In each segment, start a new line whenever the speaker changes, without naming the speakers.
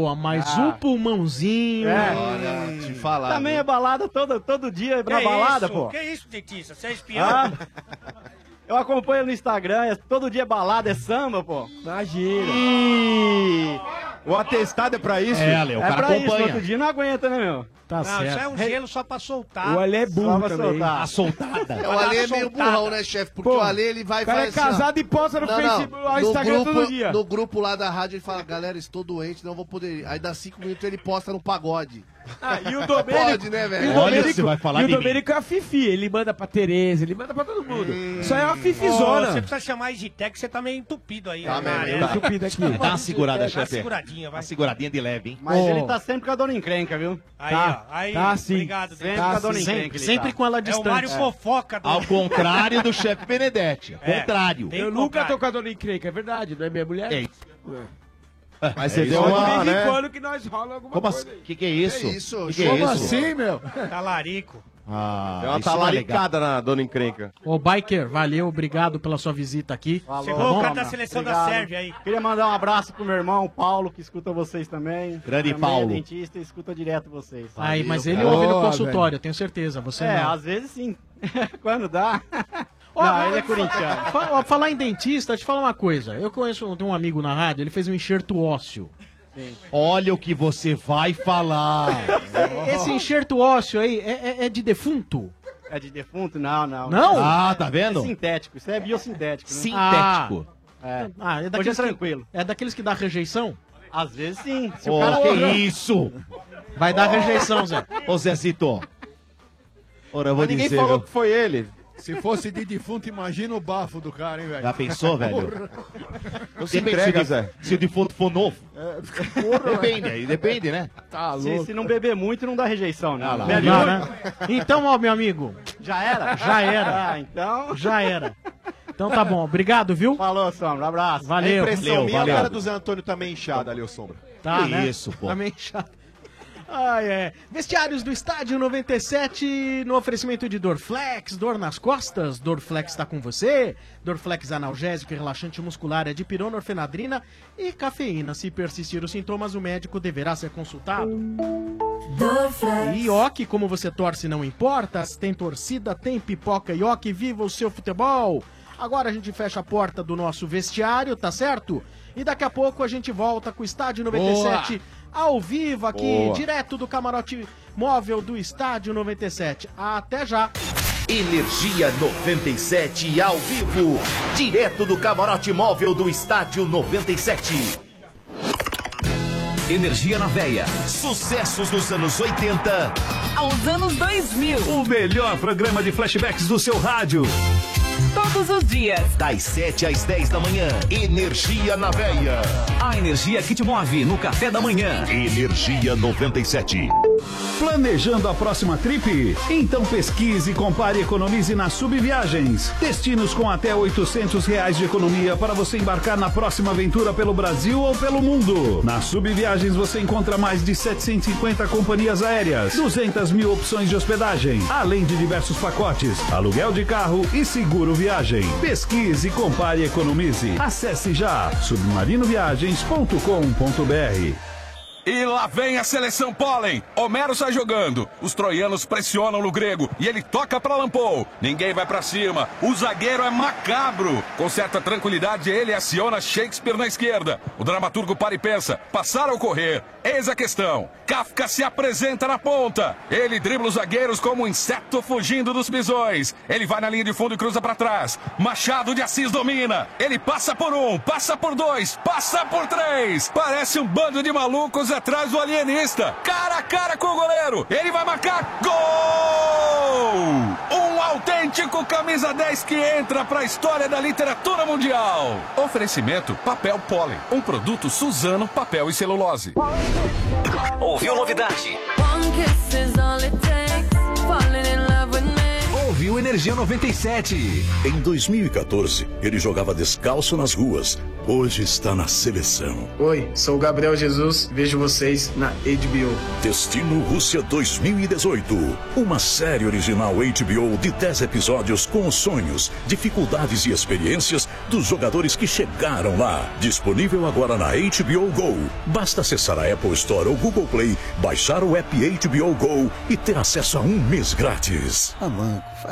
Pô, mas
Ah.
um pulmãozinho.
É.
Olha, te falar.
Também
viu?
é balada todo, todo dia pra balada,
isso?
pô.
Que isso, Tetista? Você é espião?
Ah, eu acompanho no Instagram, é- todo dia é balada, é samba, pô.
Imagina.
E.
O atestado é pra isso?
É, Ale, o
é
cara
pra isso, no
acompanha.
outro dia não aguenta, né, meu?
Tá
não, isso é
certo.
um gelo só pra soltar.
O Ale é
Só
burro
pra
também.
soltar.
A soldada.
É, o Ale é meio
Soltada.
burrão, né, chefe? Porque
Pô,
o Ale, ele vai
O cara é
e fala assim, ó,
casado e posta no
Não, não.
Facebook, no Instagram
grupo,
todo dia.
No grupo lá da rádio ele fala, galera, estou doente, não vou poder ir. Aí dá cinco minutos ele posta no pagode.
Ah, e o
Pode, né,
E o
velho?
Olha,
Domênico,
você vai falar
e o
de mim.
Domênico é a Fifi, ele manda pra Tereza, ele manda pra todo mundo. Isso aí é uma Fifizona.
Hum. Ô, Você precisa chamar a Egitec, você tá meio entupido aí.
Tá
né,
mesmo,
área.
tá.
Entupido aqui.
Desculpa,
Dá uma segurada,
Dá uma
chefe.
seguradinha, vai.
Uma seguradinha de leve, hein?
Mas
Ô.
ele tá sempre com a dona encrenca, viu?
Aí,
Tá,
ó. Aí,
tá sim.
obrigado.
Sempre
Deus.
com a dona encrenca.
Sempre,
ele
sempre
tá.
com ela
É o Mário
distante.
Fofoca do...
Ao contrário do chefe Benedetti. Ao
É.
contrário.
Tem-
Eu nunca tô com a dona encrenca, é verdade, não é minha mulher?
Ei,
Mas você
É isso.
deu
Só de
uma,
vez em
né?
quando que nós rola alguma
como
coisa.
assim? Que que é isso?
Que isso,
Que que é
Como
isso?
assim, meu?
Tá Talarico.
Ah,
Deu uma
isso não é legal.
talaricada na dona encrenca.
Ô, Biker, valeu, obrigado pela sua visita aqui. Tá
Falou.
Chegou o cara da
Toma.
seleção da
Obrigado.
Sérvia aí.
Queria mandar um abraço pro meu irmão, Paulo, que escuta vocês também.
Grande
Também
Paulo.
É dentista e escuta direto vocês.
Aí, mas
cara.
ele ouve no
Boa,
consultório, tenho certeza. Você
é,
não.
às vezes sim. Quando dá.
Ó,
não,
mas-
ele é corintiano.
Fa- ó, Falar em dentista, te falar uma coisa. Eu conheço um- tem um amigo na rádio, ele fez um enxerto ósseo. Olha o que você vai falar. Esse enxerto ósseo aí é, é- é de defunto?
É de defunto? Não, não.
Não?
Ah, tá
É
vendo?
sintético, isso é biosintético, né?
Sintético.
É.
Ah, é
Hoje é
daqueles, que,
tranquilo.
é daqueles que dá rejeição?
Às vezes sim. Se
Ô,
o cara
que isso? Vai dar rejeição, Zé. Ô, Zezito. Ora, eu vou
Mas ninguém
dizer,
falou
viu?
que foi ele.
Se fosse de defunto, imagina o bafo do cara, hein,
Já
velho?
pensou, velho?
Não se
Depende se,
entrega,
o de-
Zé.
se o defunto for novo. depende aí, depende, né?
Tá
se, se não beber muito, não dá rejeição, né?
Ah lá.
Bebe
Não,
muito,
né? Então, ó, meu amigo,
Já era?
Já era.
Ah, então.
já era. Então tá bom, obrigado, viu?
Falou, Sombra. Abraço. É
É
Valeu, valeu, valeu.
do Zé Antônio tá meio inchada ali, o Sombra.
Tá, Que né?
isso, pô.
Também chato. Ai, é. Vestiários do Estádio 97 no oferecimento de Dorflex, dor nas costas, Dorflex tá com você. Dorflex analgésico e relaxante muscular é de pirona, orfenadrina e cafeína. Se persistir os sintomas, o médico deverá ser consultado. E Ioki, como você torce, não importa. Se tem torcida, tem pipoca Ioki, viva o seu futebol! Agora a gente fecha a porta do nosso vestiário, tá certo? E daqui a pouco a gente volta com o Estádio 97 ao vivo aqui,
Boa.
direto do camarote móvel do Estádio 97. Até já!
Energia 97 ao vivo, direto do camarote móvel do Estádio 97. Energia na veia, sucessos dos anos 80,
Aos anos 2000,
o melhor programa de flashbacks do seu rádio.
todos os dias.
Das 7 às 10 da manhã, Energia na veia.
A energia que te move no café da manhã.
Energia 97.
Planejando a próxima trip? Então pesquise, compare e economize na Subviagens. Destinos com até 800 reais de economia para você embarcar na próxima aventura pelo Brasil ou pelo mundo. Na Subviagens você encontra mais de 750 companhias aéreas, 200 mil opções de hospedagem, além de diversos pacotes, aluguel de carro e seguro viagem. Pesquise, compare e economize. Acesse já submarinoviagens.com.br.
E lá vem a seleção pólen. Homero sai jogando. Os troianos pressionam no grego e ele toca pra Lampou. Ninguém vai pra cima. O zagueiro é macabro. Com certa tranquilidade, ele aciona Shakespeare na esquerda. O dramaturgo para e pensa: passar ou correr? Eis a questão. Kafka se apresenta na ponta. Ele dribla os zagueiros como um inseto fugindo dos bisões. Ele vai na linha de fundo e cruza pra trás. Machado de Assis domina. Ele passa por um, passa por dois, passa por três. Parece um bando de malucos atrás do alienista. Cara a cara com o goleiro. Ele vai marcar. Gol! Um autêntico camisa 10 que entra pra história da literatura mundial. Oferecimento Papel Pólen. Um produto Suzano Papel e Celulose.
Ouviu novidade?
Em 2014, ele jogava descalço nas ruas,
hoje está na seleção.
Oi, sou o Gabriel Jesus, vejo vocês na HBO.
Destino Rússia 2018. Uma série original HBO de 10 episódios com os sonhos, dificuldades e experiências dos jogadores que chegaram lá. Disponível agora na HBO Go. Basta acessar a Apple Store ou Google Play, baixar o app HBO Go e ter acesso a um mês grátis.
A Manco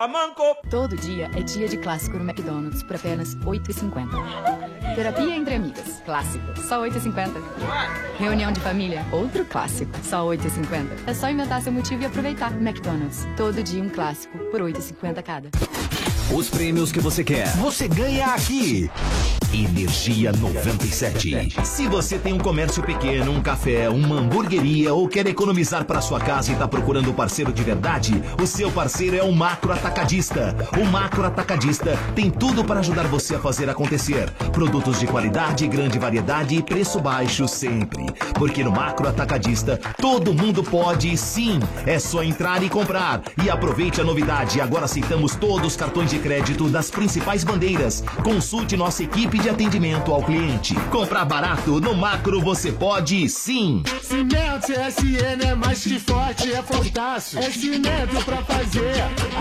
A Manco!
Todo dia é dia de clássico no McDonald's por apenas 8,50. Terapia entre amigas, clássico, só 8,50. Reunião de família, outro clássico, só 8,50. É só inventar seu motivo e aproveitar. McDonald's, todo dia um clássico por 8,50 cada.
Os prêmios que você quer, você ganha aqui. Energia 97. Se você tem um comércio pequeno, um café, uma hamburgueria ou quer economizar para sua casa e está procurando um parceiro de verdade, o seu parceiro é o Macro Atacadista. O Macro Atacadista tem tudo para ajudar você a fazer acontecer. Produtos de qualidade, grande variedade e preço baixo sempre. Porque no Macro Atacadista, todo mundo pode sim. É só entrar e comprar. E aproveite a novidade. Agora aceitamos todos os cartões de crédito das principais bandeiras. Consulte nossa equipe de atendimento ao cliente. Comprar barato no macro você pode sim.
Cimento SN é mais que forte, é fortaço. É cimento pra fazer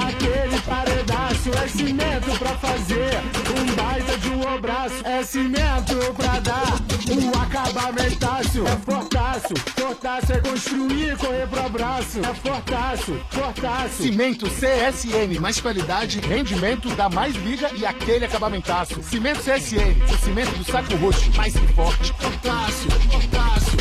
aquele paredaço. É cimento pra fazer um baita de um abraço. É cimento pra dar o acabamentaço. É fortaço, fortaço é construir, correr pro abraço. É fortaço, fortaço.
Cimento CSN, mais qualidade, rendimento, dá mais liga e aquele acabamentaço. Cimento CSN, o cimento do saco roxo, mais que forte. Fortaço, fortaço.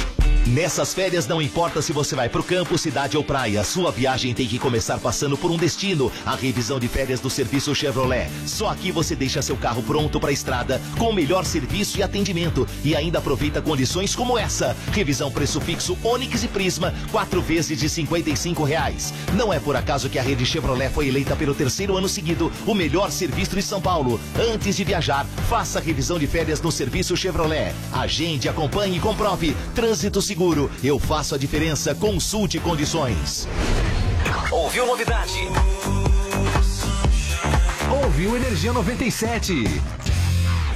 Nessas férias, não importa se você vai para o campo, cidade ou praia, sua viagem tem que começar passando por um destino. A revisão de férias do serviço Chevrolet. Só aqui você deixa seu carro pronto para a estrada, com o melhor serviço e atendimento. E ainda aproveita condições como essa. Revisão preço fixo Onix e Prisma, quatro vezes de R$ reais. Não é por acaso que a rede Chevrolet foi eleita pelo terceiro ano seguido o melhor serviço de São Paulo. Antes de viajar, faça a revisão de férias no serviço Chevrolet. Agende, acompanhe e comprove. Trânsito seguro seguro. Eu faço a diferença. Consulte condições. Ouviu novidade? Ouviu Energia 97.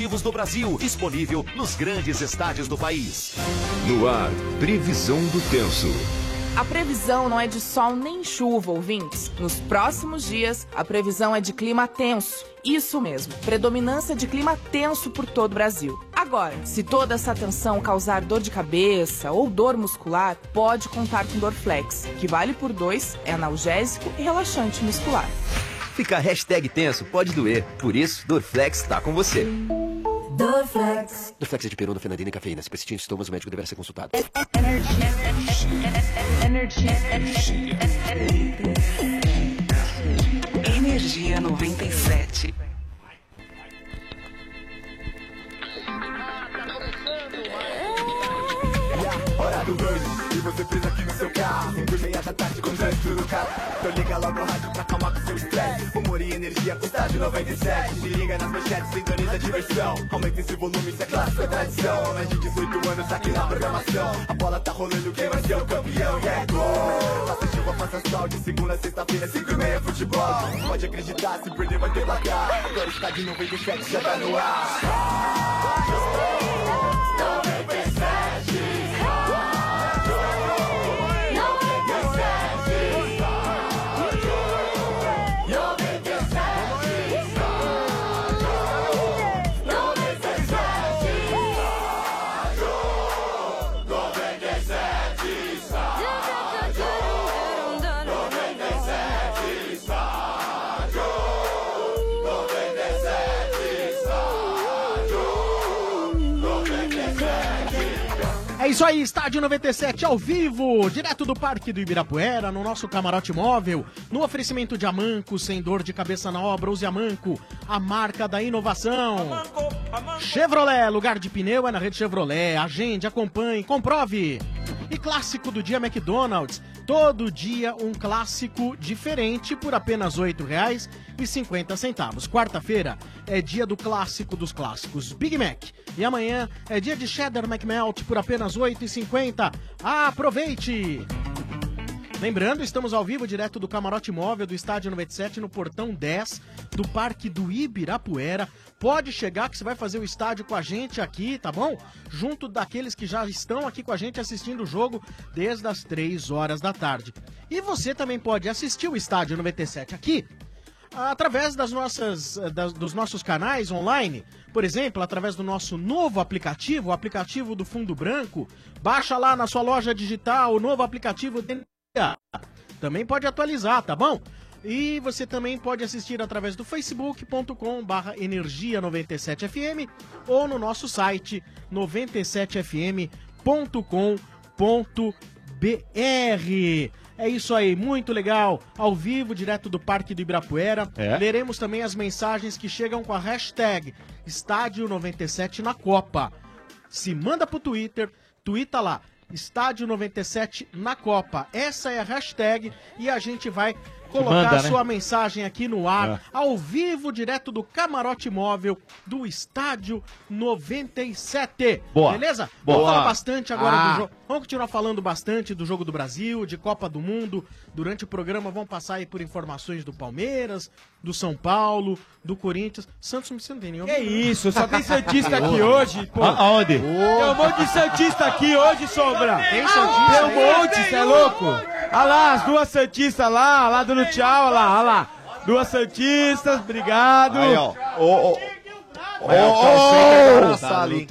esportivos do Brasil, disponível nos grandes estádios do país.
No ar, previsão do tenso.
A previsão não é de sol nem chuva, ouvintes. Nos próximos dias, a previsão é de clima tenso. Isso mesmo, predominância de clima tenso por todo o Brasil. Agora, se toda essa tensão causar dor de cabeça ou dor muscular, pode contar com Dorflex, que vale por dois, é analgésico e relaxante muscular.
Ficar hashtag tenso pode doer, por isso, Dorflex está com você.
Dorflex.
Dorflex é de perona, fenadina e cafeína. Se persistir em sintomas, o médico deverá ser consultado.
Energia 97.
Hora do doido, e você preso aqui no seu carro. 5 e meia da tarde com trânsito no carro. Então liga logo o rádio pra acalmar com seu estresse. Humor e energia com estágio 97. Se liga nas manchetes, sintoniza a diversão. Aumenta esse volume, isso é clássico, é tradição. Mais de 18 anos aqui na programação. A bola tá rolando, quem vai ser o campeão? E é gol! Faça chuva, faça sol, de segunda a sexta-feira, 5 e meia futebol. Pode acreditar, se perder vai ter placar. Agora está de 97, já tá no ar.
Não
É isso aí, Estádio 97 ao vivo, direto do Parque do Ibirapuera, no nosso camarote móvel, no oferecimento de Amanco, sem dor de cabeça na obra, use Amanco, a marca da inovação. Chevrolet, lugar de pneu é na rede Chevrolet, agende, acompanhe, comprove. E clássico do dia McDonald's, todo dia um clássico diferente por apenas R$ 8,50. Quarta-feira é dia do clássico dos clássicos, Big Mac. E amanhã é dia de Cheddar McMelt por apenas R$ 8,50. Aproveite! Lembrando, estamos ao vivo direto do camarote móvel do Estádio 97 no portão 10 do Parque do Ibirapuera. Pode chegar que você vai fazer o estádio com a gente aqui, tá bom? Junto daqueles que já estão aqui com a gente assistindo o jogo desde as 3 horas da tarde. E você também pode assistir o Estádio 97 aqui através das nossas, eh, das- dos nossos canais online, por exemplo, através do nosso novo aplicativo, o aplicativo do Fundo Branco. Baixa lá na sua loja digital o novo aplicativo de... Também pode atualizar, tá bom? E você também pode assistir através do facebook.com barra energia 97fm ou no nosso site 97fm.com.br BR. É isso aí, muito legal. Ao vivo, direto do Parque do Ibirapuera.
É.
Leremos também as mensagens que chegam com a hashtag Estádio 97 na Copa. Se manda pro Twitter, twita lá. Estádio 97 na Copa. Essa é a hashtag e a gente vai colocar
Manda,
a
né?
sua mensagem aqui no ar,
É.
ao vivo, direto do camarote móvel do Estádio 97.
Boa.
Beleza?
Boa.
Vamos falar bastante agora
Ah.
do jogo. Vamos continuar falando bastante do jogo do Brasil, de Copa do Mundo. Durante o programa vamos passar aí por informações do Palmeiras, do São Paulo, do Corinthians. Santos não tem nenhum.
Que isso, só tem Santista aqui hoje, pô.
Aonde?
Tem um monte de Santista aqui hoje, Sombra.
Tem Santista?
Tem um monte, cê é louco? Olha lá, as duas Santistas lá, lá dando tchau, olha lá, olha lá. Duas Santistas, obrigado.
Aí, ó. Ô, ô.
Aí, ó,
Ô,
calceta
ô,
tá na
ô.
sala, hein?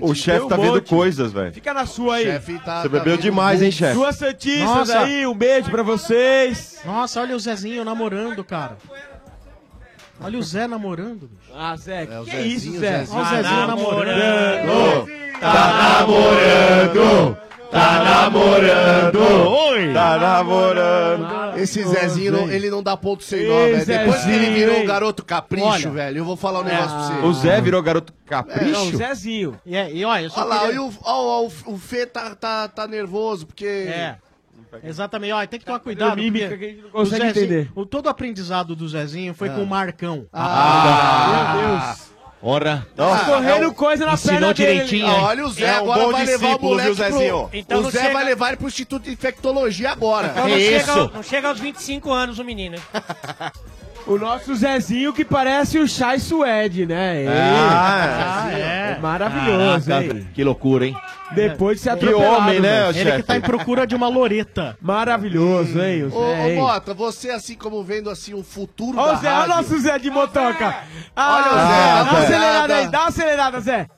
O chefe
Tem um
tá vendo
monte.
coisas, velho.
Fica na sua aí.
Chefe, tá- Você tá bebeu vendo demais, muito. hein, chefe?
Duas Santistas
Nossa.
aí, um beijo pra vocês.
Nossa, olha o Zezinho namorando, cara. Olha o Zé namorando, bicho.
Ah, Zé, que
Zezinho,
isso, Zé?
Zezinho. Olha o Zezinho namorando.
Tá
namorando. Tá namorando.
Oi.
Tá namorando.
Esse Zezinho, não- ele não dá ponto sem nó,
Ei,
velho. é Depois que ele
Zezinho,
virou
hein?
o garoto capricho,
Olha.
velho, eu vou falar
É.
um negócio pra você.
O Zé virou garoto
É,
capricho?
não, o Zé-
Zezinho. E, é- e olha, eu só
Olha lá,
queria-
e o, ó, ó, o, o Fê tá, tá, tá nervoso, porque...
É. Exatamente, ó, tem que tomar cuidado.
mímica
porque
que a gente não consegue
o Zezinho-
entender.
O, todo o aprendizado do Zezinho foi
Ah.
com o Marcão.
Ah.
Meu Deus.
Ora.
Tá correndo coisa na
é Ensinou
perna dele.
direitinho,
Ah,
hein?
Olha, o Zé
É um
agora
bom
vai levar o
discípulo,
moleque
viu, Zezinho?
pro...
Então
o
não
Zé
chega-
vai levar ele pro Instituto de Infectologia agora.
Então não chega ao-
É Isso.
não chega aos 25 anos o menino. O nosso Zezinho que parece o Chai Suede, né? Ele-
Ah,
Zezinho,
é.
Maravilhoso,
Caraca,
hein?
Que loucura, hein?
Depois de se
Que
atropelado,
homem, né,
velho.
o Ele que chefe? tá em
procura de uma loreta.
Maravilhoso, hein? O
Ô, Hum. ô,
Zé,
é
hein?
Mota, você assim como vendo assim o futuro
Ó,
da
o Zé, olha o
rádio.
nosso Zé de motoca. Ah,
Olha o
dá
Zé,
uma
rapaz.
acelerada aí, dá uma acelerada, Zé.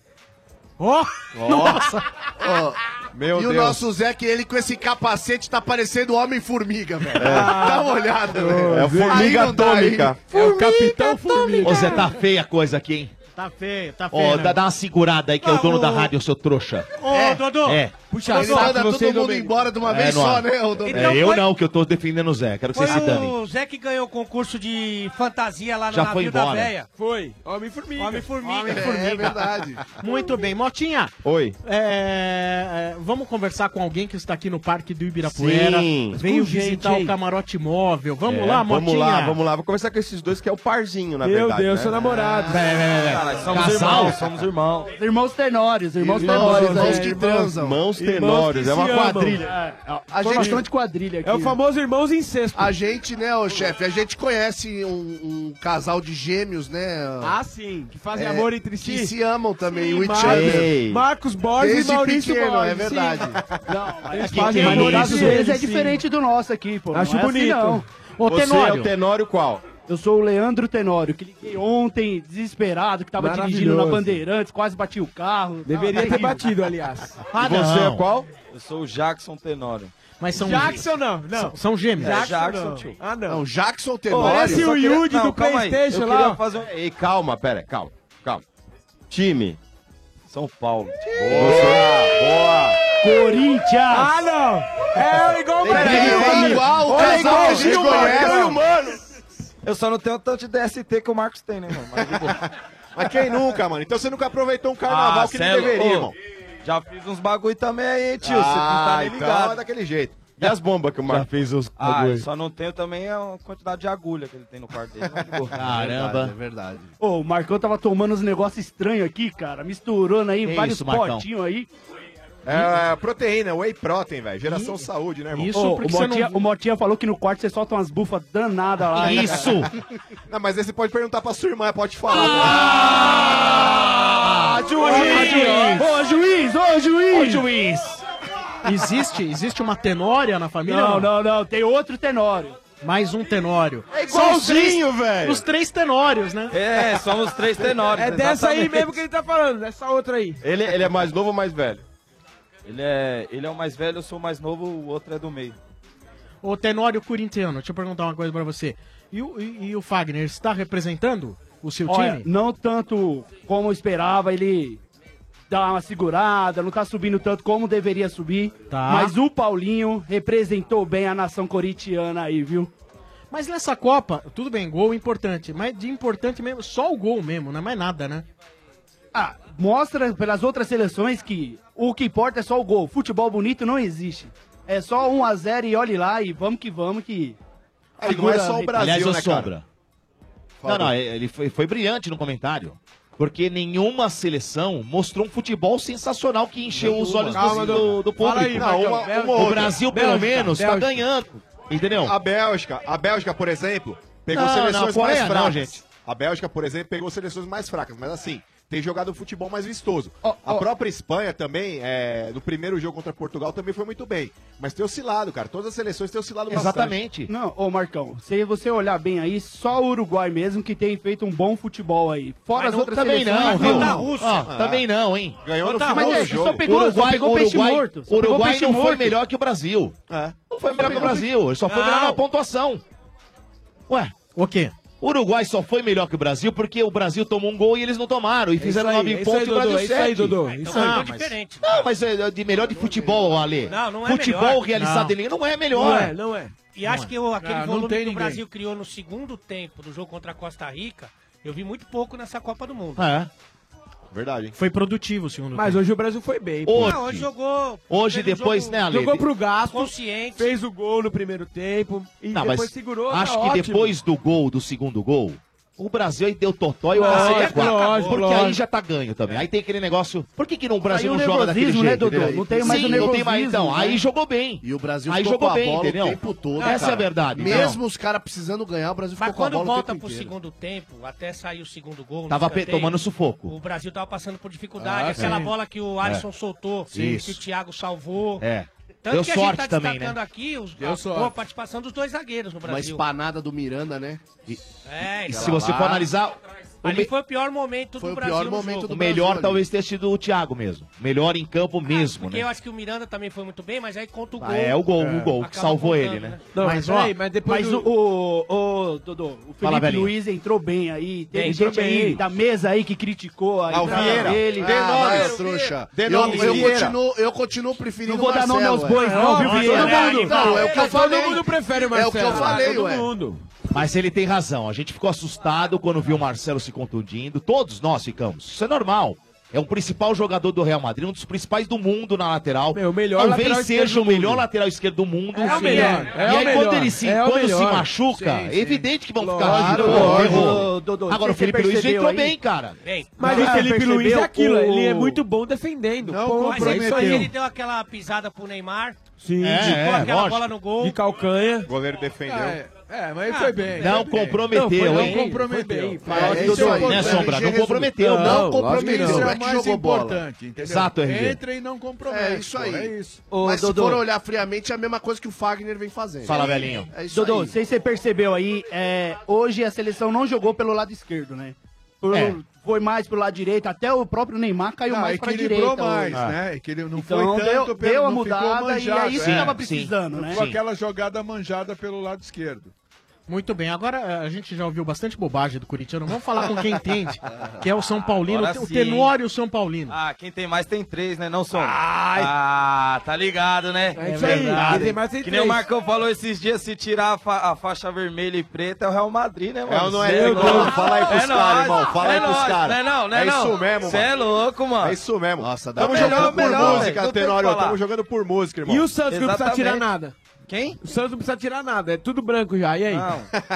Ó,
Ó.
nossa.
Ó,
Meu
e
Deus.
o nosso Zé, que ele com esse capacete tá parecendo o Homem-Formiga, velho. Dá uma olhada, velho.
É o Formiga
Aí não dá,
Atômica.
hein?
É o Capitão Formiga. Ô, Zé, tá feia a coisa aqui, hein?
Tá feio, tá feio.
Ó,
né?
dá, dá uma segurada aí que é o dono da rádio, seu trouxa.
Ô, Dodô.
É.
Puxa
Ele
saco,
manda todo
vocês,
mundo
Domingo.
embora de uma
É,
vez
não
só,
há.
né, ô, Dodô?
É, eu não, que eu tô defendendo o Zé. Quero que
Foi
vocês se danem.
o Zé que ganhou o concurso de fantasia lá no
Já
navio
foi
da
embora. é
véia.
Foi. Homem-formiga.
Homem-formiga. É
Formiga. Muito bem, Motinha.
Oi.
É, é, vamos conversar com alguém que está aqui no Parque do Ibirapuera.
Sim.
Veio
Com gente,
visitar
hein?
o camarote móvel. Vamos
É,
lá, Motinha.
Vamos lá, vamos lá. Vou começar com esses dois que é o parzinho, na
Meu
verdade.
Deus,
né?
são namorados.
Peraí, peraí, peraí.
Caralho,
Casal?
somos irmãos.
Irmãos tenores, irmãos
Irmãos,
tenores.
irmãos
é,
que
irmãos-
transam. Irmãos tenores,
que
é uma
se amam.
quadrilha.
É,
A
Formação
gente-
de quadrilha aqui.
é irmãos incesto.
A gente, né, ô chefe, a gente conhece um, um casal de gêmeos, né? É,
Ah, sim, que fazem amor entre si.
Que se amam também, o each
Marcos-
other.
Marcos Borges
Desde
e Maurício
pequeno,
Borges.
é verdade.
Não,
Eles
eles
fazem
mas é
amor
no caso
entre
deles é
eles, sim.
diferente do nosso aqui, pô.
Acho
não é
bonito.
Assim, não.
Ô, Você Tenório. é o Tenório qual?
Eu sou o Leandro Tenório, que liguei ontem, desesperado, que tava dirigindo na
Maravilhoso.
Bandeirantes, quase bati o carro. Tá Ah,
Deveria ter batido, aliás. E você é
qual?
Eu sou o Jackson Tenório.
Mas
são- Jackson não, não. São- são gêmeos.
É,
Jackson
Jackson,
não.
tio.
Ah, não.
Não, Jackson
Ô,
Tenório.
parece
Eu só
o
queria-
Yudi
Não,
do
calma aí.
PlayStation
Eu
lá,
queria
ó.
fazer um-
Ei, calma, pera, calma, calma. Time.
São Paulo.
Boa, boa.
Corinthians!
Ah, não! É igual o
Peraí,
Brasil,
é
amigo.
igual,
Olha,
casal
igual
que
o
a gente
Gil Mano,
conhece.
eu e o Mano.
Eu só não tenho tanto de DST que o Marcos tem, né, mano? Mas, de boa.
Mas quem nunca, mano? Então você nunca aproveitou um carnaval que não
cê é
deveria,
louco.
irmão.
Já fiz uns bagulho também aí, tio. você não
Ah,
tá nem
então
ligado.
é daquele jeito.
E as bombas que o Marcos fez os
Ah, eu só não tenho também a quantidade de agulha que ele tem no quarto dele. mas de boa.
Caramba.
É verdade. é verdade.
Ô, o Marcão tava tomando uns negócios estranhos aqui, cara. Misturando aí
Que
vários
isso, Marcão?
potinhos aí.
É, é, proteína, whey protein, velho. Geração saúde, né, irmão?
Ô, o, Motinha, o Motinha falou que no quarto você solta umas bufas danadas lá. né, cara?
não, mas aí você pode perguntar pra sua irmã, pode falar.
Ah,
juiz!
Ô, juiz! Ô, juiz!
Ô, juiz! Existe, existe uma tenória na família?
Não,
não, não. Tem outro tenório. Mais um tenório.
É
São os três-
igualzinho, velho.
Os três tenórios, né?
É, somos três tenores.
É dessa aí mesmo
que ele tá falando,
é
dessa outra aí.
Ele, ele é mais novo ou mais velho?
Ele é, ele é o mais velho, eu sou o mais novo, o outro é do meio.
Ô, tenório corintiano, deixa eu perguntar uma coisa pra você. E o, e- e o Fagner está representando o seu
Olha,
time?
não tanto como eu esperava, ele dá uma segurada, não tá subindo tanto como deveria subir.
Tá.
Mas o Paulinho representou bem a nação corintiana aí, viu?
Mas nessa Copa, tudo bem, gol importante, mas de importante mesmo, só o gol mesmo, não é mais nada, né?
Ah, mostra pelas outras seleções que o que importa é só o gol. Futebol bonito não existe. É só 1 a 0 e olhe lá e vamos que vamos que
É, e não é só o
Segura-
Brasil,
Aliás, ô
né, cara?
Sombra. Não, não, ele foi, foi brilhante no comentário. Porque nenhuma seleção mostrou um futebol sensacional que encheu
Nenhuma.
os olhos
Calma,
do,
Dudu.
do, do
Fala
público.
aí,
Não,
Marcão.
uma-
Bélgica.
uma outra. o Brasil, pelo
Bélgica,
menos, tá
Bélgica.
ganhando. Entendeu?
A Bélgica, a Bélgica, por exemplo, pegou
Não, não,
seleções
a Coreia
mais
não,
fracas.
gente.
A Bélgica, por exemplo, pegou seleções mais fracas, mas assim, tem jogado um futebol mais vistoso. A própria Espanha também, é, no primeiro jogo contra Portugal, também foi muito bem. Mas tem oscilado, cara. Todas as seleções têm oscilado bastante.
Não, ô Marcão, se você olhar bem aí, só o Uruguai mesmo que tem feito um bom futebol aí. Fora
Mas né?
as
não-
outras
também
seleções.
não,
mas
viu?
não. Ah.
Ó, também não, hein?
Ganhou no
Mas
final
é,
do
só
jogo.
pegou- só
Uruguai-
pegou peixe Uruguai-
morto, só pegou
Uruguai
peixe
não foi
morto.
melhor que o Brasil. Não foi melhor que o Brasil. Ele só foi melhor na pontuação. Ué,
o quê?
O Uruguai só foi melhor que o Brasil porque o Brasil tomou um gol e eles não tomaram. E
isso
fizeram
aí, é
nove
isso
pontos
aí,
e o Brasil
Dudu, é isso aí,
sete.
Dudu,
Ah,
é isso
então
aí.
não,
Mas-
mas- Não, mas é de melhor de futebol, Ale.
Não, não é
Futebol
melhor.
realizado
Não.
ele não é melhor.
Não é, não é. E acho que o- aquele
Ah, não
volume que
tem
o
ninguém.
Brasil criou no segundo tempo do jogo contra a Costa Rica, eu vi muito pouco nessa Copa do Mundo.
É.
Verdade.
Foi produtivo o segundo
Mas
tempo.
hoje o Brasil foi bem.
Hoje.
Não, hoje jogou.
Hoje,
fez um
depois, né, Ale?
Jogou pro gasto,
Consciente.
fez o gol no primeiro tempo e
Não,
depois
mas
segurou.
acho que
tá ótimo.
depois do gol, do segundo gol, o Brasil aí deu totó e o
Lógico,
cacete é quatro.
lógico,
Porque aí
lógico.
já tá ganho também. Aí tem aquele negócio. Por que, que não, o Brasil
Aí o
não joga daquele
nervosismo,
jeito?
né, Dudu?
entendeu?
Não tem mais
Sim,
o
não tem mais então.
nervosismo, né?
Aí jogou bem.
E o
Brasil
ficou
jogou
com a
bem,
bola o
entendeu?
tempo todo,
Essa é a
cara.
verdade. então.
Mesmo os caras precisando ganhar, o Brasil
Mas
ficou com a
quando
bola o
volta
tempo
pro
inteiro.
segundo tempo, até sair o segundo gol. no
Tava pe-
escanteio,
tomando sufoco.
O Brasil tava passando por dificuldade.
Ah,
Aquela
sim.
bola que o Alisson
É.
soltou, que
Isso.
o Thiago salvou.
É.
Tanto
Deu
que a gente
sorte
tá
também,
destacando
né?
aqui os,
Deu
a
sorte.
boa participação dos dois zagueiros no
Uma
Brasil.
espanada do Miranda, né?
É,
E
então.
se você for analisar. o
Ali
me-
foi o pior momento
Foi
do
o
Brasil.
pior
no
momento
jogo.
O melhor
né?
talvez tenha sido o Thiago mesmo. Melhor em campo
Ah,
mesmo,
Porque
né?
eu acho que o Miranda também foi muito bem, mas aí conta o gol.
Ah, é o gol, o gol que
Acaba
salvou
voltando,
ele, né?
Não, mas, ó, mas,
depois do-
o, o, o Dodô, o Felipe
Fala, velhinho.
Luiz entrou bem aí. Teve
Bem, entrou
gente aí
bem.
da mesa aí que criticou a
Ah, o
entrada
Vieira.
dele.
Ah, vai, trouxa. Eu, eu, continuo, eu continuo preferindo o Marcelo. é. ué. Não, é o que eu falei. É o que eu falei, ué.
Mas ele tem razão. A gente ficou assustado quando viu o Marcelo se contundindo. Todos nós ficamos. Isso é normal. É o principal jogador do Real Madrid, um dos principais do mundo na lateral. Meu,
melhor
Talvez
lateral
seja
esquerdo
o
do
melhor
mundo.
lateral esquerdo do mundo.
É o
Sim.
melhor, é
e
o
aí,
melhor,
quando ele se,
é o
quando se
melhor.
machuca,
Sim,
é
sim.
evidente que vão ficar.
Lógico,
Claro,
lógico.
errou.
Dodô,
Agora o
você
Felipe Luiz
percebeu
entrou
aí?
bem, cara.
Mas
Não,
o Felipe
percebeu
Luiz é aquilo,
o-
ele é muito bom defendendo. Ponto.
Mas ele,
É
mas
isso aí.
ele deu aquela pisada pro Neymar.
Sim,
É,
de-
é, aquela bola no gol.
De calcanha. O
goleiro defendeu.
É, é, mas ele foi bem. foi
Não
bem.
comprometeu,
Não, foi-
hein?
Não comprometeu.
Foi bem. Isso é importante, né, Sombra? Não comprometeu,
Não,
não.
comprometeu.
Isso é o
É que
mais
jogou bola.
importante, entendeu? Exato, RG.
Entra
e não compromete.
É isso aí.
pô, é isso.
Mas
Ô,
se
Dodô.
for olhar friamente, é a mesma coisa que o Fagner vem fazendo.
Fala,
velhinho.
É isso
Dodô,
aí.
não sei se você percebeu aí, é, hoje a seleção não jogou pelo lado esquerdo, né? Por-
É.
Foi mais pelo lado direito, até o próprio Neymar caiu
Não,
mais pra direita.
equilibrou mais,
hoje.
né? Que ele não
Então,
foi tanto
deu- deu
não
a mudada
ficou
e é isso que tava precisando,
Não
né?
ficou
Sim.
aquela jogada manjada pelo lado esquerdo.
Muito bem, agora eh, a gente já ouviu bastante bobagem do corintiano. Vamos falar com quem entende, que é o São Paulino,
Agora
o
sim.
Tenório São Paulino.
Ah, quem tem mais tem três, né? Não são. Ah, tá ligado, né?
É isso aí.
verdade.
Quem tem mais tem
que nem o
três.
Marcão falou esses dias, se tirar a, fa- a faixa vermelha e preta é o Real Madrid, né, mano?
É ou não é,
Cê
Igor?
louco.
Fala aí pros
É
caras,
nóis.
irmão. Fala
É
aí pros
nóis.
caras.
Não é não, não
É
não.
isso mesmo,
Cê é
mano.
louco, mano.
É isso mesmo. Nossa,
dá
Tamo
pra-
jogando por
melhor, velho. Não
música,
tem o que
Tenório.
falar.
Tamo jogando por música, irmão.
E o Santos que não precisa tirar
Exatamente.
nada.
Quem?
O Santos não precisa tirar nada, é tudo branco já. E aí?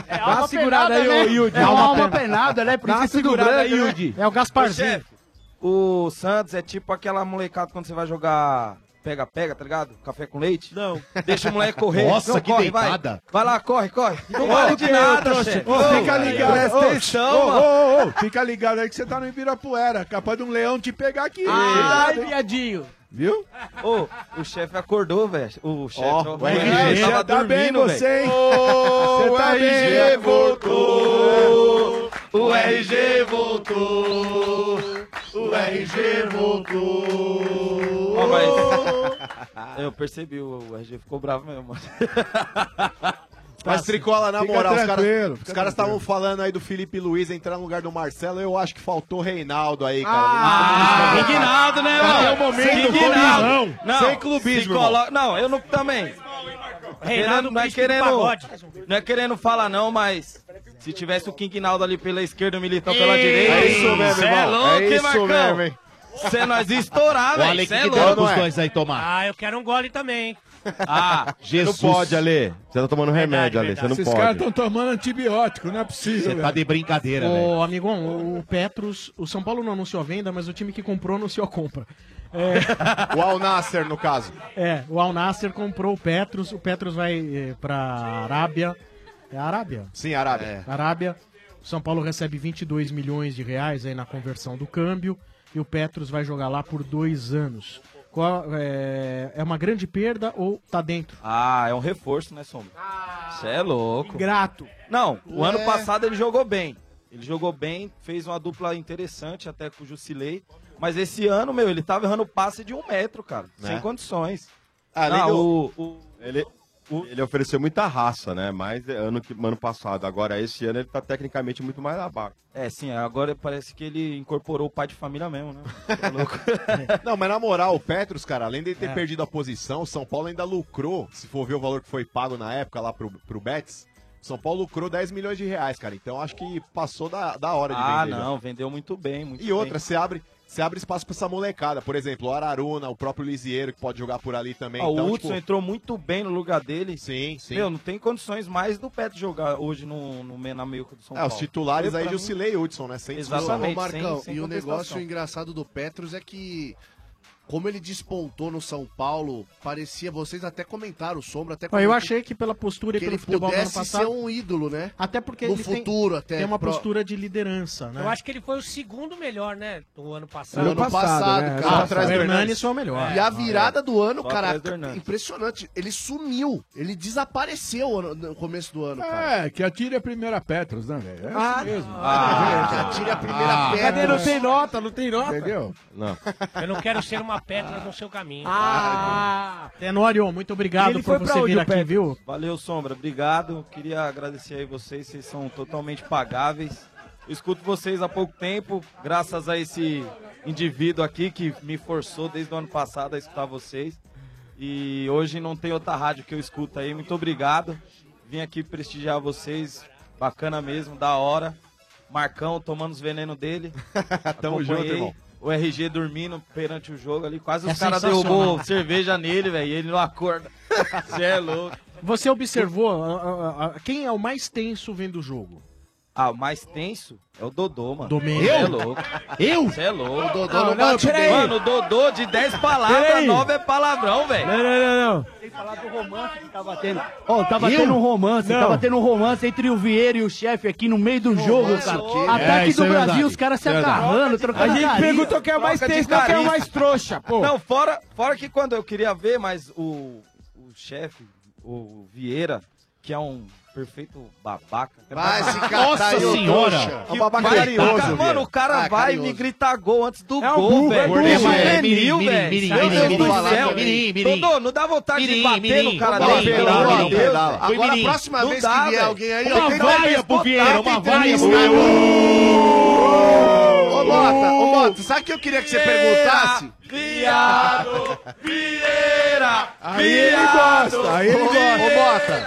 É
Dá uma segurada aí, ô Yudi.
É uma alma penada, né? Por
Dá
isso
uma
que segura
segurada
branco,
aí,
né?
Yudi.
É o
Ô, chefe, O Santos é tipo aquela molecada quando você vai jogar pega-pega, tá ligado? Café com leite. Não. Deixa o moleque correr.
Nossa,
Não,
que
corre,
deitada.
Vai. vai lá, corre, corre.
Ô,
Não vale de
ô,
nada,
trouxa.
chefe.
Ô, fica
ligado.
Presta atenção,
mano.
ô, ô, ô, fica ligado aí que você tá no Ibirapuera, capaz de um leão te pegar aqui.
Ai,
viadinho. Viu?
Ô, o chefe acordou, velho. O chefe
Ó,
tava-
o RG.
tava
Você tá bem,
dormindo,
você,
velho.
hein?
Ô,
Você tá
o RG
bem.
voltou.
O
RG
voltou. O RG voltou.
Ó, mas- Eu percebi, o RG ficou bravo mesmo, mano. Tá assim.
Mas Tricola, na
Fica
moral, os
tranquilo,
caras- os
fica
caras
tranquilo.
estavam falando aí do Felipe Luiz entrar no lugar do Marcelo, eu acho que faltou Reinaldo aí, cara.
Ah, indignado, né,
Cadê
mano?
o momento do
indignado.
clubismo?
Não,
Sem clubismo,
se colo-
irmão.
Não, eu não também.
Reinaldo
Querendo- não é
Cristo do
querendo,
pagode.
não é querendo falar não, mas se tivesse o Quinquinaldo ali pela esquerda, o Militão pela
Ei,
direita.
é isso mesmo,
cê é
irmão.
louco,
É
hein,
isso
Marcão?
mesmo, hein?
Cê é nós ia estourar,
O
velho.
Ale, que
cê é
que
louco.
deram pros dois né, aí, Tomar?
Ah, eu quero um gole também, hein?
Ah,
Jesus.
Não pode, Ale. Você tá
É
tomando remédio, Ale. Você não
Esses caras
pode.
estão tomando antibiótico, não é possível.
tá
velho.
tá brincadeira,
Ô, amigão, o- o Petros, o São Paulo não anunciou a venda, mas o time que comprou anunciou a compra. É.
o Al Nasser, no caso.
É, o Al Nasser comprou o Petros, o Petros vai eh, pra Arábia. É a Arábia?
Sim,
É.
Arábia.
Arábia. O São Paulo recebe 22 milhões de reais aí na conversão do câmbio e o Petros vai jogar lá por dois anos. Qual, é, é uma grande perda ou tá dentro?
Ah, é um reforço, né, Sombra? Você é louco.
Grato.
Não, o
Ué.
É.
ano passado ele jogou bem. Ele jogou bem, fez uma dupla interessante até com o Jusilei. Mas esse ano, meu, ele tava errando passe de um metro, cara.
Né?
Sem condições.
Além
Ah,
do-
o- o-
Ele, ele ofereceu muita raça, né? Mais ano que ano passado. Agora, esse ano, ele tá tecnicamente muito mais abaixo.
É, sim, agora parece que ele incorporou o pai de família mesmo, né?
Não, mas na moral, o Petros, cara, além de ele ter
É.
perdido a posição, o São Paulo ainda lucrou, se for ver o valor que foi pago na época lá pro, pro Betis, o São Paulo lucrou 10 milhões de reais, cara. Então acho que passou da, da hora de
ah,
vender. né? já.
não, vendeu muito bem, muito
E outra, você abre, você abre espaço pra essa molecada. Por exemplo, o Araruna, o próprio Lisieiro, que pode jogar por ali também.
bem. Ó,
então,
Ah, o Hudson
tipo,
entrou muito bem no lugar dele.
Sim, sim.
Meu, não tem condições mais do Petro jogar hoje no, no, na meio do São
é,
Paulo.
os titulares
Eu,
aí,
pra mim,
Jusilei e Hudson, né? Sem discussão.
Exatamente,
Ô, Marcão,
sem- sem
e o
contestação.
negócio engraçado do Petros é que, como ele despontou no São Paulo, parecia, vocês até comentaram, o Sombra até
Ó, Eu
comentou
achei que pela postura e
É que
pelo
ele
futebol do ano
pudesse ser
passado...
um ídolo, né?
Até porque
no
ele tem-
futuro
tem,
até.
uma
pro-
postura de liderança, né?
Eu acho que ele foi o segundo melhor, né? Do ano passado.
No ano passado, né? cara.
Ah, o Hernanes foi o melhor.
E a virada do ano,
Só
cara,
atrás do Hernandes.
impressionante. Ele sumiu. Ele desapareceu ano- no começo do ano, cara.
É, que atire a primeira Petros, né, velho? É
Ah,
isso mesmo.
ah, que atire a primeira
Ah.
pedra.
Cadê? Não tem nota, não tem nota. Entendeu?
Não.
Eu não quero ser uma pedra no seu caminho.
Ah! Tenório, muito
E
obrigado
ele
por
foi pra
você
onde,
vir
o
aqui,
Petros?
viu?
Valeu, Sombra. Obrigado. Queria agradecer aí vocês. Vocês são totalmente pagáveis. Eu escuto vocês há pouco tempo, graças a esse indivíduo aqui que me forçou desde o ano passado a escutar vocês. E hoje não tem outra rádio que eu escuto aí. Muito obrigado. Vim aqui prestigiar vocês. Bacana mesmo, da hora. Marcão tomando os venenos dele.
Tamo junto,
Acompanhei.
irmão.
O RG dormindo perante o jogo ali. Quase
É
os caras
sensacional.
derrubou cerveja nele, velho. E ele não acorda. Você é louco.
Você observou a- a- a- quem é o mais tenso vendo o jogo?
Ah, o mais tenso é o Dodô, mano.
Domênico.
Cê é
Eu?
louco.
Eu?
Você é louco. O
Dodô não bate bem.
Mano, o Dodô de 10 palavras,
Peraí.
9 é palavrão, velho.
Não, não, não, não.
Tem que falar do romance que tá
batendo. Ó, tava tendo um romance,
Não.
tava tendo um romance entre o Vieira e o chefe aqui no meio do jogo, cara. Ataque do Brasil, os caras se agarrando, trocando carinho.
é
Troca de carinho.
trouxa, pô. Não, fora, fora que quando eu queria ver, mas o, o chefe, o Vieira, que é um perfeito babaca.
Vai se catar,
Nossa
ô
senhora!
trouxa.
Que
É um babaca
baita-
carinhoso,
Cara, Mano,
Vieira.
o cara
Ah,
vai e
carinhoso.
me gritar gol antes do
É um
gol,
burro, é
velho.
burro,
Isso
é
é
mirim,
mirim,
mirim,
velho.
mirim,
Meu Deus
mirim,
do
mirim,
céu,
mirim,
velho.
mirim.
Dodô, não dá vontade de
Mirim,
bater
mirim.
no cara
Dá
dele,
mirim,
pelo amor de
mirim,
Deus,
dá.
velho.
Agora, a
Mirim.
próxima
Não
vez
dá,
que vier
velho.
alguém aí, ó,
Uma
tem
vaia pro Vieira,
uma
vaia
Ô,
pro
ô, Mota, ô, Mota, sabe o que eu queria que você perguntasse?
Viado, Vieira,
Aí ele gosta, aí ele gosta. Ô, Bota,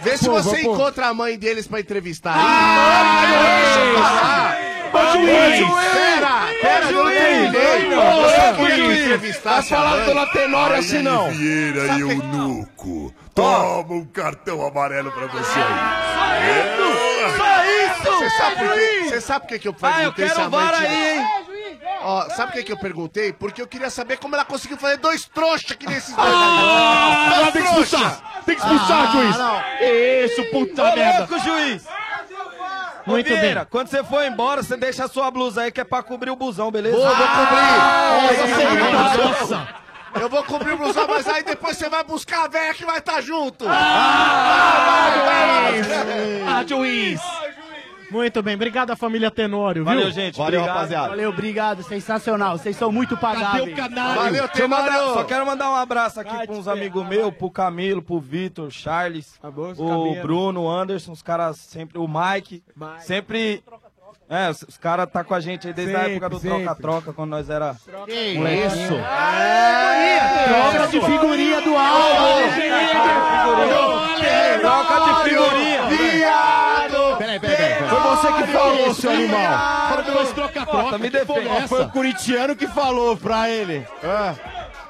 vê se
Pô,
você
vou, pô.
encontra a mãe deles pra entrevistar. Ah,
é
deixa eu
isso.
falar.
Ô, juiz.
Pera,
Ô,
pera, eu não
juiz.
terminei.
Ô,
Você
juiz.
queria que
Vai
entrevistasse a
falar
mãe?
do Latenório assim, não.
Vieira e
tá?
Eunuco. Toma um cartão amarelo pra você
É?
aí.
Você sabe por quê? Você sabe por que, que eu perguntei
eu quero
se a mãe
vara
tinha-
aí, hein?
Ó, sabe por que, que eu perguntei? Porque eu queria saber como ela conseguiu fazer dois trouxas aqui nesses dois.
Ah,
Dois
ela tem que
trouxas.
expulsar. Tem que expulsar,
Ah,
juiz.
Isso,
Ô,
puta
louco, juiz!
Muito
Muito Vieira,
bem.
quando você for embora, você deixa a sua blusa aí que é pra cobrir o busão, beleza? Ah, é
Vou, vou cobrir. Essa
eu vou
semana.
cobrir o busão.
Nossa. Eu vou cobrir o blusão, mas aí depois você vai buscar a véia que vai
tá
estar junto.
juiz. Ah, juiz. Muito bem, obrigado à família Tenório, viu?
Valeu, obrigado. Sensacional. Vocês são muito pagáveis.
Valeu, Deixa eu mandar- Só quero mandar um abraço aqui pra uns amigos meus, pro Camilo, pro Vitor, Charles, o
Tá Camilo.
Bruno, o Anderson, os caras sempre, o Mike, sempre... É, os, os caras tá com a gente aí desde a
Sempre,
época do
sempre.
troca-troca, quando nós era
Que
molequinho.
isso?
É,
Troca de figurinha do álbum.
Troca de figurinha.
Viado!
Peraí,
peraí, peraí.
Foi você que falou, seu animal.
Fala pelos
tá
troca-troca.
me
que porra é
defende.
essa?
corintiano que falou pra ele.
Ah.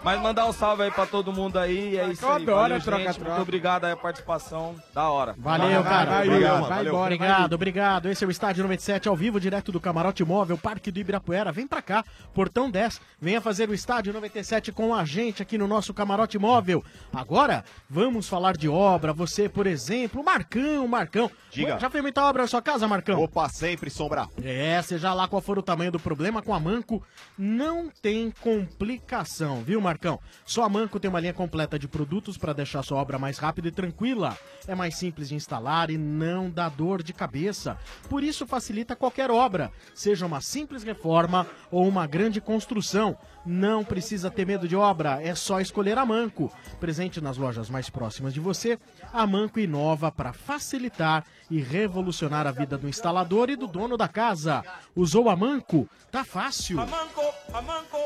Mas mandar um salve aí pra todo mundo aí. e É isso
Ah, Eu
aí.
adoro
Valeu,
troca-troca.
gente. Muito obrigado aí a participação. Da hora.
Valeu, cara.
Obrigado,
Obrigado,
valeu.
obrigado, obrigado. Esse é o Estádio 97 ao vivo, direto do Camarote Móvel, Parque do Ibirapuera. Vem pra cá, Portão 10. Venha fazer o Estádio 97 com a gente aqui no nosso Camarote Móvel. Agora, vamos falar de obra. Você, por exemplo, Marcão, Marcão.
Diga.
Já fez muita obra na sua casa, Marcão?
Opa, sempre sombra.
É, seja lá qual for o tamanho do problema, com a Manco não tem complicação, viu, Marcão? Só a Manco tem uma linha completa de produtos para deixar sua obra mais rápida e tranquila. É mais simples de instalar e não dá dor de cabeça. Por isso facilita qualquer obra, seja uma simples reforma ou uma grande construção. Não precisa ter medo de obra, é só escolher a Manco. Presente nas lojas mais próximas de você, a Manco inova para facilitar e revolucionar a vida do instalador e do dono da casa. Usou a Manco? Tá fácil.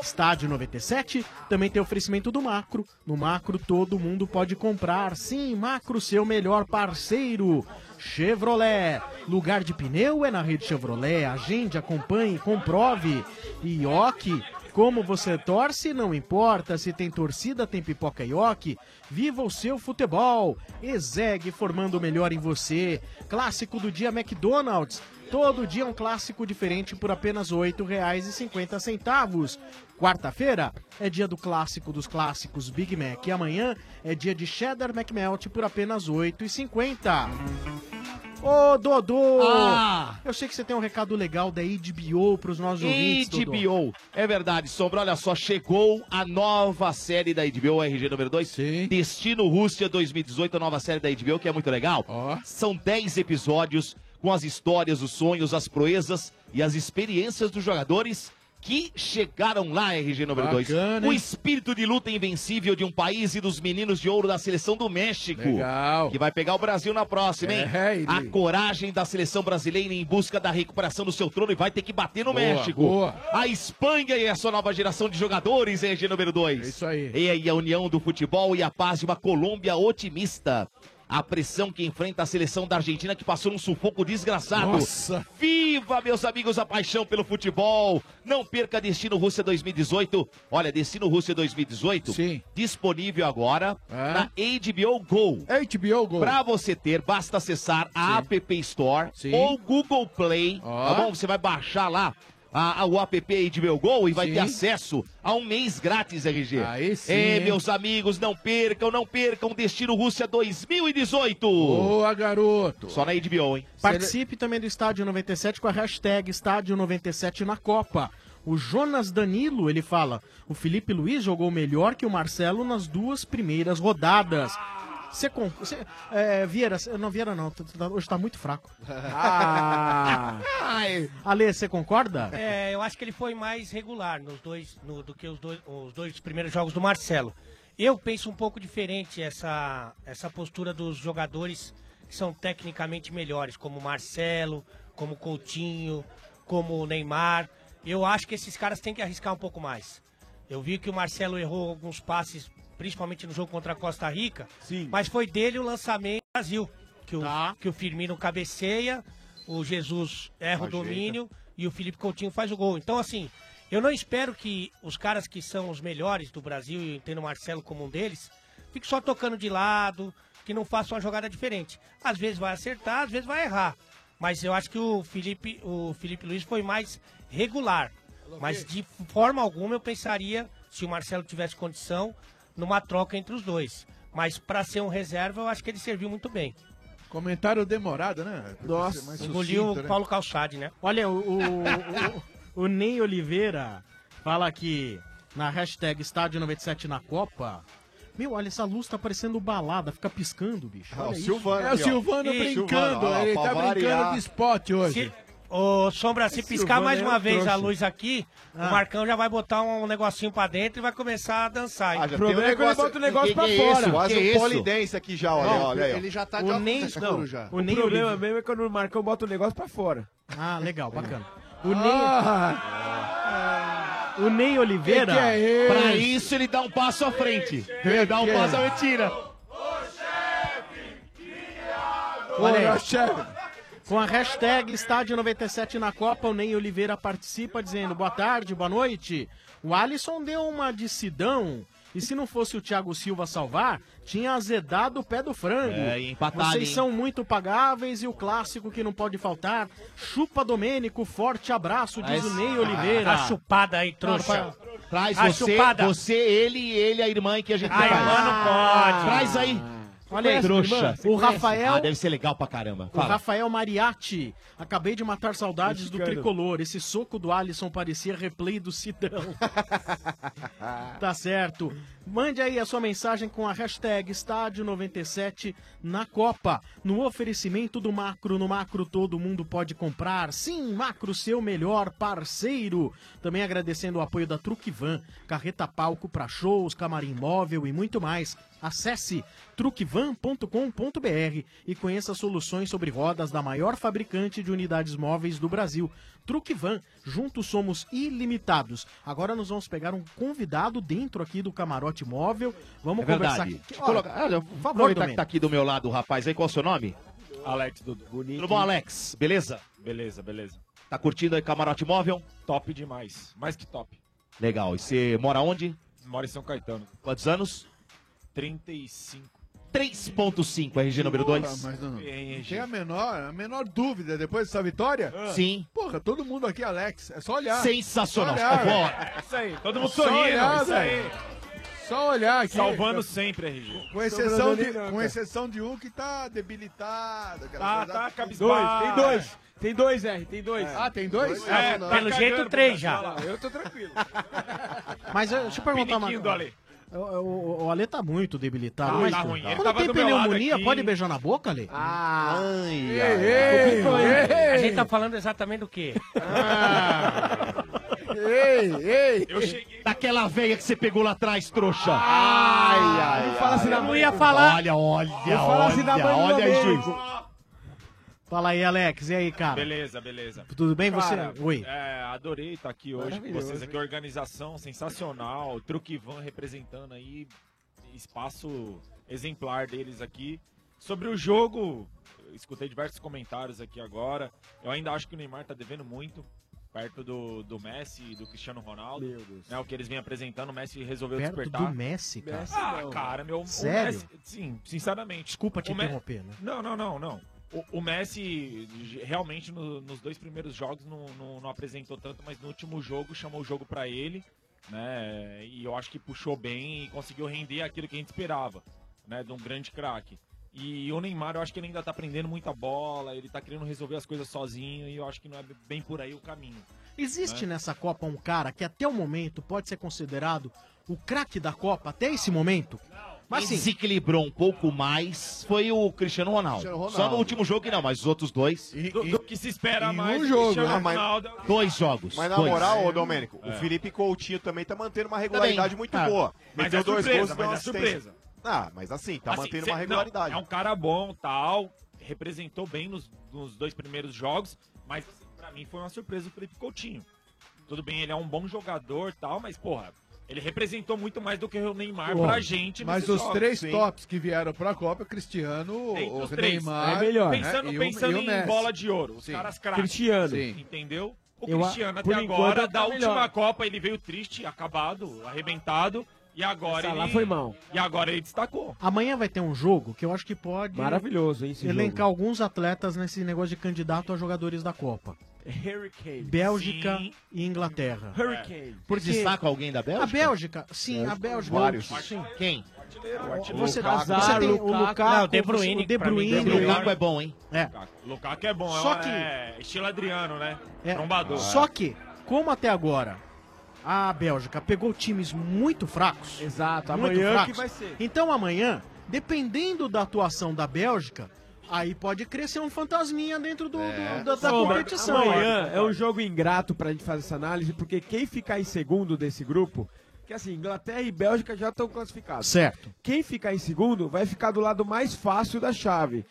Estádio 97 também tem oferecimento do Macro. No Macro todo mundo pode comprar. Sim, Macro, seu melhor parceiro. Chevrolet. Lugar de pneu é na rede Chevrolet. Agende, acompanhe, comprove. E Ioki. Como você torce, não importa. Se tem torcida, tem pipoca e Ioki. Viva o seu futebol. Exegue formando o melhor em você. Clássico do dia McDonald's. Todo dia um clássico diferente por apenas R$ 8,50. Quarta-feira é dia do clássico dos clássicos Big Mac. E amanhã é dia de Cheddar McMelt por apenas R$ 8,50. Ô, Dodô!
Ah!
Eu sei que você tem um recado legal da HBO pros nossos ouvintes, Dodô.
HBO. É verdade, Sombra. Olha só, chegou a nova série da HBO, RG número 2. Destino Rússia 2018, a nova série da HBO, que é muito legal. São 10 episódios com as histórias, os sonhos, as proezas e as experiências dos jogadores que chegaram lá, RG número 2.
Bacana,
O
hein?
espírito de luta invencível de um país e dos meninos de ouro da seleção do México.
Legal.
Que vai pegar o Brasil na próxima, hein?
É, ele-
a coragem da seleção brasileira em busca da recuperação do seu trono e vai ter que bater no no
Boa,
México.
boa.
A Espanha e a sua nova geração de jogadores, hein, G número
É
2. Isso aí. E aí a união do futebol e a paz de uma Colômbia otimista. A pressão que enfrenta a seleção da Argentina que passou um sufoco desgraçado.
Nossa.
Viva, meus amigos, a paixão pelo futebol. Não perca Destino Rússia 2018. Olha, Destino Rússia 2018 disponível agora
É.
na HBO Go.
HBO Go.
Pra você ter, basta acessar a App Store ou Google Play, tá bom? Você vai baixar lá a, a- o app de meu gol e vai ter acesso a um mês grátis, RG. Aí
sim,
É,
hein?
meus amigos, não percam, não percam Destino Rússia 2018.
Boa, garoto.
Só na HBO, hein?
Participe também do Estádio 97 com a hashtag Estádio 97 na Copa. O Jonas Danilo, ele fala, o Felipe Luiz jogou melhor que o Marcelo nas duas primeiras rodadas. Você com. Você, é, Vieira, cê- não, Vieira não, tu- tu tá- hoje tá muito fraco.
Ah.
Ale, você concorda?
É, eu acho que ele foi mais regular nos dois, no- do que os dois, os dois primeiros jogos do Marcelo. Eu penso um pouco diferente essa, essa postura dos jogadores que são tecnicamente melhores, como o Marcelo, como o Coutinho, como o Neymar. Eu acho que esses caras têm que arriscar um pouco mais. Eu vi que o Marcelo errou alguns passes, principalmente no jogo contra a Costa Rica. Sim. Mas foi dele o lançamento do Brasil. Que o, que o Firmino cabeceia, o Jesus erra
Ajeita.
o domínio e o Felipe Coutinho faz o gol. Então, assim, eu não espero que os caras que são os melhores do Brasil, e eu entendo o Marcelo como um deles, fiquem só tocando de lado, que não façam uma jogada diferente. Às vezes vai acertar, às vezes vai errar. Mas eu acho que o Felipe, o Felipe Luiz foi mais regular. Mas de forma alguma eu pensaria, se o Marcelo tivesse condição, numa troca entre os dois. Mas para ser um reserva, eu acho que ele serviu muito bem.
Comentário demorado, né?
Nossa, engoliu o Paulo Calçade, né?
Olha, o, o, o, o Ney Oliveira fala aqui na hashtag Estádio 97 na Copa. Meu, olha, essa luz tá parecendo balada, fica piscando, bicho.
Ah,
Olha
o
isso.
Silvano
É o Silvano brincando, ele tá brincando de esporte hoje.
Ô, Sombra, se piscar
Silvano
mais
é
uma
um
vez
trouxa.
a luz aqui,
Ah.
o Marcão já vai botar um negocinho pra dentro e vai começar a dançar. hein?
já tem um
é
negócio- que- que é isso? Quase um polidense aqui já, olha,
Não,
olha aí. ó.
ele já tá
O
de óculos
Ney-
escuro
não,
já.
O, problema mesmo é quando o Marcão bota o negócio pra fora.
Ah, legal, bacana.
O
Ah.
O Ney Oliveira.
Que que é isso?
Pra isso ele dá um passo à frente. Ele dá um
que é?
passo à mentira.
Olha
Olha
aí.
aí.
Com a hashtag Estádio 97 na Copa, o Ney Oliveira participa dizendo boa tarde, boa noite. O Alisson deu uma de Sidão. E se não fosse o Thiago Silva salvar, tinha azedado o pé do frango.
É, e empatado,
Vocês
hein?
são muito pagáveis e o clássico que não pode faltar. Chupa Domênico, forte abraço, diz o Ney Oliveira.
A tá chupada aí,
Não,
trouxa.
não,
Traz
A
você,
chupada.
você, ele e ele, a irmã que a gente
A irmã não pode.
Traz aí.
Olha aí,
trouxa.
O Rafael-
Ah, deve ser legal pra caramba.
O
Fala.
Rafael Mariatti. Acabei de matar saudades do
Mexicano.
tricolor. Esse soco do Alisson parecia replay do Sidão. tá certo. Mande aí a sua mensagem com a hashtag Estádio 97 na Copa. No oferecimento do Macro, no Macro todo mundo pode comprar. Sim, Macro, seu melhor parceiro. Também agradecendo o apoio da Truquivan, carreta palco para shows, camarim móvel e muito mais. Acesse truquivan.com.br e conheça soluções sobre rodas da maior fabricante de unidades móveis do Brasil. Truquivan, juntos somos ilimitados. Agora nós vamos pegar um convidado dentro aqui do camarote móvel. Vamos
É
conversar
verdade.
aqui.
Deixa eu colocar- Olha, vou aproveitar que tá aqui do meu lado o rapaz aí. Qual é o seu nome?
Alex Dudu. Bonito.
Tudo bom, Alex? Beleza?
Beleza, beleza.
Tá curtindo aí Camarote Móvel?
Top demais. Mais que top.
Legal. E você mora onde?
Mora em São Caetano.
Quantos anos?
35.
3.5, RG número 2.
Porra, mas não, não tem a menor, a menor dúvida depois dessa vitória?
Sim.
Porra, todo mundo aqui, Alex. É só olhar.
Sensacional.
Só olhar,
Boa.
velho.
Isso aí. Todo
É
mundo
só
sorrindo.
olhar,
isso aí.
velho. Só olhar aqui.
Salvando sempre, RG.
Com exceção, de,
Não,
com
cara.
exceção de um que tá debilitado. aquela
Tá,
coisa-
tá, cabisbaixo.
Ah.
Tem dois. Tem dois, R, tem dois.
Ah, tem dois?
É,
Ah, não.
tá
Pelo jeito,
cagando,
três
cara.
já.
Olha lá, Eu tô tranquilo.
Mas eu- deixa eu perguntar uma
Piniquinho do Ale.
O, o- o Ale tá muito debilitado.
Tá,
mas
tá ruim. Ele
Quando
tava
tem
do meu lado
pneumonia,
aqui.
pode beijar na boca, Ale?
Ah,
ai, ai. ei, ei.
A gente tá falando exatamente do quê?
Ei, ei. Eu cheguei. Daquela veia que você pegou lá atrás, trouxa. Ai, ai.
Não fala assim na
eu
mão.
Olha,
Olha,
olha.
fala assim
Ah,
na mão do
olha,
meu.
juiz.
Fala aí, Alex. E aí, cara?
Beleza, beleza.
Tudo bem? Você- Oi.
É, adorei estar aqui hoje com
Maravilhoso.
vocês aqui. Organização sensacional. Truque Van representando aí espaço exemplar deles aqui. Sobre o jogo, eu escutei diversos comentários aqui agora. Eu ainda acho que o Neymar tá devendo muito. Perto do, do Messi e do Cristiano Ronaldo.
Meu Deus.
Né, o que eles vêm apresentando, o Messi resolveu
Perto
despertar.
do Messi, cara.
Ah, cara, meu. o
Sério?
Messi- sim, sinceramente.
Desculpa te
O Me-
interromper, né?
Não, não, não, não. O, o Messi ge- realmente no- nos dois primeiros jogos não, não- não apresentou tanto, mas no último jogo chamou o jogo pra ele, né? E eu acho que puxou bem e conseguiu render aquilo que a gente esperava, né? De um grande craque. E o Neymar, eu acho que ele ainda tá prendendo muita bola, ele tá querendo resolver as coisas sozinho e eu acho que não é bem por aí o caminho.
Existe
né?
nessa Copa um cara que até o momento pode ser considerado o craque da Copa, até esse momento?
Mas Quem desequilibrou um pouco mais foi o Cristiano Ronaldo.
Cristiano Ronaldo.
Só no último jogo que não, mas os outros dois. E,
Do que
Tá
se espera mais.
um
do
jogo,
Cristiano
né? Mas-
Ronaldo.
Dois jogos.
Mas na
dois.
moral, ô Domênico, o
É.
Felipe Coutinho também tá mantendo uma regularidade muito
tá.
boa.
Mas
Meteu
é
dois
surpresa,
gols e
mas
deu uma
é
assistência.
surpresa.
Ah, mas assim, tá
Assim,
mantendo
cê-
uma regularidade.
não, é um cara bom, tal, representou bem nos, nos dois primeiros jogos, mas pra mim foi uma surpresa o Felipe Coutinho. Tudo bem, ele é um bom jogador, tal, mas porra, ele representou muito mais do que o Neymar
Pô,
pra gente
Mas
nesses
os
jogos.
três
Sim.
tops que vieram pra Copa, Cristiano,
Dentre
o
os três,
Neymar...
né?
né?
Pensando,
E o-
pensando
e o
em
Messi.
bola de ouro, os
Sim.
caras craques.
Cristiano. Sim.
Entendeu? O
Eu a-
Cristiano
por
até
enquanto
agora,
é o
da
melhor.
última Copa, ele veio triste, acabado, arrebentado. E agora
Essa
ele...
lá foi mal.
E agora ele destacou.
Amanhã vai ter um jogo que eu acho que pode.
Maravilhoso, hein, esse
Elencar alguns atletas nesse negócio de candidato a jogadores da Copa.
Hurricane.
Bélgica e Inglaterra.
Hurricane.
Porque
Você destaca alguém da Bélgica?
A Bélgica, sim, a Bélgica.
Vários.
Sim.
Quem?
Você,
Lukaku.
você tem o Lukaku,
Não, De Bruyne,
né? o De
pra mim,
Bruyne.
De Bruyne. Lukaku é
bom, hein?
É.
Lukaku é bom,
Só
é, um-
que-
é estilo Adriano, né?
É.
Trombador.
Só que, como até agora a Bélgica pegou times muito fracos. Exato,
amanhã que vai ser.
Então amanhã, dependendo da atuação da Bélgica, aí pode crescer um fantasminha dentro do, do- da, da
É. Sombra,
competição.
Amanhã é um jogo ingrato pra gente fazer essa análise, porque quem ficar em segundo desse grupo, que assim, Inglaterra e Bélgica já estão classificados.
Certo.
Quem ficar em segundo vai ficar do lado mais fácil da chave.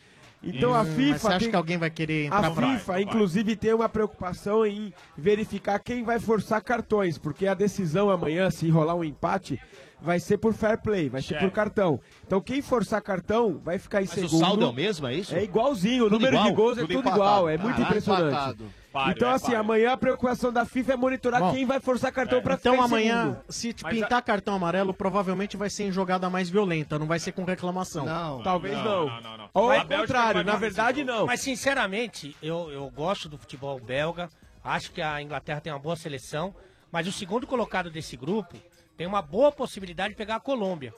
Então a
Hum, mas
FIFA.
você acha
tem-
que alguém vai querer entrar
A
pra-
FIFA,
Vai, vai.
inclusive, tem uma preocupação em verificar quem vai forçar cartões, porque a decisão amanhã, se rolar um empate, vai ser por fair play, vai ser
Certo.
por cartão. Então quem forçar cartão vai ficar em
Mas o
segundo.
saldo é o mesmo, é isso?
É igualzinho, o
Tudo
número de
igual?
gols é
Tudo
tudo
empatado.
igual, é muito
Caralho,
impressionante.
empatado. Páreo,
então
é
assim,
páreo.
amanhã a preocupação da FIFA é monitorar quem vai forçar
é,
cartão pra
Então
ficar em
amanhã,
segundo.
se te
Mas a-
pintar cartão amarelo, provavelmente vai ser em jogada mais violenta, não vai ser com reclamação. Não,
Talvez não.
Mas-
verdade, não.
Mas, sinceramente, eu, eu gosto do futebol belga. Acho que a Inglaterra tem uma boa seleção. Mas o segundo colocado desse grupo tem uma boa possibilidade de pegar a Colômbia.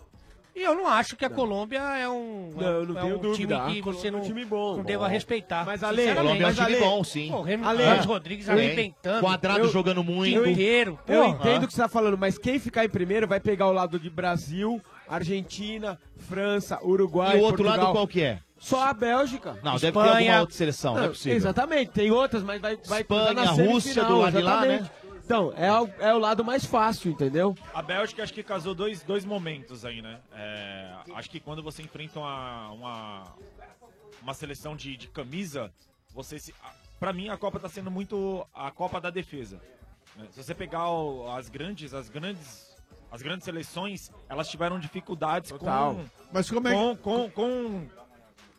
E eu não acho que a Colômbia é um,
Não,
é um-
eu não
é
tenho
um
dúvida. A é
time que você não, não
bom.
deva respeitar.
Mas Ale,
sinceramente.
Colômbia é um Mas, time Ale, bom, sim.
Pô, Rem-
Ale,
Ramos Rodrigues
eu-
arrebentando.
Eu- Eu,
Inteiro.
eu entendo o que você tá falando, mas quem ficar em primeiro vai pegar o lado de Brasil, Argentina, França, Uruguai.
E o outro
Portugal.
lado qual que é?
Só a Bélgica.
Não, deve ter alguma outra seleção, não é possível.
Exatamente, tem outras, mas vai, vai
Espanha,
cruzar na
Rússia,
semifinal,
do né? lado de lá,
exatamente. Então, é, o- é o lado mais fácil, entendeu?
A Bélgica acho que casou dois, dois momentos aí, né? É, acho que quando você enfrenta uma, uma, uma seleção de, de camisa, você se. a- Pra mim a Copa tá sendo muito a Copa da defesa. né? Se você pegar o- as grandes, as grandes. As grandes seleções, elas tiveram dificuldades
Total.
com.
Mas como é que-
com, com, com,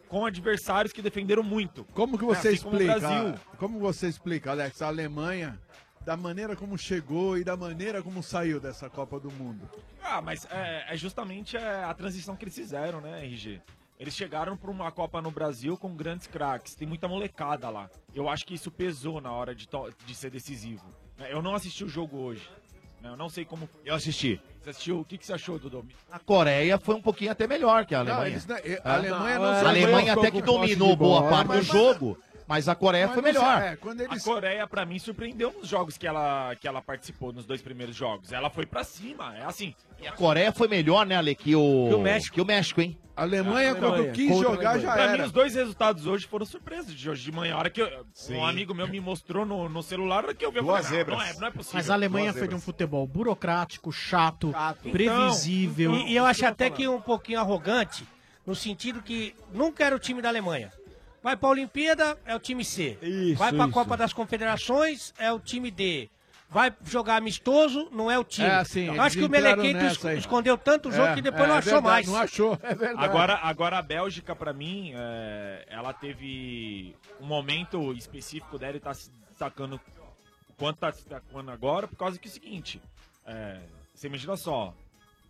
com adversários que defenderam muito.
Como que você
Assim como o
explica?
Brasil.
Como você explica, Alex, a Alemanha, da maneira como chegou e da maneira como saiu dessa Copa do Mundo?
Ah, mas é, é justamente é, a transição que eles fizeram, né, RG? Eles chegaram para uma Copa no Brasil com grandes craques, tem muita molecada lá. Eu acho que isso pesou na hora de, to- de ser decisivo. né? Eu não assisti o jogo hoje. né? Eu não sei como.
Eu assisti.
Você assistiu? O que, que você achou, Dodô?
A Coreia foi um pouquinho até melhor que a
Não,
Alemanha.
eles não- e-
Ah.
a Alemanha não
A
se
Alemanha
aguentou
até
com
que
posse de
dominou boa
bola.
parte do
Mas-
jogo, mas a Coreia foi melhor.
é, A Coreia, pra mim, surpreendeu nos jogos que ela, que ela participou, nos dois primeiros jogos. Ela foi pra cima, é assim.
A Coreia foi melhor, né, Ale, que o,
Que o México.
que o México, hein?
A
É, Alemanha. Contra a Alemanha. pra mim, os dois resultados hoje foram surpresas de hoje de manhã. A hora que eu- um amigo meu me mostrou no, no celular, a hora que eu vi, eu
Duas
falei, não, não é,
zebras.
não é possível.
Mas a Alemanha foi de um futebol burocrático, chato, previsível.
Então, E, e eu acho até que um pouquinho arrogante, no sentido que nunca era o time da Alemanha. Vai pra Olimpíada, é o time C. Vai pra
isso.
Copa das Confederações, é o time D. Vai jogar amistoso, não é o time.
É, assim,
eu acho que o
eles entraram
Melequito
nessa aí.
es- escondeu tanto o jogo
É,
que depois
é,
não
é
achou
verdade,
mais.
não achou, é verdade.
Agora, agora a Bélgica, pra mim, é, ela teve um momento específico dela e tá se destacando o quanto tá se destacando agora, por causa que é o seguinte, é, você imagina só,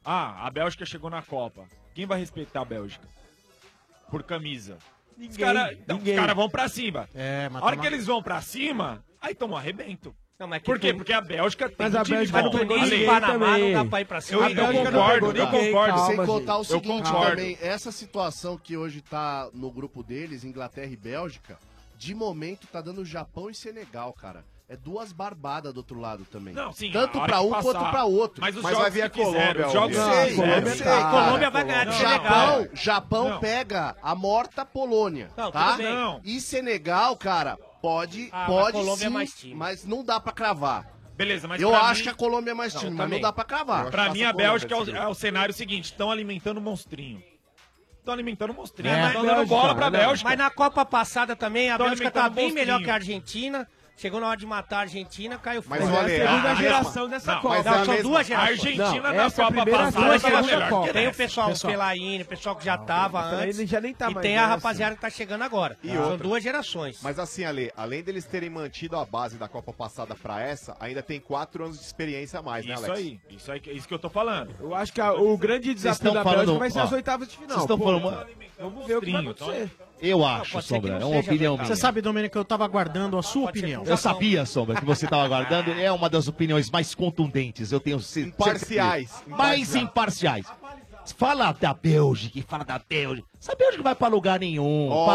ah, a Bélgica chegou na Copa, quem vai respeitar a Bélgica? Por camisa. Os
Ninguém,
caras
ninguém.
vão pra cima.
É, mas
a hora
tá
que
ma-
eles vão pra cima, aí toma um arrebento.
que
por quê?
tu-
Porque a Bélgica tem
Mas a
um time
Bélgica
bom.
não pegou
Além-
ninguém também.
Eu,
A
eu
Bélgica não
concordo,
pegou
eu
ninguém,
concordo.
calma,
Sem
gente.
contar
Tá, o
Eu
seguinte
concordo.
também, essa situação que hoje tá no grupo deles, Inglaterra e Bélgica, de momento tá dando Japão e Senegal, cara. É duas barbadas do outro lado também.
Não, sim,
Tanto
a hora
pra
que
um
passar.
quanto pra outro.
Mas os jogos que fizeram, os
ao
jogos
vivo.
Não, seis, Colômbia
Não,
tá.
cara,
Colômbia vai ganhar de
Japão,
Senegal.
Japão
Não.
pega a morta Polônia,
Não,
tá?
tudo bem. Não.
E Senegal, cara, pode,
Ah, mas
pode
Colômbia é
sim,
mais time.
mas não dá pra cravar.
Beleza, mas
Eu
pra
acho
mim-
que a Colômbia é mais time, mas
também.
não dá pra cravar.
Pra mim, a Bélgica é o, é o cenário seguinte: estão alimentando o monstrinho.
É,
Estão alimentando o
É,
monstrinho,
Mas-
estão dando bola pra Bélgica.
Mas na Copa passada também, a
Tão
Bélgica tá
alimentando
bem
monstrinho.
melhor que a Argentina. Chegou na hora de matar a Argentina, caiu fora.
Mas olha,
é a segunda
a- a
geração
mesma-
dessa
Não,
Copa.
mas
Não,
é a
são
mesma-
duas gerações.
A Argentina Não, na
essa
essa Copa primeira passada
duas
tava
gerações.
melhor que
Tem o
essa.
pessoal,
Pessoal.
o Fellaini, o pessoal que já tava
Fellaini
antes.
já nem tá
e
mais
tem a
assim.
nessa.
rapaziada que tá chegando agora.
E
são
outra.
duas gerações.
Mas assim, Ale, além deles terem mantido a base da Copa passada pra essa, ainda tem quatro anos de experiência a mais, né,
Isso
Alex?
aí, isso aí, que- isso que eu tô falando.
Eu acho que a- o grande desafio
estão
da
falando-
Bélgica vai ser
ó,
as oitavas de final.
vocês estão
Pô, é um
falando-
Vamos ver o que vai
Monstrinho,
acontecer.
Eu acho, Sombra, é uma opinião minha.
Você sabe, Domênico, que eu tava aguardando a sua opinião.
Eu sabia, Sombra, que você estava aguardando.
Ah.
É uma das opiniões mais contundentes, eu tenho certeza.
Imparciais.
Mais imparciais. Fala da Bélgica, fala da Bélgica. Essa Bélgica não vai pra lugar nenhum.
Olha,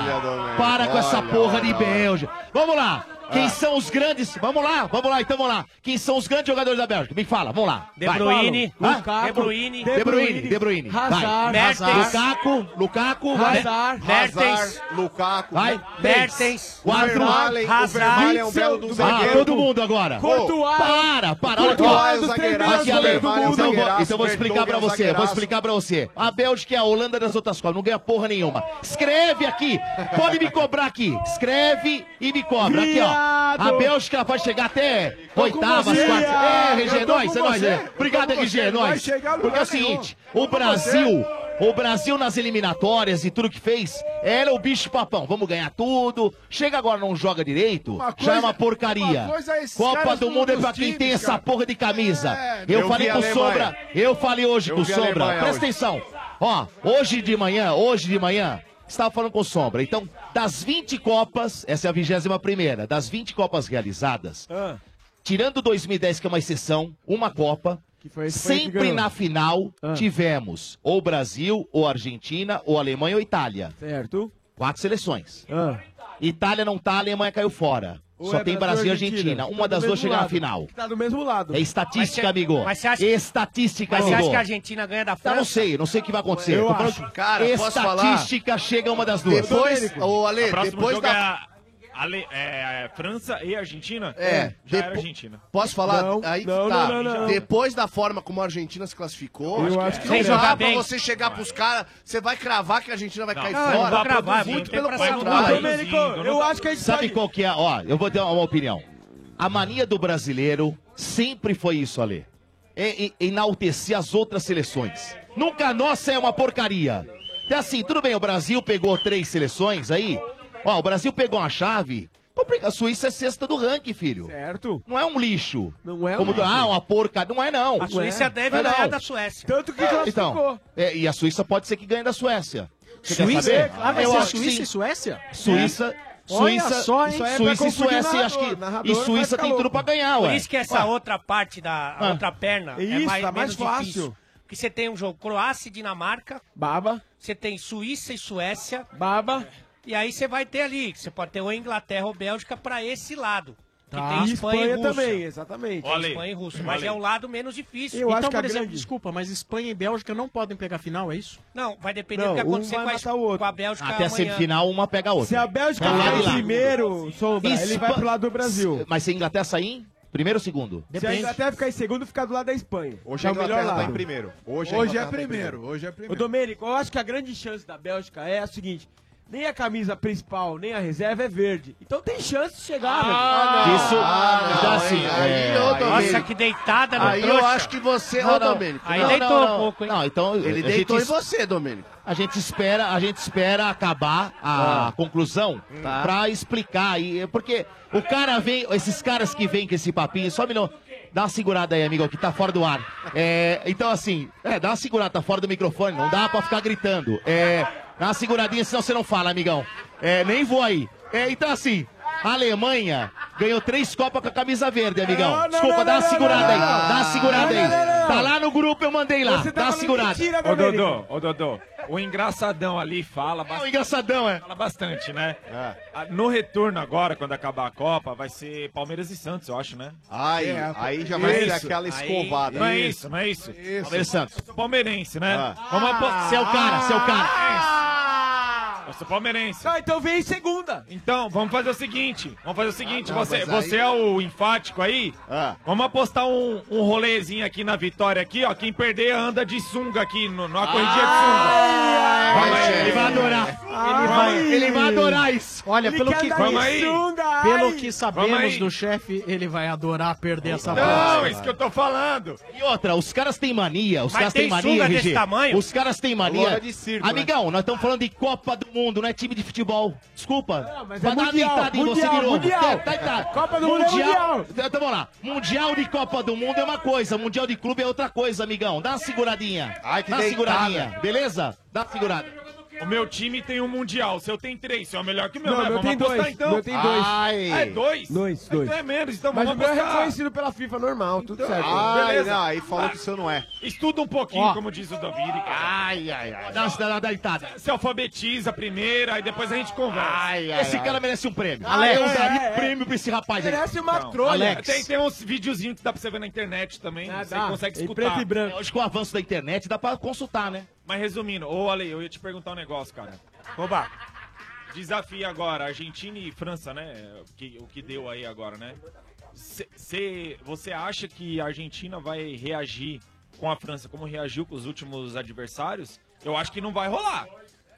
para.
Domênico,
para com essa
olha,
porra
olha,
de
olha.
Bélgica. Vamos lá. Quem
Ah.
são os grandes? Vamos lá, vamos lá, então vamos lá. Quem são os grandes jogadores da Bélgica? Me fala, vamos lá.
De
Vai.
Bruyne,
Hã?
Lukaku, De Bruyne,
De Bruyne, De Bruyne. Vai.
Hazard, Mertens,
Lukaku, Lukaku,
Hazard, Mertens,
Lukaku,
vai.
Mertens,
quatro,
Vermaelen, o Vermaelen é um belo do
ah,
zagueiro.
todo mundo agora.
Courtois.
Para, para. Olha aqui,
Courtois é
ó.
o zagueiraço,
Aqui, Ale,
Vermaelen é o
então eu vou-
zagueiraço,
Então eu vou explicar
Vertonghen
pra
é o
você, vou
zagueiraço.
explicar pra você. A Bélgica é a Holanda das outras copas, não ganha porra nenhuma. Escreve aqui, pode me cobrar aqui. Escreve e me cobra. Aqui, ó. A
Viado.
Bélgica vai chegar até
tô com
oitavas,
você,
quartas. É,
viado.
RG,
Eu tô
nós,
com
é nós.
você.
é. Obrigado,
Eu tô com
RG,
você,
é
vai
nós.
chegar a lugar
Porque é o
nenhum.
seguinte, o Brasil, o Brasil nas eliminatórias e tudo que fez, era o bicho papão. Vamos ganhar tudo. Chega agora, não joga direito. já é uma porcaria.
uma coisa é esses
Copa
caras
do
do-
Mundo é
dos
pra quem
times,
tem essa
cara. É,
porra de camisa.
eu
eu,
vi
falei
a
com o
Alemanha.
Sombra. Eu falei hoje
Eu
com o
vi a
Sombra.
Alemanha
Presta
hoje.
atenção. Ó, hoje de manhã, hoje de manhã, estava falando com o Sombra. Então, das 20 Copas, essa é a 21 primeira, das 20 Copas realizadas,
Ah.
tirando 2010, que é uma exceção, uma Copa,
foi que
sempre
ganhou.
na final
Ah.
tivemos ou Brasil, ou Argentina, ou Alemanha ou Itália.
Certo. Ah.
Quatro seleções. Itália não tá, a Alemanha caiu fora.
Ou
Só
é
tem Brasil e Argentina.
que
Uma
tá do
das duas
mesmo
chega na
lado,
final.
que Tá do mesmo lado.
É estatística,
Mas cê-
amigo.
mas cê acha-
Estatística,
Mas você acha
amigo.
que a Argentina ganha
Tá,
da França?
não sei, não sei o que vai acontecer.
Eu
Tô falando
acho.
que
Cara, posso falar?
estatística chega uma das duas.
Depois, ô, Ale,
o próximo
depois
jogo
da-
é, a- Ale- é, é França e Argentina?
É,
já era
depo-
Argentina.
Posso falar?
Não,
Aí que
não,
tá.
não, não, não.
Depois da forma como a Argentina se classificou,
Eu acho que
não
sim.
dá
Jogar
pra
bem.
você chegar pros caras, você vai cravar que a Argentina vai cair
não,
fora.
não vai cravar,
muito
tem
pelo
que passar
contrário.
tudo. Domênico,
eu acho que a gente
Sabe qual que é? Ó, eu vou ter uma opinião. A mania do brasileiro sempre foi isso, Ale. É, é, enaltecer as outras seleções. Nunca a nossa é uma porcaria. Então, assim, tudo bem, o Brasil pegou três seleções aí. Ó, o Brasil pegou uma chave. Complica- A Suíça é sexta do ranking, filho.
Certo.
Não é um lixo.
Não é um
Como,
lixo.
Ah, uma porcaria. Não é, não.
A Suíça
Não é.
deve
Não é,
ganhar
não.
da Suécia.
Tanto
É, Então, é, e a Suíça pode ser que ganhe da Suécia. Você quer
Suíça?
saber?
Ah, vai
Eu
ser
acho que
Suíça
sim.
e Suécia?
Suíça.
Olha
Suíça,
só,
é
hein?
Suíça e Suécia, acho que. E Suíça tem tudo pra ganhar,
Por
ué.
isso que essa
Ué.
outra parte da a
Ah.
outra perna é,
Isso,
mais,
tá mais
menos
fácil.
difícil. Porque você tem um jogo Croácia e Dinamarca.
Baba.
Você tem Suíça e Suécia.
Baba.
E aí você vai ter ali, que você pode ter ou Inglaterra ou Bélgica pra esse lado. Que
Tá.
tem
E
Espanha e,
Espanha
Rússia.
também, exatamente.
Tem
Olha aí.
Espanha e Rússia. Mas
Olha
é
aí.
um lado menos difícil.
então,
é
por exemplo, desculpa, mas Espanha e Bélgica não podem pegar final, é isso?
Não, vai depender
Não,
do que
um
acontecer
vai
com a,
matar
Es- com a Bélgica
Até a
amanhã.
semifinal, uma pega a outra.
Se a Bélgica
Então, lá
sair
e lá.
primeiro, Sombra, ele vai
Espa-
pro lado do Brasil.
Mas se a Inglaterra sair, primeiro ou segundo?
Se a Inglaterra ficar em segundo, fica do lado da Espanha.
Hoje a
é o melhor
Inglaterra tá
lado.
em primeiro.
Hoje,
Hoje a
é
Inglaterra tá em
primeiro.
primeiro.
Hoje é primeiro. Ô, Domênico, eu acho que a grande chance da Bélgica é a seguinte. Nem a camisa principal, nem a reserva é verde. Então tem chance de chegar,
Ah, não.
velho.
Isso- Ah, não, então, hein? assim, Aí, é, ô, aí- Domênico.
Nossa, que deitada no
Aí eu
trouxa.
acho que você, ô Domênico.
Aí
não,
deitou
não, não.
um pouco, hein? Não, então,
Ele
a gente
deitou em
es-
você, Domênico.
A gente espera, a gente espera acabar a
Ah.
conclusão
Tá.
pra explicar aí, porque o cara vem, esses caras que vêm com esse papinho, só milhão, dá uma segurada aí, amigo, que tá fora do ar. É, então assim, é, dá uma segurada, tá fora do microfone, não dá pra ficar gritando. É, dá uma seguradinha, senão você não fala, amigão. É, nem vou aí. É, então assim, a Alemanha ganhou três copas com a camisa verde, amigão.
Não, não,
Desculpa,
não,
dá uma
não,
segurada
não,
aí,
não.
dá uma segurada
Não,
aí.
não, não, não.
Tá lá no grupo, eu mandei lá,
Você
dá
tá
uma
falando
segurada.
mentira, Ô, Dodô, ô, Dodô.
O engraçadão ali fala
um
bastante.
o engraçadão, é.
Fala bastante, né?
É.
Ah, No retorno agora, quando acabar a Copa, vai ser Palmeiras e Santos, eu acho, né?
Aí,
É,
aí já vai ser aquela
Aí-
escovada.
não é isso, não é isso.
Isso.
Palmeiras e Santos. Eu sou palmeirense, né?
Ah.
Vamos apostar.
Seu cara, seu cara.
é Eu sou palmeirense. Ah, então vem em segunda. Então, vamos fazer o seguinte. Vamos fazer o seguinte.
Ah, não,
você,
mas aí-
você é o enfático aí. Vamos apostar um, um rolezinho aqui na vitória aqui, ó. Quem perder anda de sunga aqui, no, numa corridinha de sunga. Vamos aí, ele vai adorar.
Ele vai,
ele vai adorar isso.
Olha,
Ele
pelo
quer
que,
andar de Vamos aí. sunga,
pelo
ai.
que
Vamos
sabemos
aí.
do chefe, ele vai adorar perder essa
Não,
bola.
isso
que eu tô falando.
E outra, os caras têm mania, os
Mas
caras
tem
têm mania,
sunga
RG.
desse tamanho?
Os caras têm mania.
é
Lona de circo,
Amigão,
né?
nós estamos falando de Copa do Mundo, não é time de futebol. Desculpa.
mas
Vai
é
dar uma
mundial,
deitada em
mundial,
você de novo.
mundial.
Tá, tá, tá.
Copa do Mundo é mundial.
Então vamos lá. Mundial de Copa do Mundo é uma coisa, mundial de clube é outra coisa, amigão. Dá uma seguradinha.
Ai, que
Dá uma
deitada.
seguradinha, beleza? Dá uma segurada.
O meu time tem um mundial, o seu tem três, o seu é melhor que o meu,
Não,
né?
meu tem
Vamos apostar
dois,
então.
meu tem dois. Ai.
Ah, É dois?
Dois,
Então
dois.
é menos, então
Mas o
vamos
meu é
apostar.
reconhecido pela FIFA normal, tudo certo.
Ai, não, aí falou que o seu não é.
Estuda um pouquinho,
Ó.
como diz o Davide. Ai,
ai, ai.
Dá, dá, dá, Se alfabetiza primeiro, aí depois a gente conversa.
ai, Esse ai. cara merece um prêmio.
Alex,
Eu daria um prêmio pra esse rapaz aí. Então, Alex.
Tem, tem uns videozinhos que dá pra você ver na internet também.
Ah,
você
dá.
consegue
Em
escutar.
preto e branco. É, hoje com o avanço da internet dá pra consultar, né?
Mas resumindo, ô Ale, eu ia te perguntar um negócio, cara. Oba. Desafio agora, Argentina e França, né? O que, o que deu aí agora, né? Cê- cê- você acha que a Argentina vai reagir com a França como reagiu com os últimos adversários? Eu acho que não vai rolar.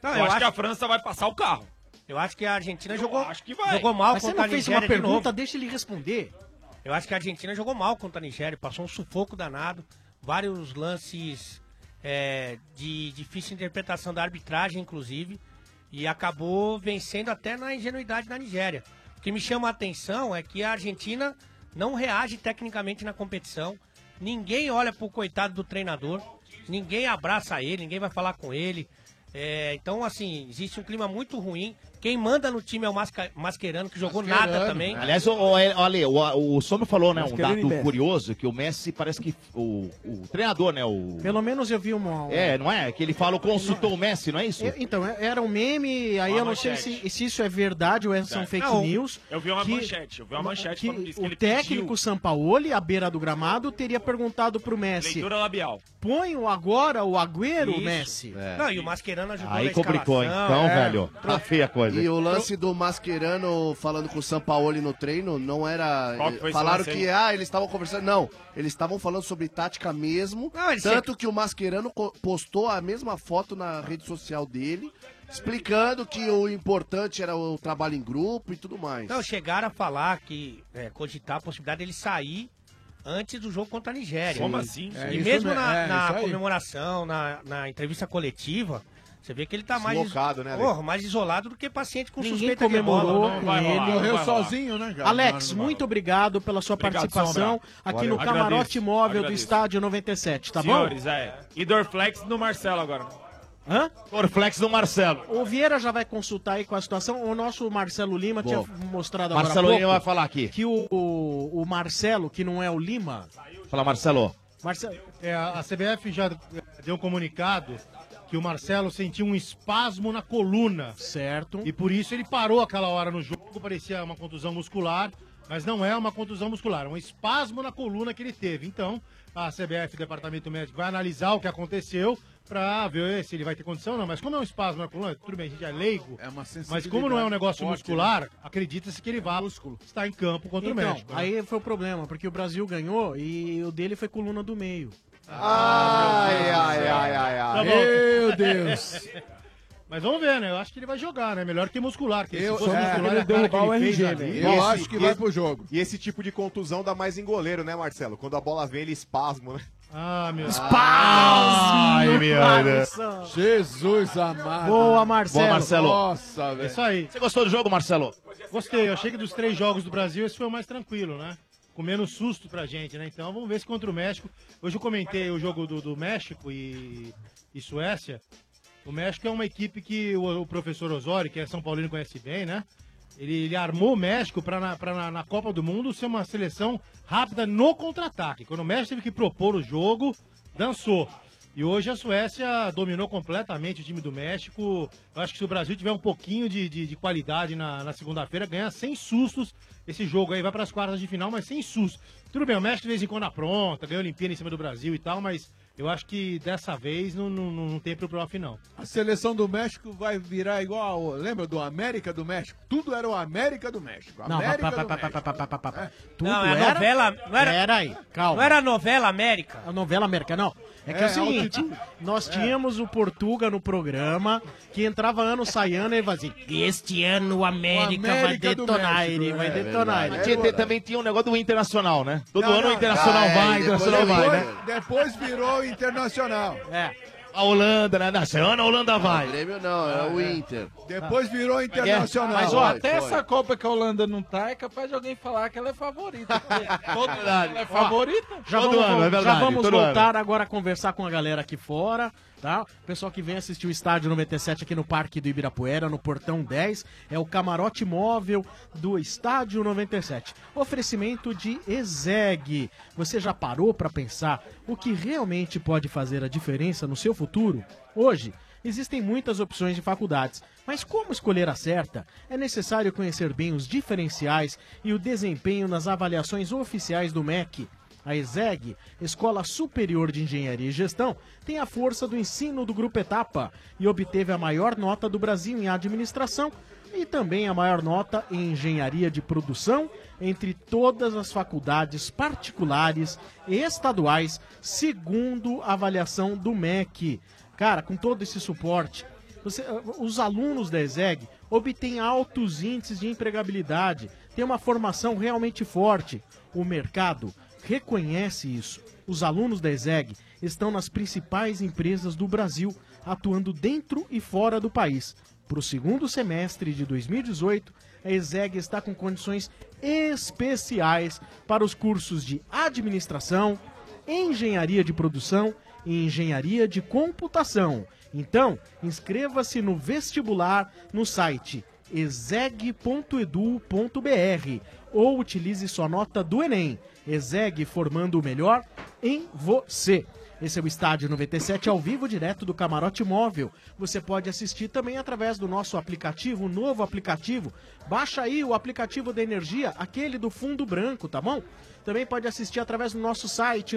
Não,
eu,
eu
acho,
acho-
que a França vai passar o carro.
Eu acho que a Argentina jogou,
acho que vai.
jogou mal
Mas você
contra a
não fez
Nigéria
uma
de
pergunta,
novo.
deixa ele responder.
Eu acho que a Argentina jogou mal contra a Nigéria, passou um sufoco danado, vários lances é, de difícil interpretação da arbitragem, inclusive, e acabou vencendo até na ingenuidade da Nigéria. O que me chama a atenção é que a Argentina não reage tecnicamente na competição, ninguém olha pro coitado do treinador, ninguém abraça ele, ninguém vai falar com ele. É, então, assim, existe um clima muito ruim. Quem manda no time é o Masca- Mascherano, que jogou nada também.
Aliás, o, o, Ale, o, o Somo falou, né?
É, Mas
Um
querendo
dado
ir Messi.
curioso que o Messi parece que. O, o treinador, né? O.
Pelo menos eu vi uma.
É, não é? Que ele fala, consultou o Messi, não é isso?
Eu- então, é- era um meme, aí
Uma
eu não sei
manchete.
se, se isso é verdade ou é, são
Não,
fake news.
Eu vi uma
que-
manchete, eu vi uma manchete
que
falando disso.
o
que ele
técnico
pediu
Sampaoli, à beira do gramado, teria perguntado pro Messi:
leitura labial.
põe o agora o Agüero,
Isso. É.
Messi?
Não, e o Mascherano ajudou
Aí
na
complicou, hein?
escalação.
Então,
É.
velho, tá feia a coisa.
E o lance do Mascherano falando com o Sampaoli no treino não era.
Qual que foi esse
Falaram
lance
que,
aí?
ah, eles estavam conversando. Não, eles estavam falando sobre tática mesmo.
eles
tanto que o Mascherano co- postou a mesma foto na rede social dele, explicando que o importante era o trabalho em grupo e tudo mais.
Não, chegaram a falar que é, cogitar a possibilidade dele sair antes do jogo contra a Nigéria.
Como
E-
assim?
E,
É, isso
mesmo
mesmo,
na,
é,
na
isso aí.
comemoração, na, na entrevista coletiva, você vê que ele tá mais,
Deslocado, né, Ale?
Porra, mais isolado do que paciente com
Ninguém
suspeita de
é
comemorou
ebola.
com ele. né,
né,
Alex, muito obrigado pela sua
Obrigado,
participação
Sombra.
aqui
Valeu.
no camarote
Agradeço.
móvel do
Agradeço.
Estádio 97, tá bom?
Senhores, é. E Dorflex no Marcelo agora. né?
Hã?
Dorflex do Marcelo.
O Vieira já vai consultar aí com a situação. O nosso Marcelo Lima
Boa.
tinha mostrado agora
Marcelo
há
Lima
pouco
vai falar aqui.
que o, o, o Marcelo, que não é o Lima...
Fala, Marcelo.
Marcelo...
É, a CBF já eh, deu um comunicado que o Marcelo sentiu um espasmo na coluna.
Certo.
E por isso ele parou aquela hora no jogo, parecia uma contusão muscular, mas não é uma contusão muscular, é um espasmo na coluna que ele teve. Então, a CBF, Departamento Médico, vai analisar o que aconteceu pra ver eh, se ele vai ter condição ou não. Mas como é um espasmo na coluna, tudo bem, a gente é leigo, mas como não é um negócio
forte,
muscular,
né?
acredita-se que ele vá estar em campo contra o
Então,
México. né?
aí foi o problema, porque o Brasil ganhou e o dele foi coluna do meio. Tá
Ai, ai, ai, ai, ai.
Meu Deus.
Mas vamos ver, né? Eu acho que ele vai jogar, né? Melhor que muscular. Que
Eu-
se fosse
um
é,
muscular,
ele
a cara
derrubar
que
o
ele um fez
RG,
ali-
velho.
E
Eu
esse-
acho que
e
vai
esse-
pro jogo.
E esse tipo de contusão dá mais em goleiro, né, Marcelo? Quando a bola vem, ele espasmo, né?
Ah, meu
Ai, meu Deus.
Jesus amado.
Boa, Marcelo.
Boa, Marcelo.
Nossa, velho.
Isso aí.
Você gostou do jogo, Marcelo?
Gostei. Eu achei que dos três jogos do Brasil, esse foi o mais tranquilo, né? Com menos susto pra gente, né? Então vamos ver se contra o México. Hoje eu comentei o jogo do, do México e, e Suécia. O México é uma equipe que o, o professor Osório, que é São Paulino, conhece bem, né? Ele, ele armou o México para na, pra na, na Copa do Mundo ser uma seleção rápida no contra-ataque. Quando o México teve que propor o jogo, dançou. E hoje a Suécia dominou completamente o time do México. Eu acho que se o Brasil tiver um pouquinho de, de- de qualidade na, na segunda-feira, ganha sem sustos esse jogo aí. Vai para as quartas de final, mas sem sustos. Tudo bem, o México de vez em quando apronta, ganha a Olimpíada em cima do Brasil e tal, mas eu acho que dessa vez não, não, não tem pro playoff, não.
A seleção do México vai virar igual ao, lembra do América do México? Tudo era o América do México.
Não,
América
pá, pá,
do
pá,
México.
pá, pá, pá, pá, pá. Tudo
Não, é
era...
novela- não era-
Pera aí, calma.
não era novela América?
A novela América, não. É que é,
É,
o seguinte,
altitude.
nós tínhamos o Portuga no programa, que entrava ano, sai ano, e ele fazia assim, este ano o América, vai
América do
detonar
México,
ele,
é,
vai
é
detonar
verdade.
ele.
Mas tinha- tem- também tinha um negócio do Internacional, né? Todo
Não,
ano
não.
o Internacional
Ah, é,
vai, o
depois-
Internacional vai,
depois-
né?
Depois virou internacional.
É.
A Holanda, né? Na semana a Holanda vai.
O Grêmio não, é
Ah,
o Inter.
Depois virou
internacional.
Mas, ó,
Foi,
até
foi.
essa Copa que a Holanda não tá, é capaz de alguém falar que ela é favorita. porque Todo
Verdade.
Ela é favorita?
Já vamos, já vamos voltar agora a conversar com a galera aqui fora, tá? O pessoal que vem assistir o Estádio 97 aqui no Parque do Ibirapuera, no Portão 10, é o camarote móvel do Estádio 97. Oferecimento de Ezeg. Você já parou pra pensar o que realmente pode fazer a diferença no seu futuro? Hoje, Existem muitas opções de faculdades, mas como escolher a certa? É necessário conhecer bem os diferenciais e o desempenho nas avaliações oficiais do MEC. A ESEG, Escola Superior de Engenharia e Gestão, tem a força do ensino do Grupo Etapa e obteve a maior nota do Brasil em administração e também a maior nota em engenharia de produção entre todas as faculdades particulares e estaduais, segundo a avaliação do MEC. Cara, com todo esse suporte, você- ah, os alunos da ESEG obtêm altos índices de empregabilidade, têm uma formação realmente forte. O mercado reconhece isso. Os alunos da ESEG estão nas principais empresas do Brasil, atuando dentro e fora do país. Para o segundo semestre de 2018, a ESEG está com condições especiais para os cursos de administração, Engenharia de Produção e Engenharia de Computação. Então, inscreva-se no vestibular no site exeg.edu.br ou utilize sua nota do Enem. Exeg formando o melhor em você. Esse é o Estádio 97 ao vivo, direto do Camarote Móvel. Você pode assistir também através do nosso aplicativo, o novo aplicativo. Baixa aí o aplicativo da Energia, aquele do fundo branco, tá bom? Também pode assistir através do nosso site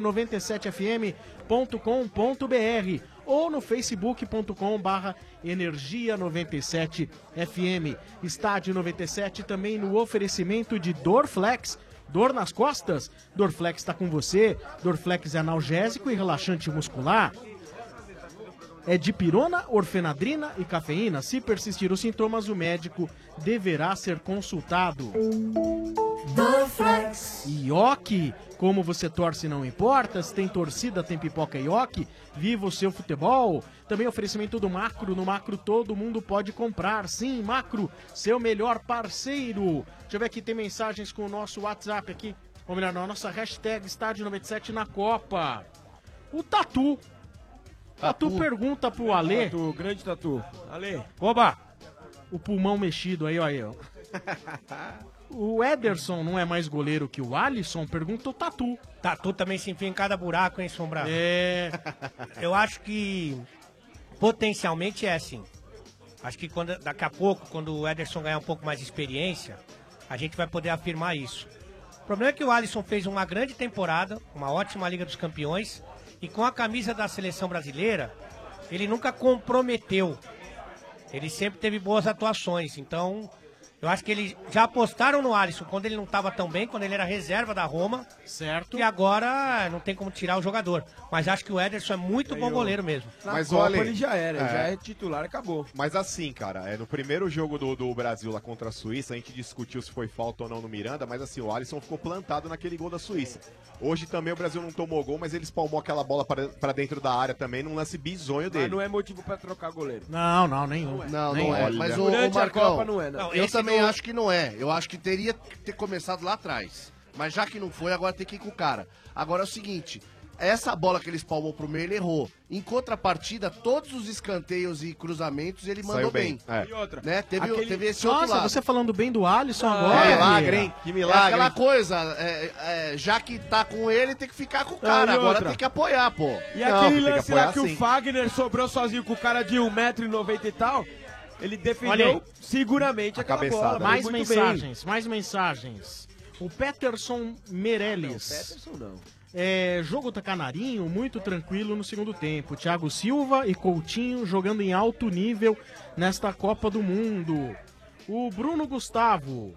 97fm.com.br ou no facebook.com barra energia 97 FM. Estádio 97 também no oferecimento de Dorflex. Dor nas costas? Dorflex está com você. Dorflex é analgésico e relaxante muscular. É de pirona, orfenadrina e cafeína. Se persistir os sintomas, o médico deverá ser consultado.
Dorflex.
Ioki, como você torce não importa, se tem torcida tem pipoca Ioki, viva o seu futebol. Também oferecimento do Macro, no Macro todo mundo pode comprar, sim, Macro, seu melhor parceiro. Deixa eu ver aqui, tem mensagens com o nosso WhatsApp aqui, ou melhor, não, a nossa hashtag Estádio 97 na Copa. O Tatu, Tatu, pergunta pro Alê.
Tatu, grande Tatu. Ale.
Oba! O pulmão mexido aí, ó aí, ó. O Ederson não é mais goleiro que o Alisson? Pergunta o Tatu.
Tatu também se enfia em cada buraco, hein, Sombra?
É.
Eu acho que potencialmente é assim. Acho que quando, daqui a pouco, quando o Ederson ganhar um pouco mais de experiência, a gente vai poder afirmar isso. O problema é que o Alisson fez uma grande temporada, uma ótima Liga dos Campeões, e com a camisa da seleção brasileira, ele nunca comprometeu. Ele sempre teve boas atuações, então eu acho que eles já apostaram no Alisson quando ele não estava tão bem, quando ele era reserva da Roma.
Certo.
E agora não tem como tirar o jogador. Mas acho que o Ederson é muito bom goleiro mesmo.
Mas olha,
era, já é titular, acabou.
Mas assim, cara, é, no primeiro jogo do, do Brasil lá contra a Suíça, a gente discutiu se foi falta ou não no Miranda, mas assim, o Alisson ficou plantado naquele gol da Suíça. Hoje também o Brasil não tomou gol, mas ele espalmou aquela bola pra pra dentro da área também, num lance bizonho dele.
Mas não é motivo pra trocar goleiro.
Não, não, nenhum.
Não,
Nem
não é.
olha.
Mas o,
Durante
o
a
Marcão,
Copa não é, não. Não,
eu
esse
também
não-
acho que não é. Eu acho que teria que ter começado lá atrás. Mas já que não foi, agora tem que ir com o cara. Agora é o seguinte, essa bola que ele espalmou pro meio, ele errou. Em contrapartida, todos os escanteios e cruzamentos ele
Saiu
mandou
bem,
bem.
é. E
outra. Né? Teve,
Aquele-
teve esse outro
Nossa,
lado.
você falando bem do Alisson agora. Vieira.
É aquela coisa, é, é, já que tá com ele, tem que ficar com o
Não,
cara.
e
Agora
outra?
tem que apoiar, Ah, pô.
E aquele lance lá que o Fagner sobrou sozinho com o cara de 1,90m e tal, ele
Olha aí.
defendeu seguramente aquela bola. foi
Mais
muito
mensagens, mais mensagens. O Peterson Meirelles.
Peterson não.
É, jogo Tacanarinho, muito tranquilo no segundo tempo. Thiago Silva e Coutinho jogando em alto nível nesta Copa do Mundo. O Bruno Gustavo.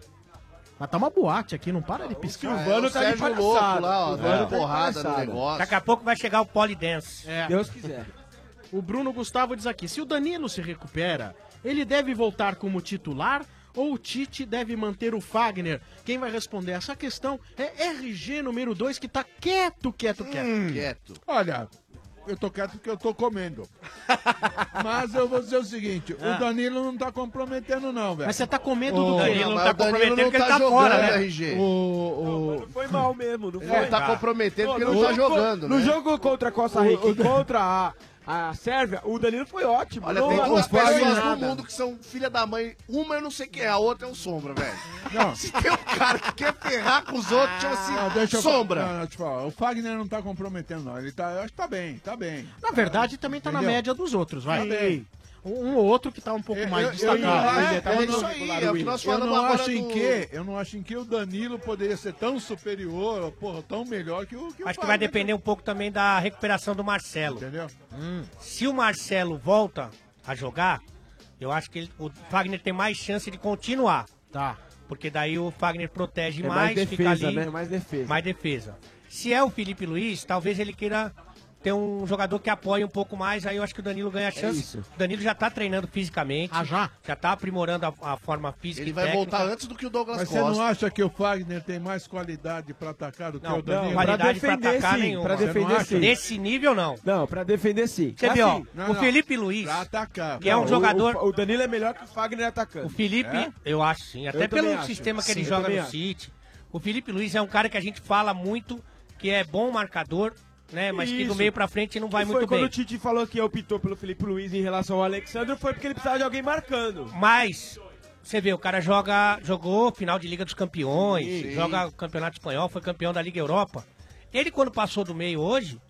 Mas tá uma boate aqui, não para de piscar.
O Silvano É, o tá de Sérgio palhaçada. tá Louco lá, ó, dando porrada no negócio. Daqui a pouco vai chegar o Polydance.
É.
Deus quiser.
O Bruno Gustavo diz aqui: se o Danilo se recupera, ele deve voltar como titular ou o Tite deve manter o Fagner? Quem vai responder essa questão é RG número 2, que tá quieto,
Hum.
quieto, quieto.
Quieto.
Olha, eu tô quieto porque eu tô comendo. Mas eu vou dizer o seguinte,
Ah.
o Danilo não tá comprometendo não, velho.
Mas você tá com medo do quê? Danilo não tá
comprometendo
comprometendo porque ele tá fora, né? Não,
foi mal mesmo, não
foi? tá comprometendo porque não tá jogando,
No
né?
jogo contra a Costa
O-
Rica
o-
e contra a, a Sérvia, o Danilo foi ótimo.
Olha,
não,
tem
não
duas
faz
pessoas
nada.
no mundo que são filha da mãe. Uma eu não sei quem é, a outra é o Sombra, velho. Se tem um cara que quer ferrar com os outros, chama assim,
Não, Ah, deixa eu fa-
Sombra.
Não, não, te falar, o Fagner não tá comprometendo não, ele tá, eu acho que tá bem, tá bem.
Na verdade, também tá na
Entendeu?
média dos outros, vai.
Tá bem.
Um ou outro que tá um pouco mais destacado.
Eu, eu,
Tá
eu,
vendo?
não- é eu não acho em que, eu não acho em que o Danilo poderia ser tão superior, porra, tão melhor que o que o
Acho que vai
Fagner.
depender um pouco também da recuperação do Marcelo. Hum.
Entendeu?
Se o Marcelo volta a jogar, eu acho que ele- o Fagner tem mais chance de continuar.
Tá.
Porque daí o Fagner protege
É
mais,
mais
fica
defesa,
ali.
né? Mais defesa.
Mais defesa. Se é o Felipe Luiz, talvez ele queira ter um jogador que apoie um pouco mais, aí eu acho que o Danilo ganha a chance.
isso.
o Danilo já tá treinando fisicamente. Ah,
já?
Já tá aprimorando a, a forma física
Ele
e
vai
técnica.
voltar antes do que o Douglas
Mas você
Costa.
não acha que o Fagner tem mais qualidade pra atacar do que
Não,
o Danilo?
não, qualidade pra atacar
nenhum.
nenhuma. Desse nível, não.
Não, pra defender sim.
Você
Assim,
viu, ó,
não,
o
não.
Felipe Luiz, que é
Não,
um
o-
jogador...
O, o Danilo é melhor que o Fagner atacando.
O Felipe,
É?
eu acho sim, até
Eu
pelo
também acho.
sistema que ele
Sim, eu
joga
também
no
acho.
City. O Felipe Luiz é um cara que a gente fala muito, que é bom marcador, né? Mas que do
Isso.
meio pra frente não vai
E foi
muito
quando
bem.
o Tite falou que optou pelo Felipe Luiz em relação ao Alexandre, foi porque ele precisava de alguém marcando.
Mas, você vê, o cara joga, jogou final de Liga dos Campeões,
Sim, sim.
joga o Campeonato Espanhol, foi campeão da Liga Europa. Ele, quando passou do meio hoje,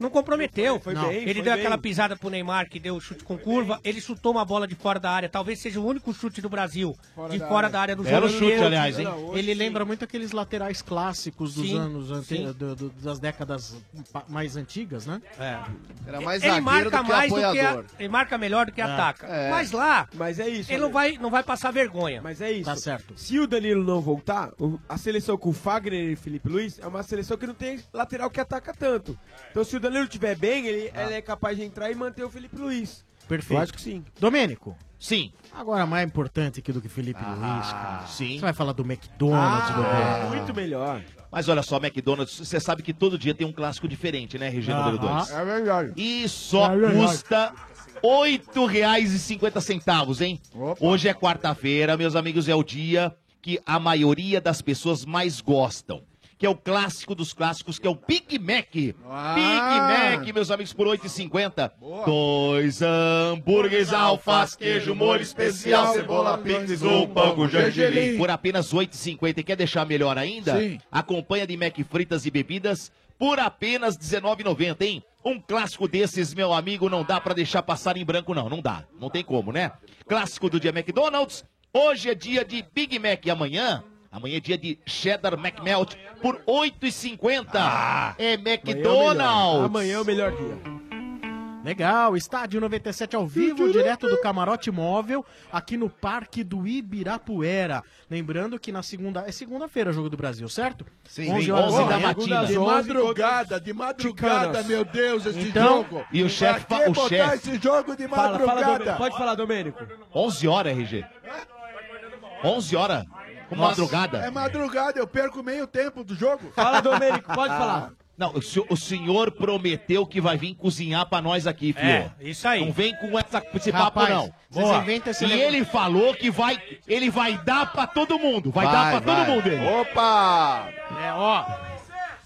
não comprometeu.
Foi, foi bem,
ele
foi
deu
bem.
aquela pisada pro Neymar, que deu o chute com curva, ele chutou uma bola de fora da área. Talvez seja o único chute do Brasil de
da
fora
área.
da área do
Belo
jogo.
chute,
inteiro.
aliás, hein?
Não, hoje
Ele
sim.
lembra muito aqueles laterais clássicos dos
Sim,
anos ante-
sim.
do- do- das décadas pa- mais antigas, né?
É.
Era
ele marca mais do que a, ele marca melhor do que
É.
ataca.
É.
Mas lá,
Mas é isso.
ele não
Alex.
vai, não vai passar vergonha.
Mas é isso.
Tá certo.
Se o Danilo não voltar, o- a seleção com o Fagner e Felipe Luiz é uma seleção que não tem lateral que ataca tanto. Então se o Danilo estiver bem, ele,
Ah.
ele é capaz de entrar e manter o Felipe Luiz.
Perfeito.
Eu acho que sim.
Domênico.
Sim.
Agora mais importante aqui do que Felipe Luiz, cara.
Sim. é.
Você vai falar do McDonald's, Domênico.
Muito melhor.
Mas olha só, McDonald's, você sabe que todo dia tem um clássico diferente, né, RG número 2?
É verdade.
E só
É verdade.
custa R$ 8,50, hein? Hoje é quarta-feira, meus amigos, é o dia que a maioria das pessoas mais gostam. Que é o clássico dos clássicos, que é o Big Mac. Ah. Big Mac, meus amigos, por R$ 8,50. Dois hambúrgueres, alface, queijo, molho especial, cebola, pizza, ou pão com
Gergelim.
gergelim. Por Tá apenas R$ 8,50. E quer deixar melhor ainda?
Sim.
Acompanha de Mac Fritas e Bebidas por apenas R$19,90, hein? Um clássico desses, meu amigo, não dá pra deixar passar em branco, não. Não dá. Não tem como, né? Clássico do dia McDonald's. Hoje é dia de Big Mac. E amanhã? Amanhã é dia de Cheddar McMelt por R$8,50.
Ah,
é McDonald's.
Amanhã é o melhor dia.
Legal, Estádio 97 ao vivo, direto do Camarote Móvel, aqui no Parque do Ibirapuera. Lembrando que na segunda. É segunda-feira o jogo do Brasil, certo?
Sim,
11 horas
Porra,
da
segunda-
matina.
De madrugada, de madrugada,
Ticanas.
meu Deus, esse
Então,
jogo.
e o chefe
Pra
fa-
que
o
botar
chefe-
esse jogo de
Fala, fala,
madrugada?
Domênico, pode
falar, Domênico.
11 horas, RG. 11 horas. Com madrugada.
É madrugada, eu perco meio tempo do jogo.
Ah. Não, o, se- o senhor prometeu que vai vir cozinhar pra nós aqui, filho.
É, isso aí.
Não vem com essa, com esse
Rapaz,
papo, não.
vocês
Boa.
inventam esse
e
negócio.
ele falou que vai, ele vai dar pra todo mundo. Vai,
Vai,
dar pra
vai.
todo mundo. Ele.
Opa! É, ó.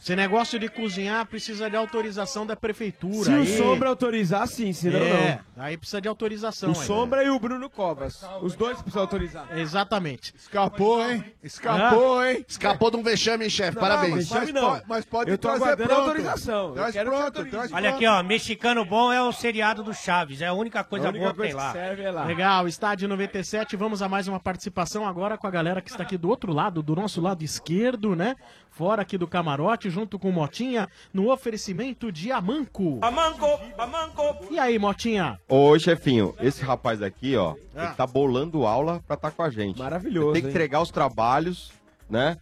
Esse negócio de cozinhar precisa de autorização da prefeitura.
Se
aí...
o Sombra autorizar, sim, senão
É,
não.
aí precisa de autorização.
O
aí. né?
Sombra é e o Bruno Covas. Os dois precisam autorizar.
Exatamente.
Escapou, hein?
Escapou, hein? Escapou de um vexame, chefe. Parabéns.
Mas, po- mas pode trazer pronto. Traz pronto, traz
Olha aqui, ó, mexicano bom é o seriado do Chaves, é a única coisa
A única
boa
coisa
que tem
que
lá.
serve é Legal, estádio 97. Vamos a mais uma participação agora com a galera que está aqui do outro lado, do nosso lado esquerdo, né? Fora aqui do camarote, junto com o Motinha, no oferecimento de Amanco. Amanco, Amanco. E aí, Motinha?
Ô, chefinho, esse rapaz aqui, ó, ele tá bolando aula pra estar com a gente.
Maravilhoso,
Tem que
hein?
entregar os trabalhos, né?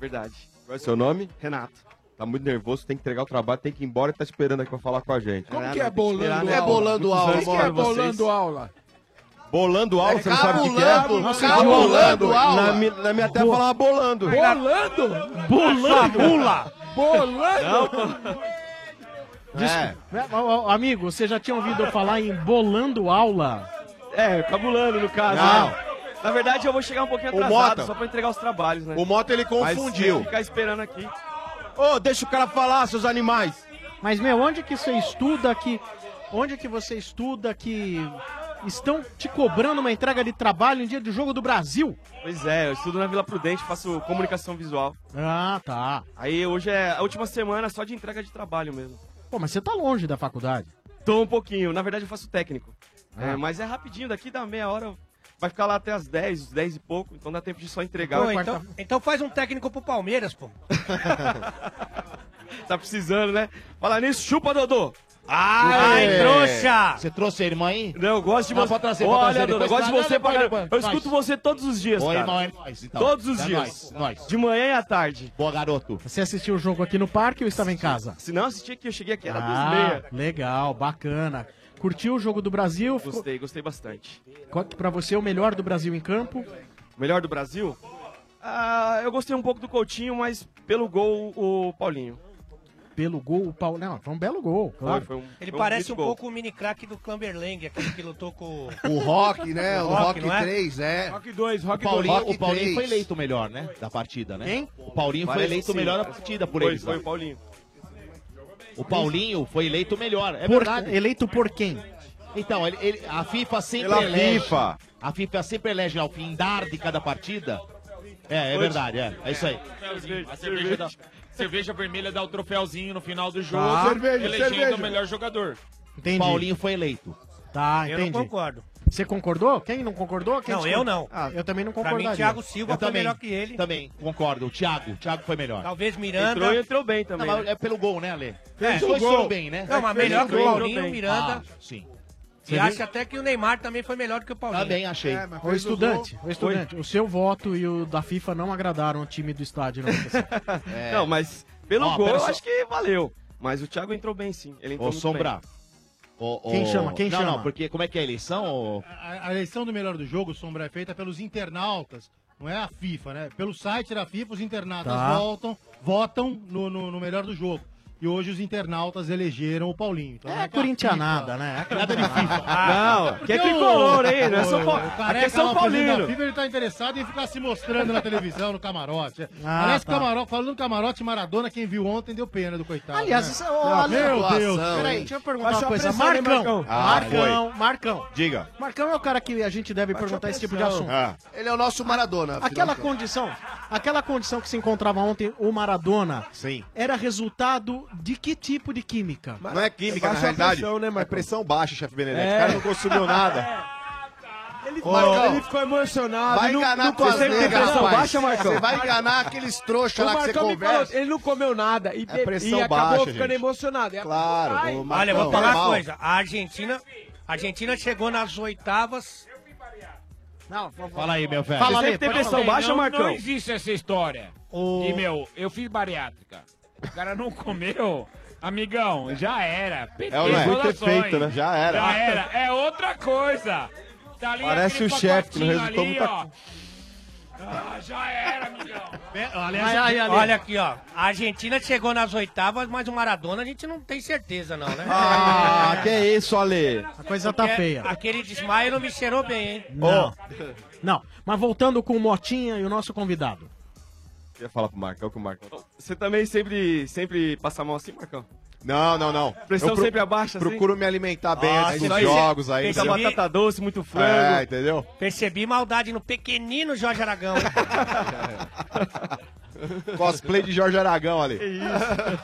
Verdade. Qual é o seu nome? Renato. Tá muito nervoso, tem que entregar o trabalho, tem que ir embora e tá esperando aqui pra falar com a gente.
Como que é bolando aula?
É bolando aula,
Como que é
mano, vocês?
bolando aula?
Bolando aula,
É
você não sabe o que que é?
cabulando,
Não,
cabulando aula.
Na, mi- na minha terra
Bo-
falava bolando.
Bolando?
Bolando?
Mula.
Bolando? né?
É.
Amigo, você já tinha ouvido eu falar em bolando aula?
É, cabulando no caso. Na verdade, eu vou chegar um pouquinho
O
atrasado,
Mota-
só pra entregar os trabalhos, né?
O Mota, ele
Mas
confundiu.
se ficar esperando aqui.
Ô, deixa o cara falar, seus animais.
Mas, meu, onde que você estuda que... Onde que você estuda que estão te cobrando uma entrega de trabalho em dia de jogo do Brasil?
Pois é, eu estudo na Vila Prudente, faço comunicação visual.
Ah, tá.
Aí hoje é a última semana só de entrega de trabalho mesmo.
Pô, mas você tá longe da faculdade.
Tô um pouquinho, na verdade eu faço técnico.
Ah.
É, mas é rapidinho, daqui da meia hora vai ficar lá até as 10, 10 e pouco, então dá tempo de só entregar.
Pô, então, então faz um técnico pro Palmeiras, pô.
Tá precisando, né? Fala nisso, chupa, Dodô!
Ai,
É.
trouxa!
Você trouxe a irmã aí?
Não, eu gosto de
Ah,
você.
pode trazer, pode trazer.
Olha, Dodô, eu
Depois
gosto de
nós-
você pra
nós-
caramba. Eu
nós-
escuto você todos os dias,
Ô,
cara.
irmão, é nóis, então.
Todos os
É
dias.
nóis, nóis.
De manhã e à tarde.
Boa, garoto.
Você assistiu o jogo aqui no parque ou estava em casa?
Se não assistir aqui, eu cheguei aqui, era duas e
Ah,
meia. né?
legal, bacana. Curtiu o jogo do Brasil? Ficou-
Gostei, gostei bastante.
Qual que pra você é o melhor do Brasil em campo?
Melhor do Brasil? Ah, eu gostei um pouco do Coutinho, mas pelo gol, o Paulinho.
Pelo gol, o Paulo. Não, foi um belo gol, claro.
Foi, foi um-
Ele
foi
parece
muito
um
gol.
pouco o mini craque do Clamberlang, aquele que lutou com
O Rock, né? O Rock
não
3, é.
Rock 2,
O Paulinho, o Paulinho
três.
foi eleito o melhor, né? Da partida, né?
Quem?
O Paulinho foi
Parece
eleito o
sim.
melhor da partida por
Foi,
eles. né?
Foi
lá.
o Paulinho.
O Paulinho foi eleito o melhor, é
Por-
verdade.
eleito por quem?
Então, ele- ele- a FIFA sempre
Pela
elege.
FIFA.
A FIFA sempre elege ao findar de cada partida. É, é
Foi.
verdade, é. É isso aí.
Troféuzinho. A cerveja, da- cerveja vermelha dá o troféuzinho no final do jogo,
Tá. Cerveja,
elegendo
cerveja.
o melhor jogador.
Entendi.
Paulinho foi eleito.
Tá,
Eu
entendi.
não
concordo.
Você concordou? Quem não concordou? Quem
Não,
discordou?
eu não.
Ah, eu também não
Pra mim,
concordaria.
Thiago Silva Eu foi também. melhor
que ele.
Também, concordo. O Thiago, o Thiago foi melhor.
Talvez
Entrou e entrou
bem
também, né? é pelo gol, né, Ale?
É,
Os dois
o gol.
foram bem, né?
Não, mas
Fez
melhor
o
que o
gol.
Paulinho, o Miranda.
Ah, sim.
E acho até que o Neymar também foi melhor do que o Paulinho.
Também achei. É,
Tá Ô estudante, ô estudante, o seu voto e o da FIFA não agradaram o time do estádio. Não,
É.
Não, mas pelo
Ó,
gol,
pera
eu
só.
acho que valeu. Mas o Thiago entrou bem, sim. Ele entrou
Ô,
muito
Sombra.
bem.
Ô, ô,
Quem chama?
Quem
não,
chama?
Não, porque como é que é a eleição? ô?
A, a eleição do melhor do jogo, Sombra, é feita pelos internautas, não é a FIFA, né? Pelo site da FIFA, os internautas
Tá.
voltam, votam no, no- no melhor do jogo. E hoje os internautas elegeram o Paulinho. Então,
tá
não é
corintianada, né?
Nada de FIFA.
Não,
Porque
que é
o-
tricolor, hein? Não é São
o-
Paulo.
o
Aqui é
careca
São
lá, o presidente da
Paulino.
FIFA, ele tá interessado em ficar se mostrando na televisão, no camarote. É.
Ah,
Parece
tá.
camarote, falando do camarote Maradona, quem viu ontem deu pena do coitado.
Aliás,
né?
isso, é
Não,
ô, Ale,
meu
atuação,
Deus.
Peraí, deixa eu perguntar
Baixa
uma
a
coisa.
pressão, né,
Marcão,
Ah,
Marcão,
foi.
Marcão.
Diga.
Marcão é o cara que a gente deve perguntar esse tipo de assunto.
Ah.
Ele é o nosso Maradona. afinal
Aquela
de contas.
condição, aquela condição que se encontrava ontem o Maradona,
Sim.
era resultado de que tipo de química?
Não é química, na
Baixa a
realidade.
pressão,
né, mas... É pressão baixa, chefe Benedetti.
É.
O cara não consumiu nada.
Ele,
Ô,
Marcão,
ele
ficou emocionado.
Vai
não-
enganar
não
tuas
consegue ter
negas,
pressão
rapaz.
baixa, Marcão.
Você vai enganar aqueles trouxa
O
lá que você
Marcão me
conversa.
falou, ele não comeu nada e, be-
pressão
e acabou
baixa,
ficando
gente.
emocionado. E a-
Claro,
Ai,
o
Olha, eu vou
é
falar uma
normal.
coisa. A Argentina, a Argentina chegou nas oitavas.
Não,
Fala aí, meu velho.
Fala,
Você
Ale,
tem
pode
pressão
falar.
baixa,
Não,
Marcão?
não existe.
existe essa história.
O-
E, meu, eu fiz bariátrica. O cara não comeu. Amigão, já era. PT,
É, ué, muito
saudações.
efeito, né? Já era.
Já era. É outra coisa. Tá ali
Parece
aquele
o chefe, que não
pacotinho
resultou muita
ó. Ah, já era, amigão.
Mas, aí, É, olha, aqui, ó. A Argentina chegou nas oitavas, mas o Maradona a gente não tem certeza, não, né?
Ah, que é isso, Ale?
A coisa tá
Porque
feia.
Aquele desmaio não me cheirou bem, hein?
Não. Não, mas voltando com o Motinha e o nosso convidado.
Eu ia falar pro Marcão que o Marcão.
Você também sempre, sempre passa mal assim, Marcão?
Não, não, não.
Pressão
Eu pro-
sempre abaixa, assim?
Procuro me alimentar bem
Ah,
antes
isso
dos
aí,
jogos aí.
Muita
entendeu?
tá
batata doce, muito
É,
frango.
entendeu?
Percebi maldade no pequenino Jorge Aragão.
Cosplay de Jorge Aragão ali.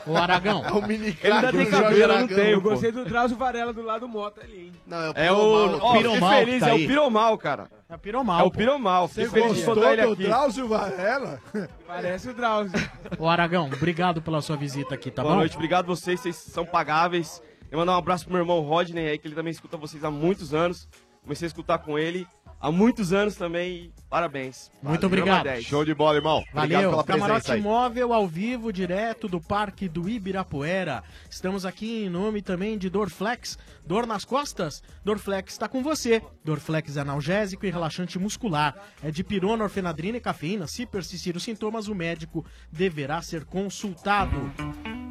O Aragão.
É o mini
Ele ainda tem cabelo, não tem. Eu
pô.
gostei do Drauzio Varela do lado do Mota ali, hein?
Não,
É o. Ó, fiquei
tá
feliz,
tá
é o Piromal, cara.
É o
Piromal. É o Piromal. Fiquei
Você
feliz de
gostou
botar ele
do
aqui.
Drauzio
Varela?
Parece o Drauzio.
Ô Aragão, obrigado pela sua visita aqui, tá
Boa
bom?
noite, obrigado vocês, vocês são pagáveis. Eu mandar um abraço pro meu irmão Rodney aí, que ele também escuta vocês há muitos anos. Comecei a escutar com ele há muitos anos também. e Parabéns. Valeu,
Muito obrigado.
nota 10.
Show de bola, irmão.
Valeu,
Obrigado pela
Camarote
presença aí.
Móvel ao vivo, direto do Parque do Ibirapuera. Estamos aqui em nome também de Dorflex. Dor nas costas? Dorflex está com você. Dorflex é analgésico e relaxante muscular. É de pirona, orfenadrina e cafeína. Se persistir os sintomas, o médico deverá ser consultado.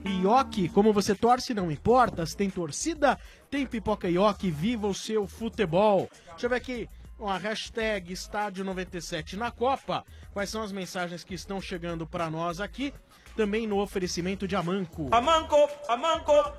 Ioki, como você torce, não importa. Se tem torcida, tem pipoca Ioki, viva o seu futebol. Deixa eu ver aqui. Uma hashtag Estádio 97 na Copa. Quais são as mensagens que estão chegando para nós aqui? Também no oferecimento de Amanco.
Amanco, Amanco.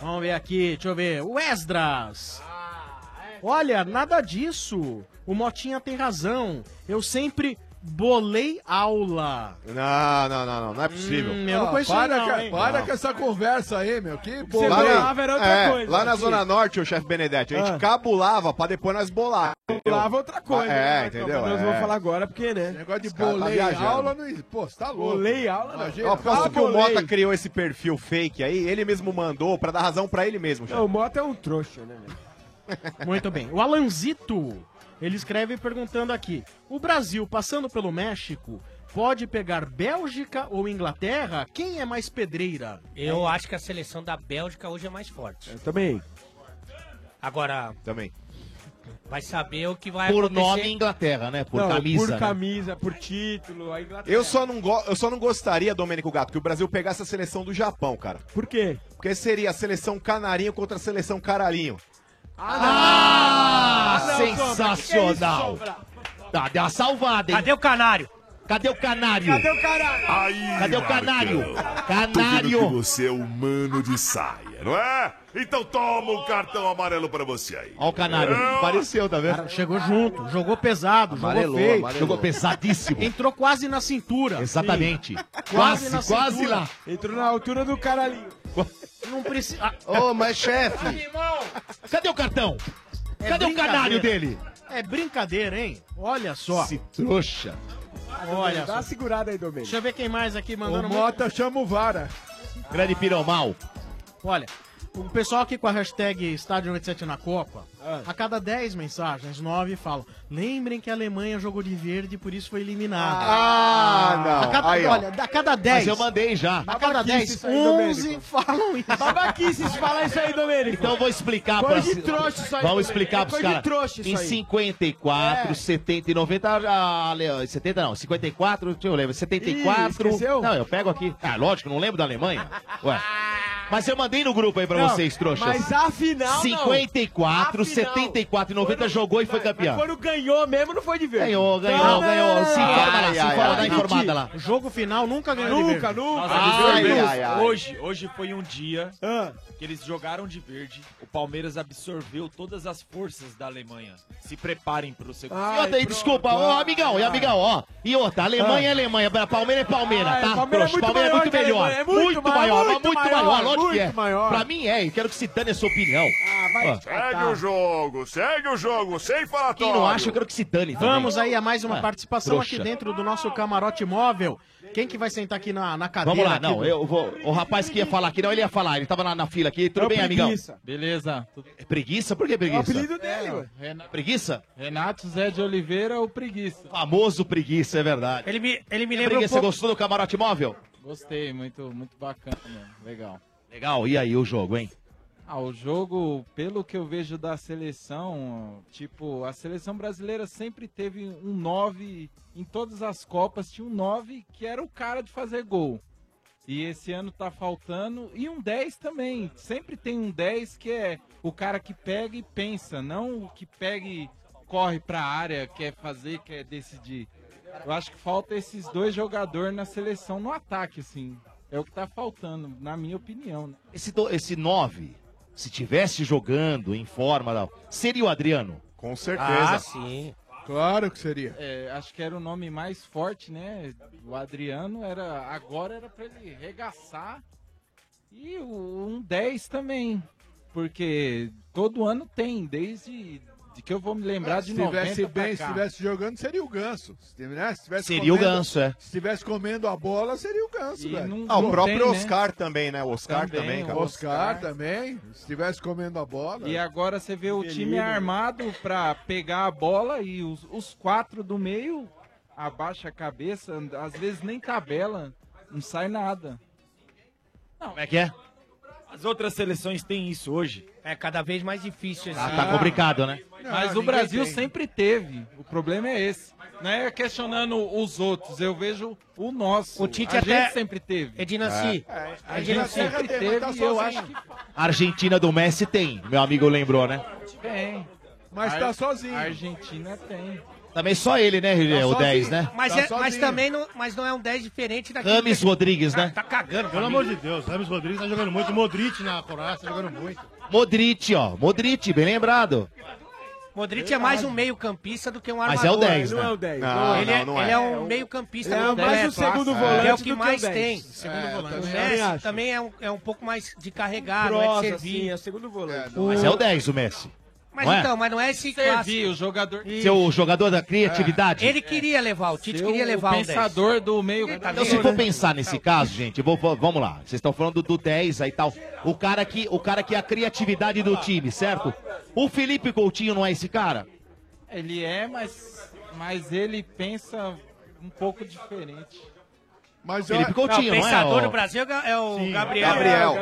Vamos ver aqui, deixa eu ver. O Esdras.
Ah, é.
Olha, nada disso. O Motinha tem razão. Eu sempre bolei aula.
Não, não, não, não. Não é possível.
Hum, eu não conheço
para
não,
com-
hein?
para
Não.
com essa conversa aí, meu. Que
Pô, lá,
bobeira.
na- é, lá na Zona Norte, o chefe Benedetti, a gente cabulava pra depois nós bolar. Cabulava
outra
coisa. É, entendeu?
Nós
É.
vamos falar agora, porque, né?
Negócio de
cara tá
bolei
viajando.
aula no. Pô, você tá louco.
Bolei aula, não.
Imagina. Ah,
Eu aposto
Fala
que o
bolei.
Mota criou esse perfil fake aí, ele mesmo mandou pra dar razão pra ele mesmo.
Não, o Mota é um trouxa, né, meu?
Muito bem. O Alanzito, ele escreve perguntando aqui: O Brasil passando pelo México pode pegar Bélgica ou Inglaterra? Quem é mais pedreira?
Eu acho que a seleção da Bélgica hoje é mais forte.
também.
Agora,
Também.
vai saber o que vai
É Por
acontecer.
nome, Inglaterra, né? Por
Não,
camisa.
Por
né?
camisa, por título, a Inglaterra.
Eu só, não go- eu só não gostaria, Domênico Gato, que o Brasil pegasse a seleção do Japão, cara.
Por quê?
Porque seria a seleção canarinho contra a seleção caralhinho.
Ah,
não, Sombra,
sensacional.
que que é
tá, deu uma salvada, hein? Cadê
o canário?
Cadê o canário?
Cadê o
canário? Cadê o canário?
Tô vendo
Canário.
que você é humano de saia, não é? Então toma um cartão amarelo pra você aí.
Ó o canário.
Apareceu, tá vendo?
chegou junto, jogou pesado,
Amarelou,
jogou feio.
amarelou. Jogou pesadíssimo.
Entrou quase na cintura.
Exatamente.
Tá Quase,
Quase,
na
quase
cintura.
lá.
Entrou na altura do caralhinho.
Não precisa. Tá
Ô, mas chefe.
Cadê o cartão?
É
Cadê o
É brincadeira.
canário dele?
É brincadeira, hein? Olha só.
Esse trouxa.
Olha
Dá
só.
uma segurada aí, Domênico.
Deixa eu ver quem mais aqui mandando
O Mota chama o Vara.
Grande piromal.
Olha, o pessoal aqui com a hashtag Estádio 97 na Copa, a cada 10 mensagens, 9 falam. Lembrem que a Alemanha jogou de verde e por isso foi eliminada.
Ah, não.
A cada,
Aí, ó.
olha, a cada 10.
Mas eu mandei já.
A cada
Babaquice
10,
isso aí,
11
Domênico.
falam isso.
Babaquices, fala isso aí, Domênico.
Então eu vou explicar
Coisa
para
de trouxa isso aí,
Vamos
Domênico.
explicar
É
pros
coisa de
caras.
trouxa isso
Em
aí. É.
54, 70 e ah, 90, a- a- Leo- 70 não, 54, deixa eu lembrar, 74.
Ih, esqueceu?
não, eu pego aqui. Ah, lógico, não lembro da Alemanha. Ué. Mas eu mandei no grupo aí pra
Não,
vocês, trouxas.
mas a final não.
54,
A final.
74 e 90 jogou e foi campeão.
Mas quando ganhou mesmo, não foi de verde.
Ganhou, ganhou,
Não, não,
ganhou.
não, não,
Se
não.
informa lá,
Ai,
se
ai,
informa,
ai.
dá informada lá.
O jogo final nunca ganhou de
Nunca,
verde.
nunca.
Ai,
Ai,
ai,
ai, ai.
Hoje, hoje foi um dia
Ah.
que eles jogaram de verde. O Palmeiras absorveu todas as forças da Alemanha. Se preparem pro segundo.
Ah, E outra aí, desculpa, ó, amigão, e
Ah,
amigão, ó. E outra, Alemanha é Alemanha, Bra- Palmeira é Palmeira,
Ah, é,
tá?
Palmeira é
Trouxa,
muito
Palmeira
maior que a
melhor.
Alemanha, é
muito,
muito
maior,
maior,
mas muito
muito
maior,
maior,
lógico que é.
muito maior.
Pra mim é, e quero que se dane a sua opinião. Ó,
Segue o jogo, segue o jogo, sem falatório.
Quem não acha, eu quero que se dane. também.
Vamos aí a mais uma
Ah,
participação aqui
trouxa.
dentro do nosso camarote móvel. Quem que vai sentar aqui na, na cadeira?
Vamos lá,
aqui
não,
do-
eu vou. O rapaz que ia falar aqui, não, ele ia falar, ele tava na, na fila aqui. Tudo
Não,
bem,
preguiça.
amigão? Beleza. Preguiça? Por
É
que preguiça?
dele, ué.
Preguiça?
Renato Zé de Oliveira ou Preguiça?
Famoso preguiça, é verdade.
Ele me, ele me
lembra. Preguiça,
um pouco-
gostou do camarote móvel?
Gostei, muito, muito bacana, legal.
Legal, e aí o jogo, hein?
Ah, o jogo, pelo que eu vejo da seleção, tipo, a seleção brasileira sempre teve um 9, em todas as Copas tinha um 9 que era o cara de fazer gol. E esse ano tá faltando, e um 10 também. Sempre tem um 10 que é o cara que pega e pensa, não o que pega e corre pra área, quer fazer, quer decidir. Eu acho que falta esses dois jogadores na seleção no ataque, assim. É o que tá faltando, na minha opinião. Né?
Esse, do- esse 9, se tivesse jogando em forma, não, seria o Adriano? Com
certeza. Ah, sim.
Claro que seria.
É, acho que era o nome mais forte, né? O Adriano era. Agora era pra ele regaçar. E o, um 10 também. Porque todo ano tem, desde de que eu vou me lembrar de
se tivesse
90 pra
bem, se
cá.
estivesse jogando, seria o ganso. Se tivesse- né? Se tivesse
Seria o Ganso, é.
Se estivesse comendo a bola, seria o ganso,
E
velho.
não-
Ah, o próprio Oscar também, né? O Oscar também, cara.
Oscar também. Se estivesse comendo a bola.
E agora você vê o time
Beleza.
armado pra pegar a bola e os, os quatro do meio abaixa a cabeça, and- às vezes nem tabela, não sai nada.
Como é que é?
As outras seleções têm isso hoje.
É cada vez mais difícil assim.
Ah, tá complicado,
né?
Mas o Brasil sempre teve. O problema é esse. Não é questionando os outros, eu vejo o nosso.
O Tite
a
até-
gente sempre teve.
Edinassi,
É.
a
A gente
Inglaterra
sempre
tem,
teve
mas tá
e eu
sozinho.
acho que
A Argentina do Messi tem, meu amigo lembrou, né?
tem.
Mas tá sozinho.
A Argentina tem.
Também só ele, né, RG? o 10, né?
Mas, é- mas também não, mas não é um 10 diferente daquele.
Rames
que-
Rodrigues, né?
Tá, tá cagando,
Pelo amor de Deus, Ramos Rodrigues tá jogando muito. Modric na Croácia tá jogando muito.
Modric, ó. Modric, bem lembrado.
Modric é mais um meio-campista do que um
Mas
armador.
é o 10,
Ele
né?
não é o 10.
Não,
ele,
não,
é,
não é.
ele é
É,
um
o-
meio-campista
ele é
completo.
mais um segundo
que
volante
É
do
o
que
que
o
mais
10.
tem.
Segundo
É,
volante.
O
Também
Messi
acho.
também é um, é um pouco mais de carregar, não é de
Prosa,
servir.
assim, é segundo volante.
Mas é o 10 o Messi.
Mas
não é?
então, mas não é esse
Servir,
clássico.
o jogador.
Seu jogador da criatividade.
Ele queria levar, o Tite
Seu
queria levar o tá 10.
pensador do meio.
Então, se for pensar nesse caso, gente, vou- vou- vamos lá. Vocês estão falando do 10 aí e tal. O cara, que, o cara que é a criatividade do time, certo? O Felipe Coutinho não é esse cara?
Ele é, mas, mas ele pensa um pouco diferente.
Mas
Felipe Coutinho, não,
pensador
é?
do Brasil é o Ga- é o
Sim.
Gabriel. né?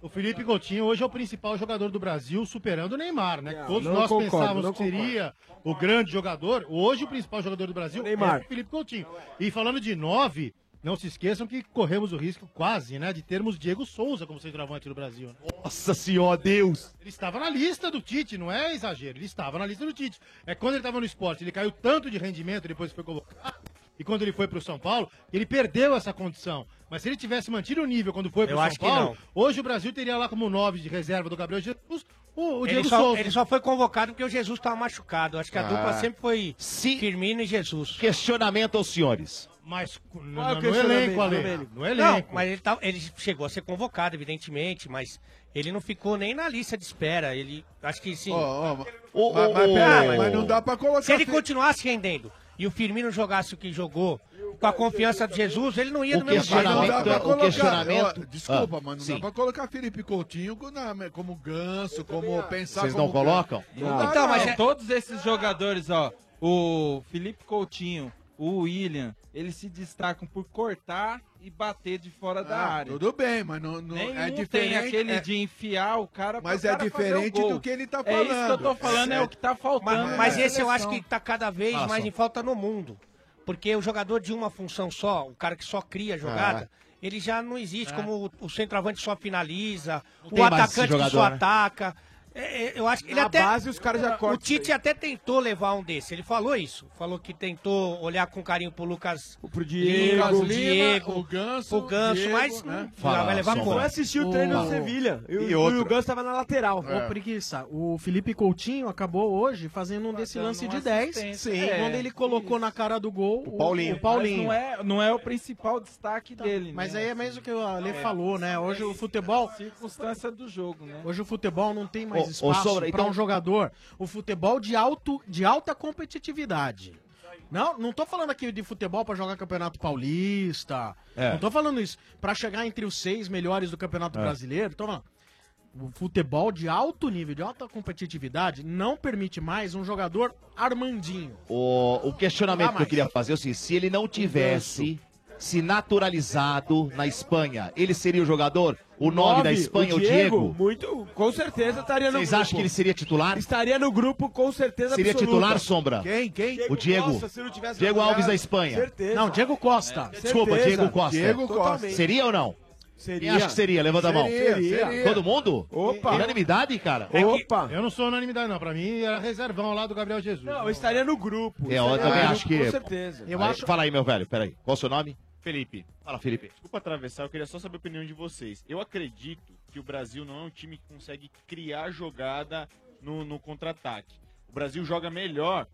O Felipe Coutinho hoje é o principal jogador do Brasil, superando o Neymar, né?
Não,
Todos
não
nós
concordo,
pensávamos
não
que seria o grande jogador. Hoje o principal jogador do Brasil
Neymar.
é o Felipe Coutinho. E falando de nove, não se esqueçam que corremos o risco quase, né, de termos Diego Souza como centroavante do Brasil. né?
Nossa senhora, Deus!
Ele estava na lista do Tite, não é exagero. Ele estava na lista do Tite. É quando ele estava no esporte, ele caiu tanto de rendimento depois que foi convocado. E quando ele foi para o São Paulo, ele perdeu essa condição. Mas se ele tivesse mantido o nível quando foi para
Eu
o São
acho que
Paulo, hoje o Brasil teria lá como nove de reserva do Gabriel Jesus o, o
Ele
Diego
só-
Souza.
ele só foi convocado porque o Jesus estava machucado. Acho que a
Ah.
dupla sempre foi
Firmino
e Jesus.
Questionamento aos senhores.
Mas no,
Ah,
Qual é o
no
questionamento,
elenco, Ale.
Domênico?
No elenco.
Não, mas ele, tá- ele chegou a ser convocado, evidentemente, mas ele não ficou nem na lista de espera. Ele, acho que sim. Ah,
Ô, mas- ô, mas ô, pera aí, mas não dá pra colocar...
Se ele continuasse rendendo e o Firmino jogasse o que jogou, com a confiança de Jesus, ele não ia
O
do mesmo jeito.
questionamento- Não dá pra
o
colocar-
questionamento-
Ó, desculpa,
Ah,
mas não
sim.
dá pra colocar Felipe Coutinho na- como ganso, como pensar
Vocês
como
não colocam?
ganso. Não dá,
então,
não.
mas todos esses jogadores, ó, o Felipe Coutinho, o William, eles se destacam por cortar e bater de fora da
Ah,
área.
Tudo bem, mas não, não-
Nenhum
é
tem
diferente.
aquele
é-
de enfiar o cara pro
Mas é
cara fazer o
diferente
gol.
do que ele tá
É isso que eu tô
falando.
falando, é,
É.
o que tá faltando.
Mas,
na
mas esse eu acho
seleção.
que tá cada vez
Fala,
mais
Sam.
em falta no mundo. Porque o jogador de uma função só, o cara que só cria jogada, ele já não existe.
É.
Como o, o centroavante só finaliza, o
tem mais
atacante
esse
que só
jogador, né?
ataca. É, é, eu acho que ele
Na
até.
base, os caras já
o
cortam
Tite até tentou levar um desse. Ele falou isso. Falou que tentou olhar com carinho pro Lucas. Pro
Diego,
Lucas,
Lima,
Diego
o Ganso,
pro Ganso
Diego,
mas
né?
hum,
Fala,
vai levar
um
Sombra.
como?
Foi assistir o treino do Sevilha.
E
E
outro.
o Ganso tava tá na lateral.
Ô, preguiça, o Felipe Coutinho acabou hoje fazendo um desse lance de 10.
assistência. É,
Quando ele colocou na cara do gol o
Paulinho.
o
Mas
Paulinho.
não é- não é o principal destaque dele, né?
Mas aí é mesmo que o Ale
É.
falou, né? Hoje o futebol.
Circunstância do jogo, né?
Hoje o futebol não tem mais
Ô, ô,
espaço
Sombra,
para
então-
um jogador. O futebol de, alto, de alta competitividade. Não, não tô falando aqui de futebol para jogar Campeonato Paulista.
É.
Não tô falando isso. Para chegar entre os seis melhores do
É.
Campeonato Brasileiro, tô falando. O futebol de alto nível, de alta competitividade, não permite mais um jogador Armandinho.
O, o
Não
questionamento
dá
que eu
mais.
queria fazer é o seguinte: se ele não tivesse se naturalizado na Espanha, ele seria o jogador? O nome da Espanha, o Diego?
Muito, com certeza estaria no
Vocês
grupo.
acham que ele seria titular?
Estaria no grupo, com certeza
Seria
absoluta.
titular, Sombra?
Quem? Quem?
O Diego.
Costa, se não tivesse
Diego
jogado.
Alves da Espanha. tá.
Certeza.
Não, Diego Costa.
Desculpa,
certeza.
Diego Costa.
Diego Costa.
Seria ou não? Quem acha que seria? Levanta a mão. Todo mundo?
Opa.
Unanimidade, cara?
Opa! É Eu não sou unanimidade, não. Pra mim era reservão lá do Gabriel Jesus. Não, eu estaria no grupo.
É, eu também acho que.
Com certeza.
Eu acho- Fala aí, meu velho, peraí. Qual o seu nome?
Felipe.
Fala, Felipe.
Desculpa atravessar, eu queria só saber a opinião de vocês. Eu acredito que o Brasil não é um time que consegue criar jogada no, no contra-ataque. O Brasil joga melhor,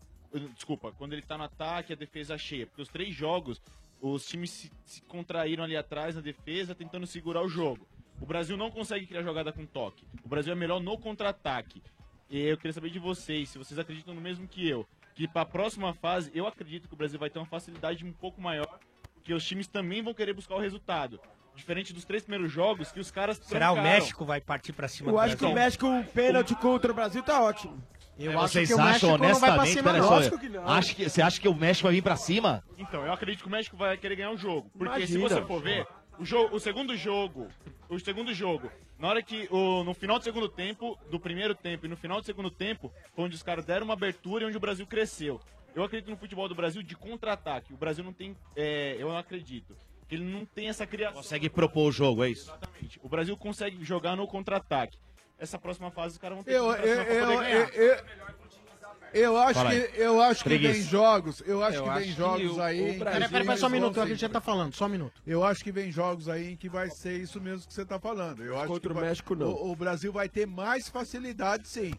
desculpa, quando ele tá no ataque, a defesa cheia. Porque os três jogos, os times se, se contraíram ali atrás na defesa, tentando segurar o jogo. O Brasil não consegue criar jogada com toque. O Brasil é melhor no contra-ataque. E eu queria saber de vocês, se vocês acreditam no mesmo que eu, que para a próxima fase, eu acredito que o Brasil vai ter uma facilidade um pouco maior, porque os times também vão querer buscar o resultado. Diferente dos três primeiros jogos, que os caras.
Será o
trancaram.
México vai partir pra cima
Eu
do
acho que o
Brasil?
México,
o pênalti contra o Brasil tá ótimo.
É, vocês acham honestamente? Peraí, só.
Lógico que não.
Acho que, você acha que o México vai vir pra cima?
Então, eu acredito que o México vai querer ganhar o jogo. Porque se
Imagina.
você for ver, o, jogo, o segundo jogo, o segundo jogo, na hora que, o, no final do segundo tempo, do primeiro tempo e no final do segundo tempo, foi onde os caras deram uma abertura e onde o Brasil cresceu. Eu acredito no futebol do Brasil de contra-ataque. O Brasil não tem, é, eu não acredito, que ele não tem essa criação.
Consegue propor o jogo, é isso?
Exatamente. O Brasil consegue jogar no contra-ataque. Essa próxima fase os caras vão ter
Eu,
que ir pra
eu,
cima pra
eu,
poder ganhar.
eu, eu, eu acho
Fala aí.
que, eu acho que
Preguiça.
vem jogos. Eu acho
Eu
que
acho
vem
que
jogos
o-
aí.
o
em que
Brasil- Peraí, peraí, peraí, só um
eles
minuto,
vão
a gente já
sempre.
tá falando, só um minuto.
Eu acho que vem jogos aí em que vai ser isso mesmo que você tá falando. Eu acho
Contra
que
o
vai-
México, não.
O, o Brasil vai ter mais facilidade, sim.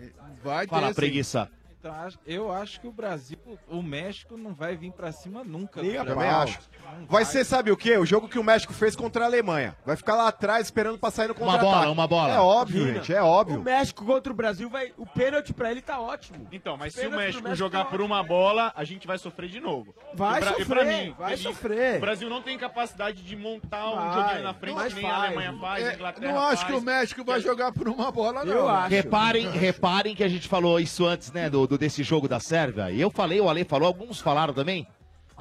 É, Vai ter.
Fala,
sim.
preguiça.
Então, acho- eu acho que o Brasil, o México não vai vir pra cima nunca. tá
é
Nem a
cara.
pau. Vai ser, sabe o quê? O jogo que o México fez contra a Alemanha. Vai ficar lá atrás esperando pra sair no
Uma
contra-ataque.
bola, uma bola.
É óbvio, gente, é óbvio.
O México contra o Brasil vai. O pênalti pra ele tá ótimo.
Então, mas se o
Pênalti pro
México
México tá
jogar por uma bola, a gente vai sofrer de novo.
Vai
E pra- e
sofrer,
pra mim,
vai
e-
sofrer.
O Brasil não tem capacidade de montar um
Vai,
joguinho na frente,
mas
nem a
faz.
Alemanha faz, a
É,
Inglaterra
Não acho
faz.
que o México vai jogar por uma bola, não.
Reparem, reparem que a gente falou isso antes, né, do, do- desse jogo da Sérvia. Eu falei, o Ale falou, alguns falaram também.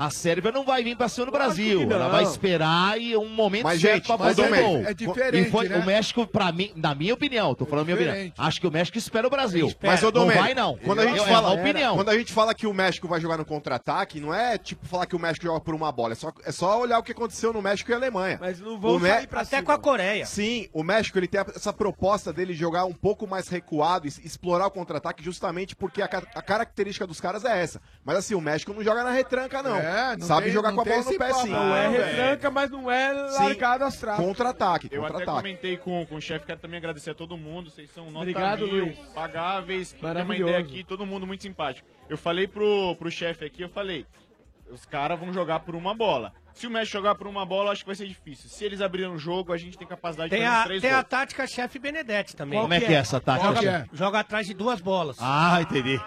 A Sérvia não vai vir pra cima do Brasil.
não.
Ela vai esperar e um momento
Mas,
certo
gente,
pra
mas
fazer o
é-
gol.
é diferente,
E foi-
né?
O México, pra mim, na minha opinião, tô falando a minha opinião.
diferente.
Acho que o México espera o Brasil.
Mas, ô
É, não
Domênico,
vai não.
Quando a, gente
Eu- é
fala,
uma opinião.
quando a gente fala que o México vai jogar no contra-ataque, não é tipo falar que o México joga por uma bola. É só, é só olhar o que aconteceu no México e Alemanha.
Mas não
vão sair pra Até cima. com a Coreia.
Sim, o México ele tem essa proposta dele jogar um pouco mais recuado e explorar o contra-ataque justamente porque a, ca- a característica dos caras é essa. Mas assim, o México não joga na retranca, não.
É, não
Sabe
tem-
jogar
não
com a
tem
bola no Ah,
esse
pé,
papo,
sim.
não é
retranca,
mas não é
largado
às traves.
Contra-ataque,
Eu até
contra-ataque.
comentei com, com o chefe, quero também agradecer a todo mundo. Vocês são nota
Obrigado,
mil,
Luiz.
pagáveis, tem uma
Maravilhoso.
ideia aqui, todo mundo muito simpático. Eu falei pro, pro chefe aqui, eu falei, os caras vão jogar por uma bola. Se o México jogar por uma bola, acho que vai ser difícil. Se eles abrirem o jogo, a gente tem capacidade
Tem
de fazer
a,
os três
tem a
gols.
tática chefe Benedetti também.
Como é que é essa tática,
Joga,
chefe?
joga atrás de duas bolas.
Ah, entendi.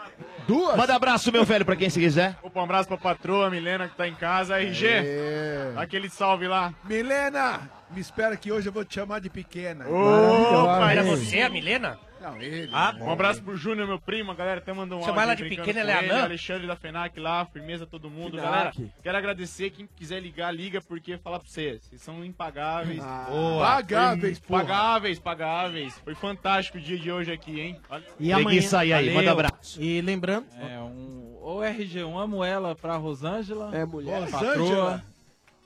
Duas?
Manda abraço, meu velho, pra quem se quiser.
Opa, um abraço pra patroa, Milena, que tá em casa. RG,
É.
dá aquele salve lá.
Milena, me espera que hoje eu vou te chamar de pequena.
Opa,
Maravilhosa.
Milena?
Não, ele.
Ah,
né?
um abraço pro Júnior, meu primo, a galera até mandou um
Chama
áudio
ela
aí
de
brincando
pequena,
com
ela é
ele,
anã?
Alexandre da FENAC lá, firmeza todo mundo.
FENAC.
Galera, quero agradecer, quem quiser ligar, liga, porque falar pra vocês, vocês são impagáveis.
Boa.
Pagáveis,
Pagáveis, porra.
Pagáveis, pagáveis. Foi fantástico o dia de hoje aqui, hein? Olha.
Valeu.
E lembrando.
É, um, ô RG1, amo ela pra Rosângela.
É, mulher.
Patroa.
Rosângela.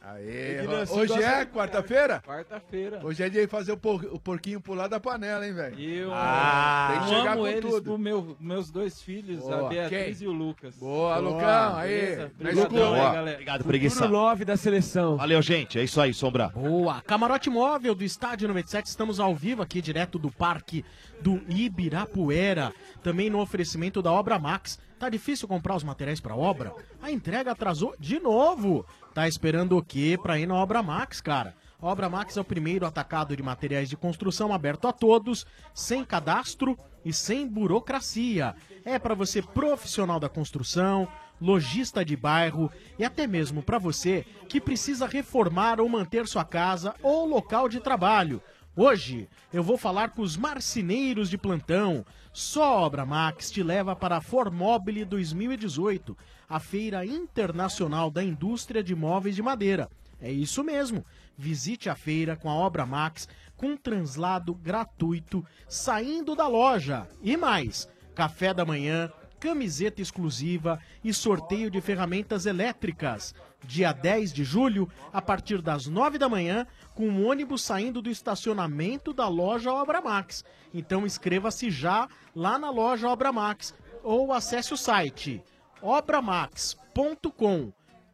Aê, hoje é quarta-feira?
Quarta-feira.
Hoje é dia de fazer o, por- o porquinho pular da panela, hein, velho? Ah,
Eu,
tem que
eu
chegar
amo
com
eles
tudo.
pro meu, meus dois filhos, a
Boa.
Beatriz
Quem?
é e o Lucas.
Boa, Lucão, aí.
Obrigado,
Lucão. Boa.
galera.
Obrigado, preguiça.
love da seleção.
Valeu, gente. É isso aí, Sombra.
Boa! Camarote móvel do Estádio 97, estamos ao vivo aqui, direto do Parque do Ibirapuera. Também no oferecimento da Obra Max. Tá difícil comprar os materiais para obra? A entrega atrasou de novo. Tá esperando o quê para ir na Obra Max, cara? A Obra Max é o primeiro atacado de materiais de construção aberto a todos, sem cadastro e sem burocracia. É para você profissional da construção, lojista de bairro e até mesmo para você que precisa reformar ou manter sua casa ou local de trabalho. Hoje eu vou falar com os marceneiros de plantão. Só a Obra Max te leva para a Formobile 2018, a Feira Internacional da Indústria de Móveis de Madeira. É isso mesmo. Visite a feira com a Obra Max com translado gratuito saindo da loja. E mais, café da manhã, camiseta exclusiva e sorteio de ferramentas elétricas. Dia 10 de julho, a partir das 9 da manhã, com um ônibus saindo do estacionamento da loja Obra Max. Então inscreva-se já lá na loja Obra Max ou acesse o site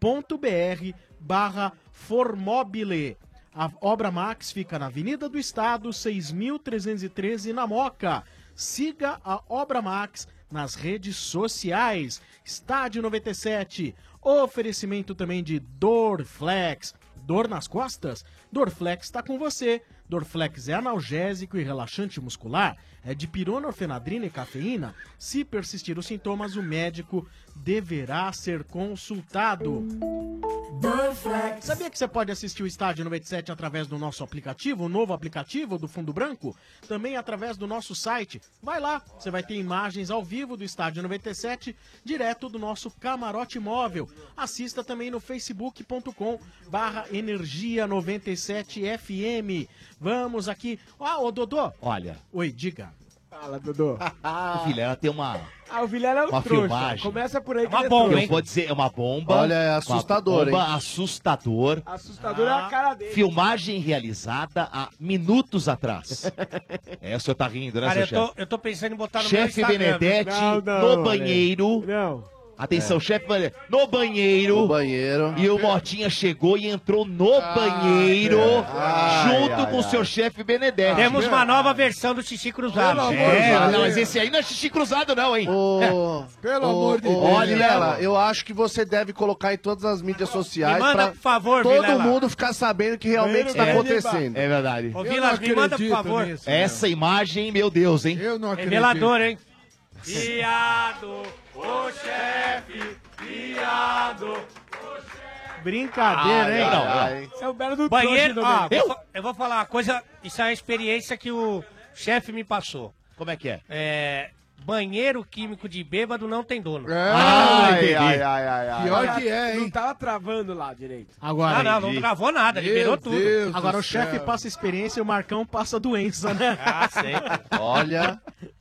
obramax.com.br barra Formobile. A Obra Max fica na Avenida do Estado, 6313, na Moca. Siga a Obra Max nas redes sociais. Estádio 97, oferecimento também de Dorflex. Dor nas costas? Dorflex está com você. Dorflex é analgésico e relaxante muscular, é de pirona, orfenadrina e cafeína. Se persistir os sintomas, o médico deverá ser consultado. Sabia que você pode assistir o Estádio 97 através do nosso aplicativo, o novo aplicativo do Fundo Branco? Também através do nosso site. Vai lá, você vai ter imagens ao vivo do Estádio 97, direto do nosso camarote móvel. Assista também no facebook.com barra energia 97 FM. Vamos aqui. Ó, ô Dodô.
Olha,
Oi, diga.
Fala, Dodô.
filha, ela tem uma,
Ah, o Vilela é um
uma
trouxa.
filmagem.
Começa por aí que ele é
Eu
trouxa.
vou dizer, é uma bomba.
Olha, é
Uma
assustador,
bomba
hein?
assustador.
Assustador
Ah.
é a cara dele.
Filmagem realizada há minutos atrás. é, o senhor tá rindo, né,
Cara,
seu
eu tô,
chefe?
eu tô pensando em botar no
Chefe
meu Instagram.
Benedetti no banheiro. Atenção,
É.
chefe Benedetti. No banheiro. No
banheiro. Ah,
E o Mortinha chegou e entrou no banheiro junto
Ai, ai,
com o seu chefe Benedetti.
Temos uma nova versão do Xixi Cruzado.
É, não, mas esse aí não é xixi cruzado, não, hein?
Ô, ô,
Olha,
Vilela, eu acho que você deve colocar em todas as mídias sociais.
Me manda,
pra
por favor,
Todo
Vilela.
mundo ficar sabendo o que realmente está acontecendo.
É verdade.
Ô, Vilas, me manda, por favor.
Essa imagem, meu Deus, hein?
Eu não
Revelador, hein?
Viado, ô chefe, viado.
Ah,
Brincadeira, hein?
É o belo do
Banheiro,
trouxa,
ó,
Domênico.
eu? eu vou falar uma coisa, isso é uma experiência que o chefe me passou.
Como é que é?
banheiro químico de bêbado não tem dono.
Ah,
Ai,
entendi.
ai, ai, ai, ai.
Pior que
é,
é, hein? Não tava travando lá direito.
Agora,
Não, não, não travou nada,
Meu
liberou tudo.
Deus Agora o chefe passa experiência e o Marcão passa doença, né?
Ah, sempre.
Olha.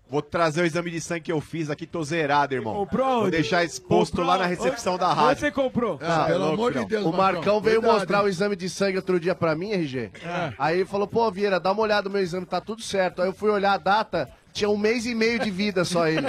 Vou trazer o exame de sangue que eu fiz aqui, tô zerado, irmão.
Comprou
Vou
onde?
deixar exposto
Comprou
lá na recepção
onde?
da rádio.
Você comprou?
Ah, pelo amor de Deus,
O Marcão
Marcão,
veio
cuidado,
mostrar
hein? É.
o exame de sangue outro dia pra mim, RG. Aí ele falou, pô, Vieira, dá uma olhada no meu exame, tá tudo certo. Aí eu fui olhar a data, tinha um mês e meio de vida só ele.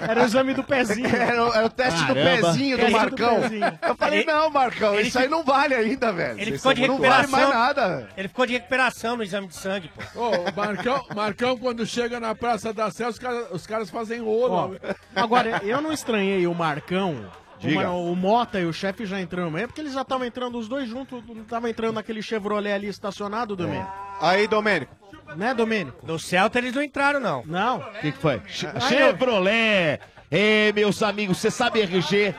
Era o exame do pezinho.
Era, o- era o teste do
Caramba.
pezinho do
Teste do
Marcão.
pezinho.
Eu falei,
Ele-
não, Marcão,
ele
isso aí
fi-
não vale ainda, velho.
Ele
Vocês
ficou de
são muito- Não vale
recuperação.
mais nada.
Ele ficou de recuperação no exame de sangue, pô.
Ô, o Marcão, Marcão, quando chega na Praça da Sé, os, cara- os caras fazem
Ó,
ouro.
agora, eu não estranhei o Marcão.
Diga.
O Ma- O, Mota e o chefe já entrando amanhã, porque eles já estavam entrando, os dois juntos, não estavam entrando naquele Chevrolet ali estacionado, Domênico.
Aí, Domênico.
Né, Domênico?
No Celta eles não entraram, não.
Não.
O que, que foi? Che- Chevrolet! Ei, meus amigos, você sabe RG?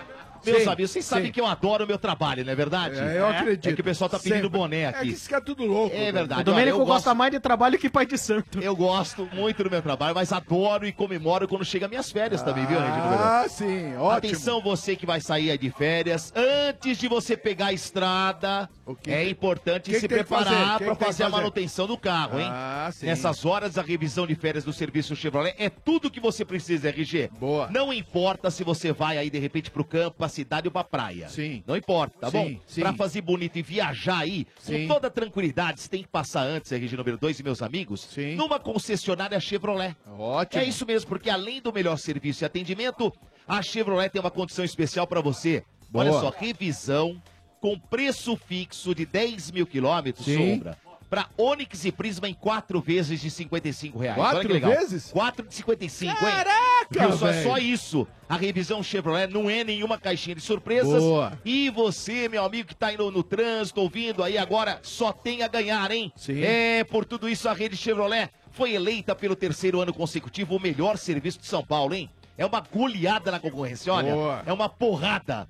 Meus
Sim,
amigos, vocês
sim.
sabem que eu adoro o meu trabalho, não é verdade?
É, eu acredito.
É que o pessoal tá pedindo
Sempre.
boné aqui.
É que
esse cara é tudo louco.
É verdade.
O Domênico
Olha, eu
gosta
gosto-
mais de trabalho que pai de santo.
Eu gosto muito do meu trabalho, mas adoro e comemoro quando chega minhas férias também, viu, Regina?
Ah, sim, ótimo.
Atenção você que vai sair aí de férias, antes de você pegar a estrada, é importante
que que
se
tem que fazer?
preparar
Que
para
que tem que
fazer a
fazer?
manutenção do carro, hein?
Ah, sim.
Nessas horas, a revisão de férias do serviço Chevrolet é tudo que você precisa, RG. Boa. Não importa se você vai aí de repente pro campo, pra cidade ou pra praia. Sim. Não importa, tá
Sim,
bom?
sim.
Pra fazer bonito e viajar aí,
Sim.
com toda tranquilidade, você tem que passar antes, RG número 2 e meus amigos, numa concessionária Chevrolet. Ótimo. É isso mesmo, porque além do melhor serviço e atendimento, a Chevrolet tem uma condição especial pra você.
Boa.
Olha só, revisão com preço fixo de 10 mil quilômetros,
Sim.
Sombra. Pra Onix e Prisma em quatro vezes de 55 reais. Olha que
Quatro
legal.
vezes?
Quatro de 55, hein?
Caraca,
Viu só,
velho.
só isso. A revisão Chevrolet não é nenhuma caixinha de surpresas.
Boa.
E você, meu amigo que tá indo no trânsito, ouvindo aí agora, só tem a ganhar, hein?
Sim.
É, por tudo isso a rede Chevrolet foi eleita pelo terceiro ano consecutivo o melhor serviço de São Paulo, hein? É uma goleada na concorrência, olha.
Boa.
É uma porrada.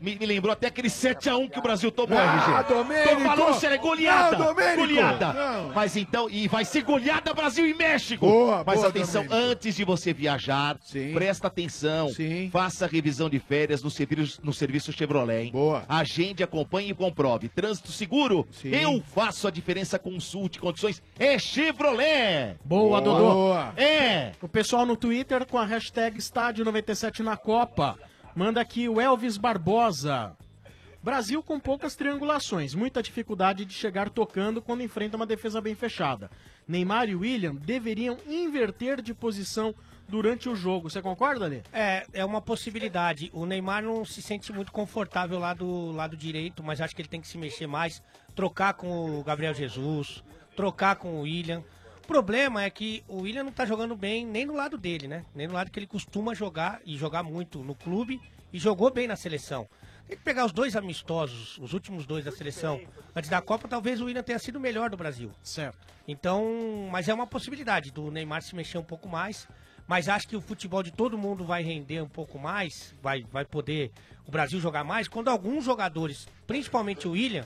Me, me lembrou até aquele 7x1 que o Brasil tomou,
Ah,
RG.
Domênico!
Tô falando sério, é goleada.
Não, Domênico!
goleada.
Não.
Mas então, e vai ser goleada Brasil e México.
Boa,
Mas
boa,
atenção, antes de você viajar, presta atenção. Faça a revisão de férias no serviço, no serviço Chevrolet, hein? Boa. Agende, acompanhe e comprove. Trânsito seguro? Eu faço a diferença, consulte condições. É Chevrolet!
Boa, Dodô.
É.
O pessoal no Twitter com a hashtag Estádio 97 na Copa. Manda aqui o Elvis Barbosa. Brasil com poucas triangulações, muita dificuldade de chegar tocando quando enfrenta uma defesa bem fechada. Neymar e William deveriam inverter de posição durante o jogo. Você concorda, Lê?
É, é uma possibilidade. O Neymar não se sente muito confortável lá do lado direito, mas acho que ele tem que se mexer mais, trocar com o Gabriel Jesus, trocar com o William. O problema é que o William não tá jogando bem nem no lado dele, né? Nem no lado que ele costuma jogar e jogar muito no clube e jogou bem na seleção. Tem que pegar os dois amistosos, os últimos dois da seleção. Antes da Copa, talvez o William tenha sido o melhor do Brasil.
Certo.
Então, mas é uma possibilidade do Neymar se mexer um pouco mais. Mas acho que o futebol de todo mundo vai render um pouco mais, vai, vai poder o Brasil jogar mais, quando alguns jogadores, principalmente o William,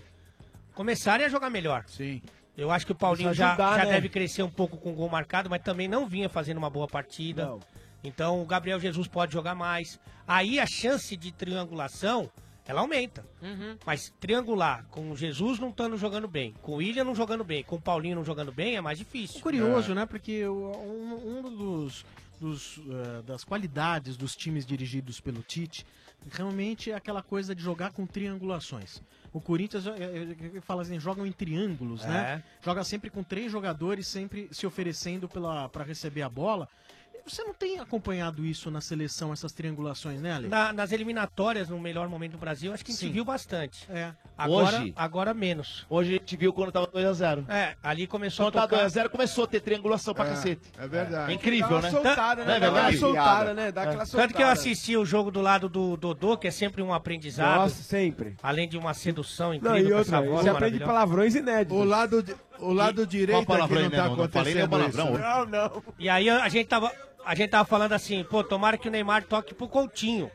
começarem a jogar melhor.
Sim.
Eu acho que o Paulinho
Precisa
já,
ajudar,
já
né?
deve crescer um pouco com o gol marcado, mas também não vinha fazendo uma boa partida. Então o Gabriel Jesus pode jogar mais. Aí a chance de triangulação, ela aumenta.
Uhum.
Mas triangular com o Jesus não estando jogando bem, com o William não jogando bem, com o Paulinho não jogando bem, é mais difícil.
É.
É.
curioso, né? Porque o- um, um dos, dos, eh, das qualidades dos times dirigidos pelo Tite realmente é aquela coisa de jogar com triangulações. O Corinthians eh, eh, fala assim, jogam em triângulos, né?
É.
Joga sempre com três jogadores, sempre se oferecendo para receber a bola. Você não tem acompanhado isso na seleção, essas triangulações, né, Ale?
Na- nas eliminatórias, no melhor momento do Brasil, acho que a gente
Sim.
viu bastante.
É.
Agora,
Hoje?
agora menos.
Hoje a gente viu quando tava 2x0.
É, ali começou
tá
Quando tava
a tocar.
2x0 começou a ter triangulação pra
É,
cacete.
é verdade.
É incrível,
Dá
né?
uma soltada, né?
Não é
Dá uma
verdade?
soltada,
É,
né? Dá aquela
Tanto que eu
soltada.
assisti o jogo do lado do Dodô, que é sempre um aprendizado.
Nossa, sempre.
Além de uma sedução
Não,
incrível
e
com essa
outra,
bola
você aprende
maravilhosa.
palavrões inéditos.
O
lado, o
lado
direito aqui não tá acontecendo isso,
Tá
né?
Não, não. E aí a gente tava. A gente tava falando assim, pô, tomara que o Neymar toque pro Coutinho.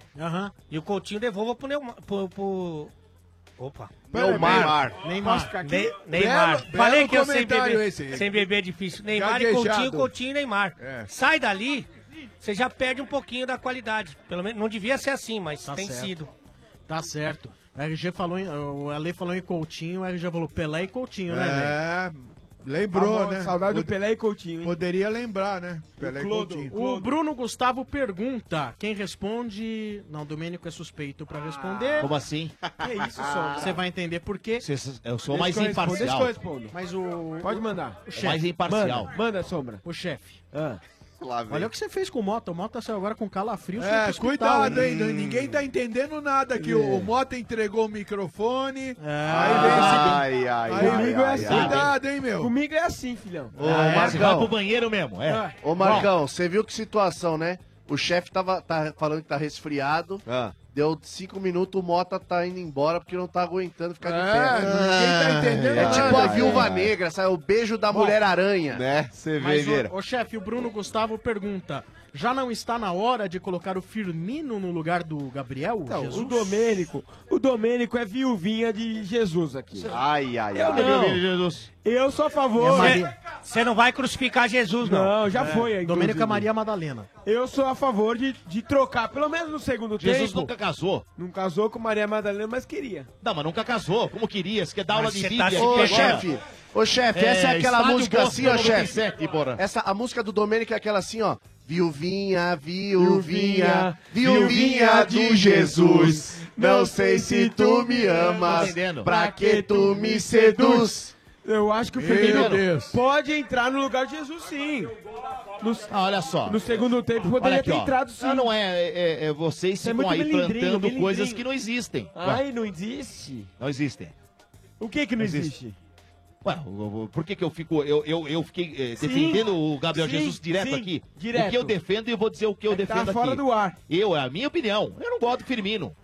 E o Coutinho devolva pro Neymar. Pro, pro- Opa.
Neymar.
Neymar.
Neymar.
Ne- Neymar.
Belo-
Falei
belo
que eu sem
comentário
beber,
esse.
sem beber é difícil. Neymar e
Gaguejado.
Coutinho, Coutinho e Neymar. Sai dali, você já perde um pouquinho da qualidade. Pelo menos não devia ser assim, mas
Tá
tem
certo.
sido.
Tá certo. O RG falou em, o Ale falou em Coutinho, o RG falou Pelé e Coutinho, né?
É,
velho?
lembrou,
Amor,
né?
saudade do
Pelé e Coutinho. Poderia lembrar, né? Pelé
Clodo.
e Coutinho.
O Bruno Gustavo pergunta: quem responde. Não, Domênico é suspeito pra responder.
Como assim?
Que é isso, só? Você vai entender por quê?
Eu sou mais imparcial.
Mas o.
Pode mandar.
O
É
chefe.
mais imparcial. Manda,
sombra.
O chefe.
Ah.
vem.
Olha o que você fez com o Mota. O Mota saiu agora com calafrio. você foi
É,
pro hospital,
cuidado,
né?
hein?
Hum.
Ninguém tá entendendo nada aqui.
É.
O Mota entregou o microfone.
Ai,
aí vem esse... aí,
ai, ai,
Comigo é
ai,
assim.
ai.
Cuidado, hein, meu?
Comigo é assim, filhão.
Ah,
Ô,
é,
Marcos, vai
Marcão?
pro banheiro mesmo, é.
Ô Marcão, você viu que situação, né? O chefe tava tá falando que tá resfriado.
Ah.
Deu cinco minutos, o Mota tá indo embora porque não tá aguentando ficar de pé.
É,
né?
ninguém tá entendendo
É
nada.
tipo a viúva
Ai, ai.
negra, sabe? O beijo da mulher aranha.
Né?
Você
Mas, o, o chefe, o Bruno Gustavo pergunta: já não está na hora de colocar o Firmino no lugar do Gabriel?
Então,
Jesus?
o Domênico, o Domênico é viúvinha de Jesus aqui.
Ai, ai,
eu
ai. Viúvinha de
Não. Eu sou a favor.
É
Você- Você não vai crucificar Jesus, não.
Não, já foi. inclusive.
Domênico é Maria Madalena.
Eu sou a favor de, de trocar, pelo menos no segundo tempo.
Jesus nunca casou.
Não casou com Maria Madalena, mas queria.
Não, mas nunca casou. Como queria? Você quer dar aula de
tá
Bíblia?
Ô,
agora?
chefe, ô, chefe, essa é
É,
aquela
Estádio
música assim, ó,
Bosco,
chefe.
97, bora.
Essa, a música do Domênico é aquela assim, ó. Viuvinha, viuvinha, viuvinha
viuvinha
de
de
Jesus.
Jesus.
Não sei se tu me amas, pra que tu me seduz.
Eu acho que o
Meu
Firmino
Deus.
pode entrar no lugar de Jesus, sim. No-
Ah, olha só.
No segundo tempo
Olha
poderia
aqui,
ter
ó.
entrado, sim.
Ah, não é, é, é vocês
Isso é
ficam
muito
aí
melindrinho,
plantando
melindrinho.
coisas que não existem.
Ai,
Ué,
não existe.
não existem.
O que que não existe?
Ué, o- o- por que que eu fico, eu, eu, eu fiquei eh, defendendo o Gabriel
sim,
Jesus direto
sim,
aqui?
direto.
O que eu defendo e eu vou dizer o que eu
que tá
defendo
fora
aqui.
do ar.
Eu, é a minha opinião. Eu não gosto do Firmino.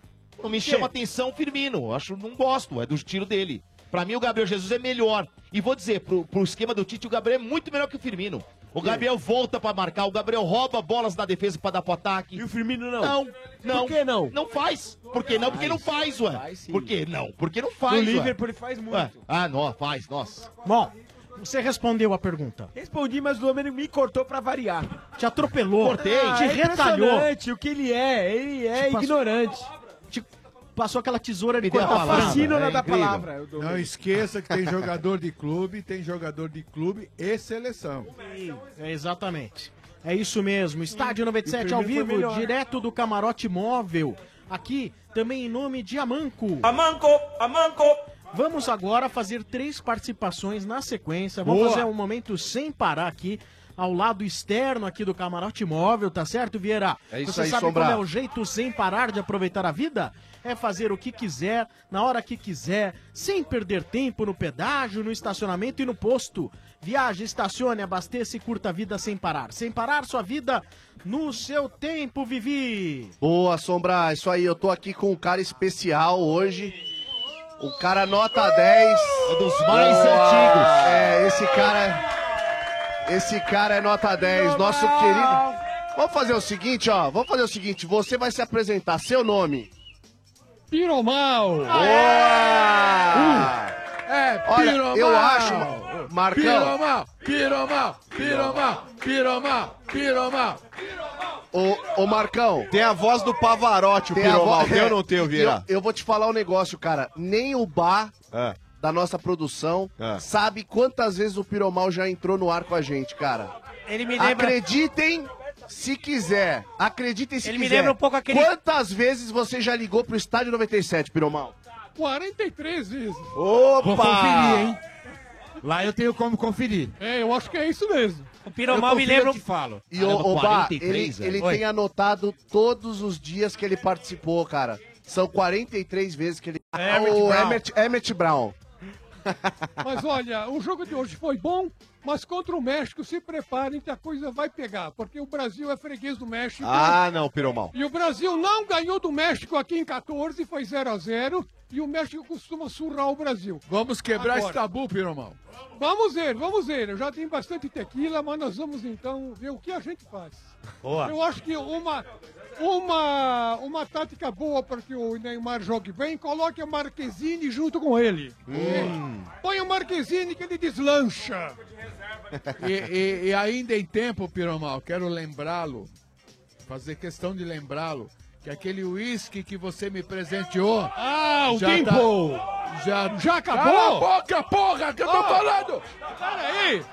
Não me chama atenção o Firmino. Eu Acho, não gosto, é do estilo dele. Pra mim o Gabriel Jesus é melhor. E vou dizer, pro, pro esquema do Tite, o Gabriel é muito melhor que o Firmino. O Gabriel volta pra marcar. O Gabriel rouba bolas da defesa pra dar pro ataque. E o Firmino não? Não, não. Por que não? Não faz. Por que não? Porque não faz, ué. Por que não? Porque não faz,
No
ué.
Liverpool ele faz muito.
Ué. Ah, não, faz, nossa.
Bom, você respondeu a pergunta.
Respondi, mas o Domênico me cortou pra variar.
Te atropelou.
Cortei. É
Te retalhou.
O que ele é, ele é
Te passou-
ignorante.
Passou aquela tesoura de
cortar
fascínora tá da palavra. eu dou.
É Não esqueça que tem jogador de clube, tem jogador de clube e seleção.
É exatamente. É isso mesmo. Estádio 97
E o
ao
primeiro foi
vivo,
melhor.
direto do camarote móvel. Aqui também em nome de Amanco.
Amanco, Amanco.
Vamos agora fazer três participações na sequência. Vamos
Boa.
fazer um momento sem parar aqui. Ao lado externo aqui do camarote móvel, tá certo, Vieira?
É isso
Você
aí,
sabe
Sombra.
qual é o jeito sem parar de aproveitar a vida? É fazer o que quiser, na hora que quiser, sem perder tempo no pedágio, no estacionamento e no posto. Viaje, estacione, abasteça e curta a vida sem parar. Sem parar sua vida no seu tempo, Vivi.
Boa, Sombra. Isso aí, eu tô aqui com um cara especial hoje. O cara nota 10. Um dos
mais antigos.
É, esse cara. Esse cara é nota 10. Nosso querido. Vamos fazer o seguinte, ó. Vamos fazer o seguinte. Você vai se apresentar. Seu nome? Piromal. Boa!
Ah, É,
Olha,
piromal.
eu acho, Marcão.
Piromal, piromal, piromal, piromal, piromal.
Ô, ô, Marcão.
Tem a voz do Pavarotti, o
Tem a
Piromal.
vo- É.
Tem ou não tem, o Vieira?
Eu, eu vou te falar um negócio, cara. Nem o bar
Ah.
da nossa produção
Ah.
sabe quantas vezes o Piromal já entrou no ar com a gente, cara.
Ele me lembra-
Acreditem se quiser. Acreditem se
Ele me
quiser.
lembra um pouco aquele-
Quantas vezes você já ligou pro Estádio 97, Piromal?
43 vezes.
Opa!
Vou conferir, hein?
Lá eu tenho como conferir.
É, eu acho que é isso mesmo. O
Piromal me lembra- Ah,
Eu falo.
E o Oba, ele, ele tem anotado todos os dias que ele participou, cara. São 43 vezes que ele.
Emmett
o
Brown.
Emmett, Emmett Brown.
Mas olha, o jogo de hoje foi bom, mas contra o México se preparem que a coisa vai pegar, porque o Brasil é freguês do México.
Ah, não, Piromal.
E o Brasil não ganhou do México aqui em 14, foi 0 a 0 e o México costuma surrar o Brasil.
Vamos quebrar
Agora.
esse tabu, Piromal.
Vamos ver, vamos ver. Eu já tenho bastante tequila, mas nós vamos então ver o que a gente faz.
Boa.
Eu acho que uma, uma, uma tática boa para que o Neymar jogue bem, coloque a Marquezine junto com ele.
Hum.
Põe o Marquezine que ele deslancha.
E, e- e ainda em tempo, Piromal, quero lembrá-lo, fazer questão de lembrá-lo, que aquele uísque que você me presenteou.
Ah, o
já tá-
Dimple!
já,
Já acabou?
Cala a boca, porra, que eu tô
Ah.
falando!
Peraí!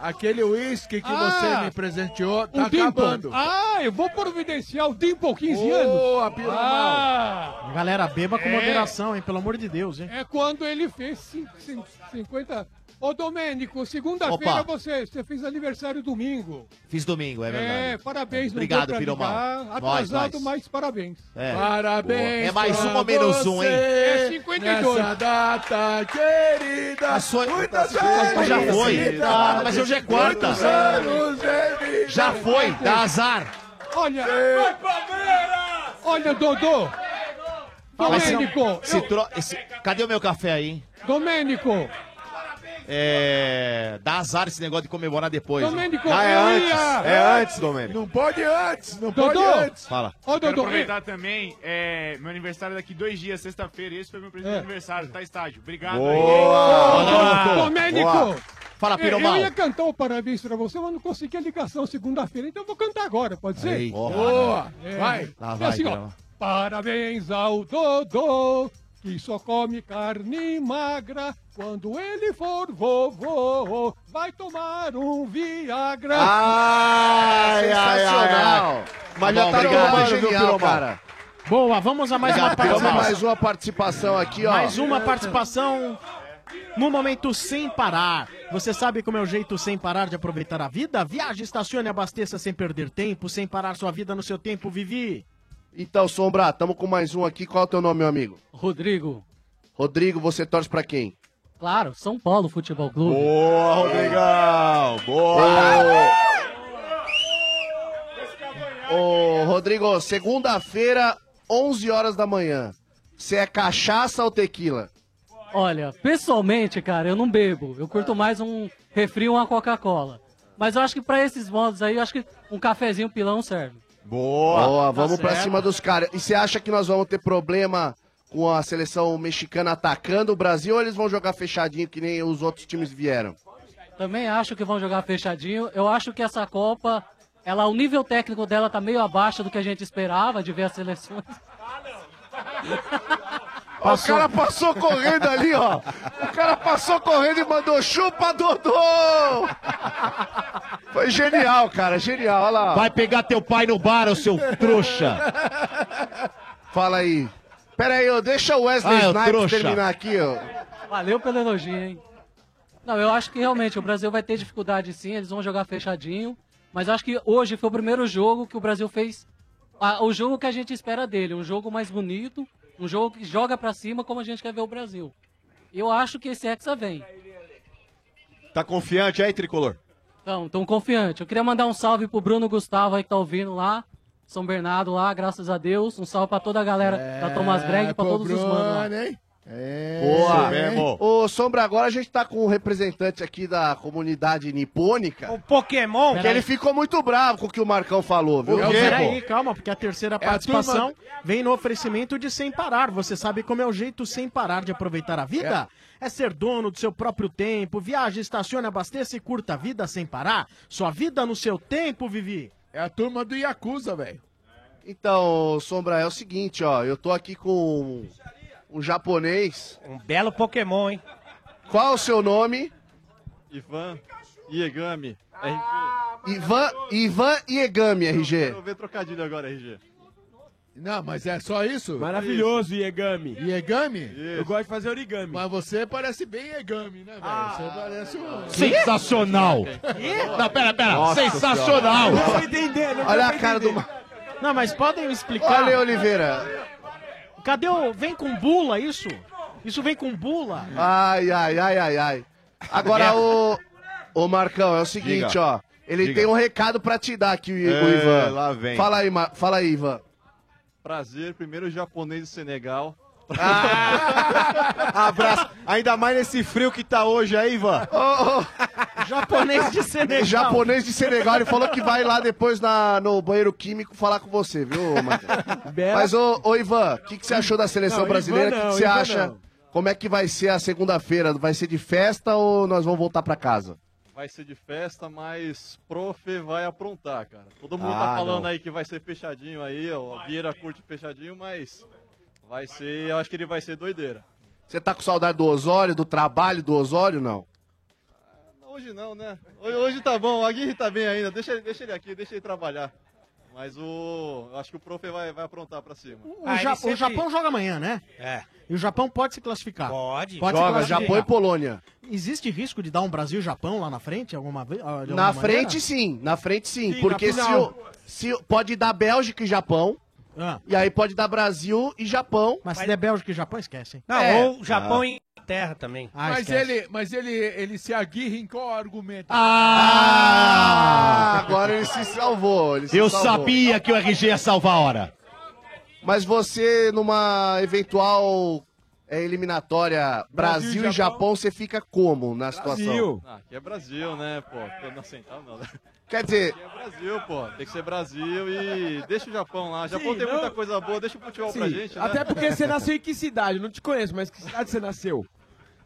Aquele uísque que
Ah.
você me presenteou
O
tá
Dimple.
acabando.
Ah, eu vou providenciar o Dimple, 15 anos.
Boa, Piromal.
Ah,
Galera, beba com
É.
moderação, hein? Pelo amor de Deus, hein?
É quando ele fez cin- cin- 50. Ô Domênico,
Opa.
segunda-feira você, você fez aniversário domingo.
Fiz domingo, é verdade.
É, parabéns, não
Obrigado,
deu pra
Piromal.
ligar.
Nós,
Atrasado,
nós.
mas parabéns.
É.
Ah,
Parabéns
Boa. É mais
pra
um ou menos um, hein?
É 52.
Nessa data querida, muitas
Mas já foi.
felicidades,
Ah, mas hoje é quarta.
muitos anos de vida.
Já foi, dá azar.
Olha. Olha, Dodô.
Mas se-
Domênico.
se tro- esse- Cadê o meu café aí, hein?
Domênico.
É. Dá azar esse negócio de comemorar depois. hein?
Domênico,
ah, é
eu
antes.
ia-
É antes, Domênico.
Não pode antes, não
Dodô.
pode antes.
Fala.
Ô,
Quero
Dodô,
aproveitar também, é, meu aniversário daqui dois dias, sexta-feira. Esse foi meu presente de aniversário, tá estádio. Obrigado
Boa!
aí.
Domênico!
Fala,
Eu-
Piromal.
Eu ia cantar o parabéns pra você, mas não consegui a ligação segunda-feira, então eu vou cantar agora, pode ser?
Eita.
Boa!
É. Lá vai,
assim, ó,
Piromal.
parabéns ao Dodô, que só come carne magra. Quando ele for vovô, vai tomar um Viagra.
Ai, ai, ai, ai.
Mas já tá
obrigado,
tomando,
viu,
genial,
Piromal?
cara.
Boa, vamos a mais uma participação.
Mais uma participação aqui, ó.
Mais uma participação no momento sem parar. Você sabe como é o jeito sem parar de aproveitar a vida? Viaje, estacione, abasteça sem perder tempo, sem parar sua vida no seu tempo, Vivi.
Então, Sombra, tamo com mais um aqui. Qual é o teu nome, meu amigo?
Rodrigo.
Rodrigo, você torce pra quem?
Claro, São Paulo Futebol Clube.
Boa,
Rodrigão!
Ô, Rodrigo, segunda-feira, 11 horas da manhã. Você é cachaça ou tequila?
Olha, pessoalmente, cara, eu não bebo. Eu curto mais um refri e uma Coca-Cola. Mas eu acho que pra esses modos aí, eu acho que um cafezinho pilão serve.
Boa! Boa,
Tá
vamos pra
certo.
cima dos caras. E você acha que nós vamos ter problema com a seleção mexicana atacando o Brasil ou eles vão jogar fechadinho que nem os outros times vieram?
Também acho que vão jogar fechadinho. Eu acho que essa Copa, ela, o nível técnico dela tá meio abaixo do que a gente esperava de ver as seleções.
Ó, O cara passou correndo ali, ó. O cara passou correndo e mandou chupa, Dodô! Foi genial, cara, genial. Olha lá.
Vai pegar teu pai no bar, ô seu trouxa.
Fala aí. Pera aí, ó, deixa o Wesley
Ah, é o
Snipes
trouxa.
terminar aqui, ó.
Valeu pelo elogio, hein? Não, eu acho que realmente o Brasil vai ter dificuldade sim, eles vão jogar fechadinho. Mas eu acho que hoje foi o primeiro jogo que o Brasil fez. ah, o jogo que a gente espera dele, um jogo mais bonito, um jogo que joga pra cima como a gente quer ver o Brasil. Eu acho que esse Hexa vem.
Tá confiante aí, Tricolor?
Então, tão confiante. Eu queria mandar um salve pro Bruno Gustavo aí que tá ouvindo lá. São Bernardo lá, graças a Deus. Um salve pra toda a galera da Thomas Drag, pra
pô,
todos os manos. lá.
né?
Boa!
É.
Isso mesmo.
Ô, Sombra, agora a gente tá com um representante aqui da comunidade nipônica. O
Pokémon!
Que ele ficou muito bravo com o que o Marcão falou, viu?
Não, peraí, calma, porque a
É
terceira
a
participação
turma-
vem no oferecimento de Sem Parar. Você sabe como é o jeito sem parar de aproveitar a vida? É ser dono do seu próprio tempo. Viaje, estacione, abasteça e curta a vida sem parar. Sua vida no seu tempo, Vivi.
É a turma do Yakuza, velho. Então, Sombra, é o seguinte, ó. Eu tô aqui com um japonês.
Um belo Pokémon, hein?
Qual o seu nome?
Ivan Iegami.
Ivan, Ivan Iegami, RG.
Vou ver trocadilho agora, RG.
Não, mas é só isso?
Maravilhoso,
Iegami. Iegami? Eu
gosto
de fazer origami. Mas você parece bem Iegami, né, velho? você parece um...
Sensacional. Não, pera, pera. Sensacional.
Olha a cara do.
Não, mas podem explicar.
Olha aí, Oliveira.
Cadê o. Vem com bula isso? Isso vem com bula?
Ah, Ai, ai, ai, ai, ai. Agora, o, o Marcão, é o seguinte,
Diga.
ó. Ele
Diga.
tem um recado pra te dar aqui, o, o
É,
Ivan.
lá vem.
Fala aí, Ma- fala aí, Ivan.
Prazer, primeiro japonês do Senegal.
Abraço. Ainda mais nesse frio que tá hoje aí, Ivan.
Japonês de Senegal.
Japonês de Senegal. Ele falou que vai lá depois na, no banheiro químico falar com você, viu, Marcão? Mas, ô, ô, Ivan, o que, que você achou da seleção
Não, Ivan
brasileira? O que,
não,
que você
Ivan
acha?
não.
Como é que vai ser a segunda-feira? Vai ser de festa ou nós vamos voltar pra casa?
Vai ser de festa, mas profe vai aprontar, cara. Todo mundo
Ah,
tá falando
não.
aí que vai ser fechadinho aí, ó. Vieira curte fechadinho, mas vai ser, eu acho que ele vai ser doideira.
Você tá com saudade do Osório, do trabalho do Osório, não?
Hoje não, né? Hoje, hoje tá bom, o Aguirre tá bem ainda. Deixa, ele- deixa ele aqui, deixa ele trabalhar. Mas o. Eu acho que o profe vai, vai aprontar pra cima.
Ah,
O, Ja- o Japão joga amanhã, né? É. E o Japão pode se classificar. Pode.
Joga Japão e Polônia.
Existe risco de dar um Brasil-Japão lá na frente? Alguma vez? ah, de
Na
alguma
frente
maneira?
sim, na frente sim,
Sim,
porque
na
se
final.
o, se o- pode dar Bélgica e Japão, e aí pode dar Brasil e Japão. Ah.
Mas se der Bélgica e Japão, esquecem.
Não,
É.
ou
Ah.
Japão e Inglaterra também.
mas ele, mas ele, ele se aguirra em qual argumento?
Ah! Agora ele se salvou. ele se
Eu
salvou.
sabia que o RG ia salvar a hora.
Mas você, numa eventual é, eliminatória Brasil, e Japão, você fica como na situação?
Ah, aqui é Brasil, né, pô? Eu não aceitava, não. né?
Quer dizer-
Aqui é Brasil, pô. Tem que ser Brasil e deixa o Japão lá. O Japão
Sim,
tem
não-
muita coisa boa, deixa o futebol pra
Sim,
gente. Né?
Até porque você nasceu em que cidade? Eu Não te conheço, mas que cidade você nasceu?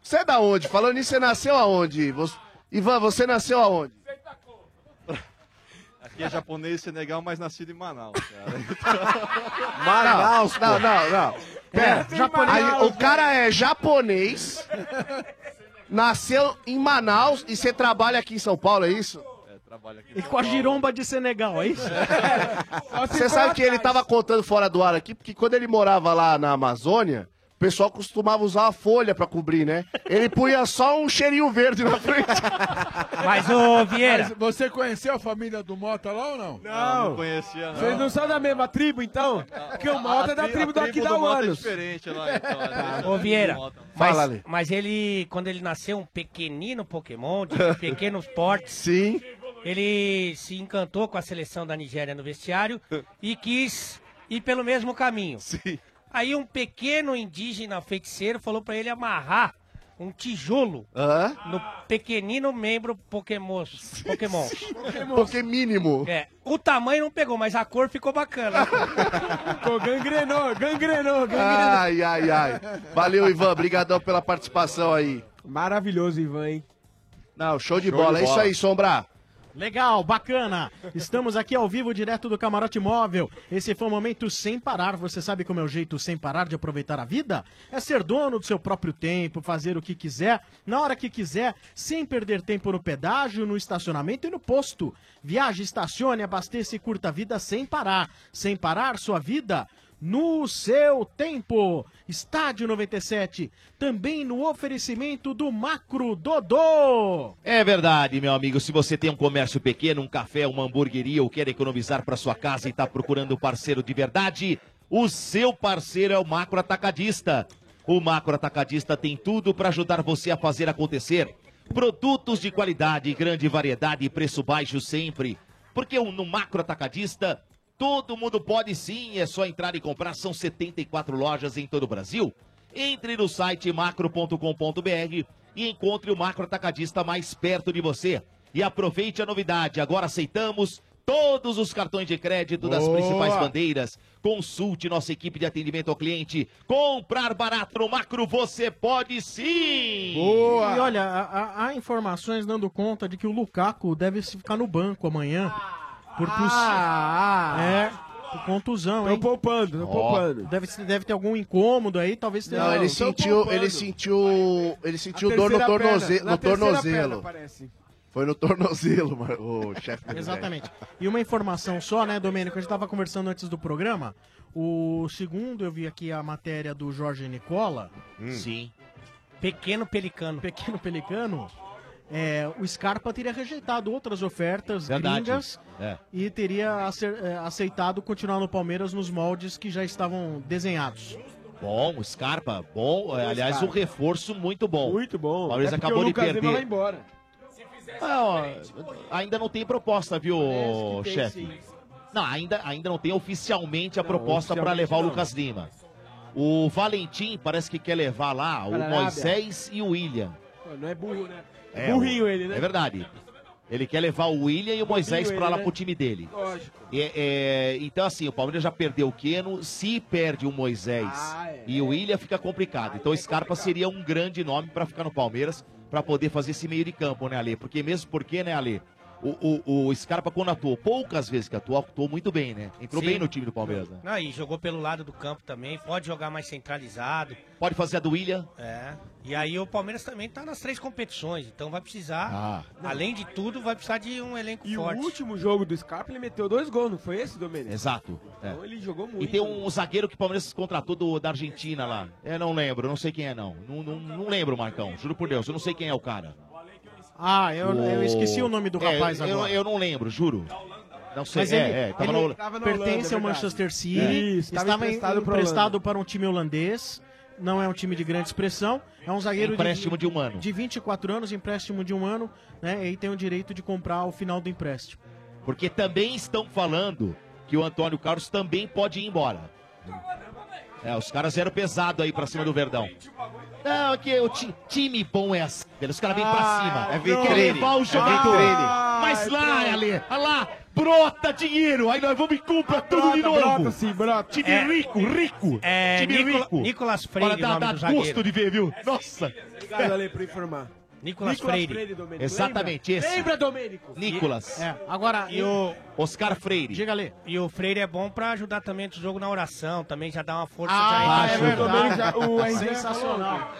Você é da onde? Falando nisso, você nasceu aonde? Você- Ivan, você nasceu aonde?
Aqui é japonês e Senegal, mas nascido em Manaus, cara.
Manaus, Não, não, não. Pera,
Nasceu em
japonês.
Manaus,
né?
Aí, o cara é japonês, nasceu em Manaus e você trabalha aqui em São Paulo, é isso?
Trabalho aqui.
E com a giromba de Senegal, é isso?
Você sabe que ele tava contando fora do ar aqui, porque quando ele morava lá na Amazônia, o pessoal costumava usar a folha pra cobrir, né? Ele punha só um cheirinho verde na frente.
Mas, ô, Vieira-
Mas você conheceu a família do Mota lá ou não?
Não, não conhecia, não.
Vocês não são da mesma tribo, então?
Porque o Mota é da tribo
a
daqui
tribo
da
do Mota é
Uanos.
diferente lá, então. a tribo do
Ô, Vieira,
Mota.
mas,
Fala, Ale.
mas ele, quando ele nasceu, um pequenino Pokémon, de pequenos portes.
Sim.
Ele se encantou com a seleção da Nigéria no vestiário e quis ir pelo mesmo caminho.
Sim.
Aí um pequeno indígena feiticeiro falou pra ele amarrar um tijolo no pequenino membro Pokémon. Pokémon.
Pokémínimo.
É, o tamanho não pegou, mas a cor ficou bacana.
Pô, gangrenou, gangrenou, gangrenou. Ai, ai, ai. Valeu, Ivan. Brigadão pela participação aí.
Maravilhoso, Ivan, hein?
Não, show de
Show
bola.
de
É isso
bola.
aí, Sombra.
Legal, bacana. Estamos aqui ao vivo, direto do Camarote Móvel. Esse foi o momento sem parar. Você sabe como é o jeito sem parar de aproveitar a vida? É ser dono do seu próprio tempo, fazer o que quiser, na hora que quiser, sem perder tempo no pedágio, no estacionamento e no posto. Viaje, estacione, abasteça e curta a vida sem parar. Sem parar sua vida no seu tempo. Estádio 97, também no oferecimento do Macro Dodô.
É verdade, meu amigo. Se você tem um comércio pequeno, um café, uma hamburgueria ou quer economizar para sua casa e está procurando um parceiro de verdade, o seu parceiro é o Macro Atacadista. O Macro Atacadista tem tudo para ajudar você a fazer acontecer. Produtos de qualidade, grande variedade e preço baixo sempre. Porque o- no Macro Atacadista, todo mundo pode sim, é só entrar e comprar. São 74 lojas em todo o Brasil. Entre no site macro.com.br e encontre o macro atacadista mais perto de você. E aproveite a novidade, agora aceitamos todos os cartões de crédito das
Boa!
principais bandeiras. Consulte nossa equipe de atendimento ao cliente. Comprar barato no macro você pode sim!
E olha, há- há, há informações dando conta de que o Lukaku deve se ficar no banco amanhã. Por poss... É, por contusão, hein? Tô
poupando,
Ah, tô poupando.
Deve, se- deve ter algum incômodo aí, talvez tenha.
Não, ele sentiu, ele sentiu, ele sentiu dor no tornozelo, no tornozelo. Foi no tornozelo, Mar- o chefe. do
Exatamente. E uma informação só, né, Domênico? A gente estava conversando antes do programa. O segundo, eu vi aqui a matéria do Jorge Nicola.
Sim.
Pequeno Pelicano. Pequeno Pelicano. É, o Scarpa teria rejeitado outras ofertas
Verdade.
gringas
É.
e teria acer- é, aceitado continuar no Palmeiras nos moldes que já estavam desenhados.
Bom, o Scarpa, bom. é, Aliás,
Scarpa.
um reforço muito bom. Muito
bom. É
O Palmeiras acabou de perder.
embora.
Ah, ó, ainda não tem proposta, viu, chefe? Não, ainda, ainda não tem oficialmente a proposta para
oficialmente
levar o
não.
Lucas Lima. O Valentim parece que quer levar lá
Pra
o
Arábia.
Moisés e o William.
Pô, não é burro, né?
É,
Burrinho
o-
ele, né?
É verdade. Ele quer levar o William e o Moisés
ele,
para lá
né?
pro time dele.
Lógico.
É, é, então, assim, o Palmeiras já perdeu o Keno. Se perde o Moisés
Ah, é.
e o William, fica complicado. Então, o Scarpa seria um grande nome para ficar no Palmeiras, para poder fazer esse meio de campo, né, Ale? Porque mesmo porque, né, Ale? O, o, o Scarpa, quando atuou, poucas vezes que atuou, atuou muito bem, né? Entrou
Sim.
bem no time do Palmeiras, né?
Não, e jogou pelo lado do campo também, pode jogar mais centralizado.
Pode fazer a do William.
É. E aí o Palmeiras também tá nas três competições, então vai precisar,
Ah.
além de tudo, vai precisar de um elenco
E
forte.
o último jogo do Scarpa, ele meteu dois gols, não foi esse, Domênico?
Exato. é.
Então ele jogou muito.
E tem um zagueiro que o Palmeiras contratou do- da Argentina lá. É, não lembro, não sei quem é, não. Não, não, não lembro, Marcão. Juro por Deus, eu não sei quem é o cara.
Ah, eu, eu esqueci o nome do
É,
rapaz
eu-
agora.
Eu, eu não lembro, juro. Não sei,
Mas
é,
ele,
é, tava
ele
na Holanda. é
pertence ao Manchester City, É. estava emprestado, emprestado para um time holandês, não é um time de grande expressão, é um zagueiro
Empréstimo de um ano.
de 24 anos, empréstimo de um ano, né, e tem o direito de comprar ao final do empréstimo.
Porque também estão falando que o Antônio Carlos também pode ir embora. É, os caras eram pesado aí pra cima do Verdão.
é
Não, que o ti- time bom é assim. velho. Os caras vêm pra cima.
é
Quer
vitrine,
levar
é
Ah, o jogador.
vitrine.
Ah,
Mas lá,
então-
Ale, olha lá, brota dinheiro. Aí nós vamos e compra tudo de novo.
Ah, brota sim, brota.
Time
É.
rico, rico.
É,
time
Nicola-
rico.
Nicolas
Olha,
Freire,
dá,
o nome
dá
do zagueiro.
gosto de ver, viu? Nossa.
Obrigado, Ale, por informar.
Nicolas Freire.
Domênico.
Exatamente
lembra?
esse.
Lembra, Domênico?
Nicolas.
É,
agora,
e o...
Oscar Freire.
Diga ali.
E o Freire é bom pra ajudar também no jogo na oração, também já dá uma força.
Ah,
já
é verdade. Sensacional.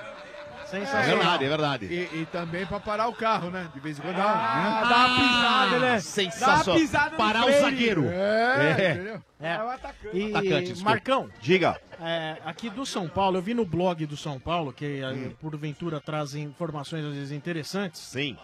Sensacional.
é verdade.
E, e também pra parar o carro, né? De vez em quando.
Ah, dá uma pisada, né? Dá uma pisada no freio.
É,
É.
entendeu?
É.
o
E,
Atacante, desculpa.
Marcão.
Diga.
é, aqui do São Paulo, eu vi no blog do São Paulo, que eh, porventura trazem informações às vezes interessantes.
Sim.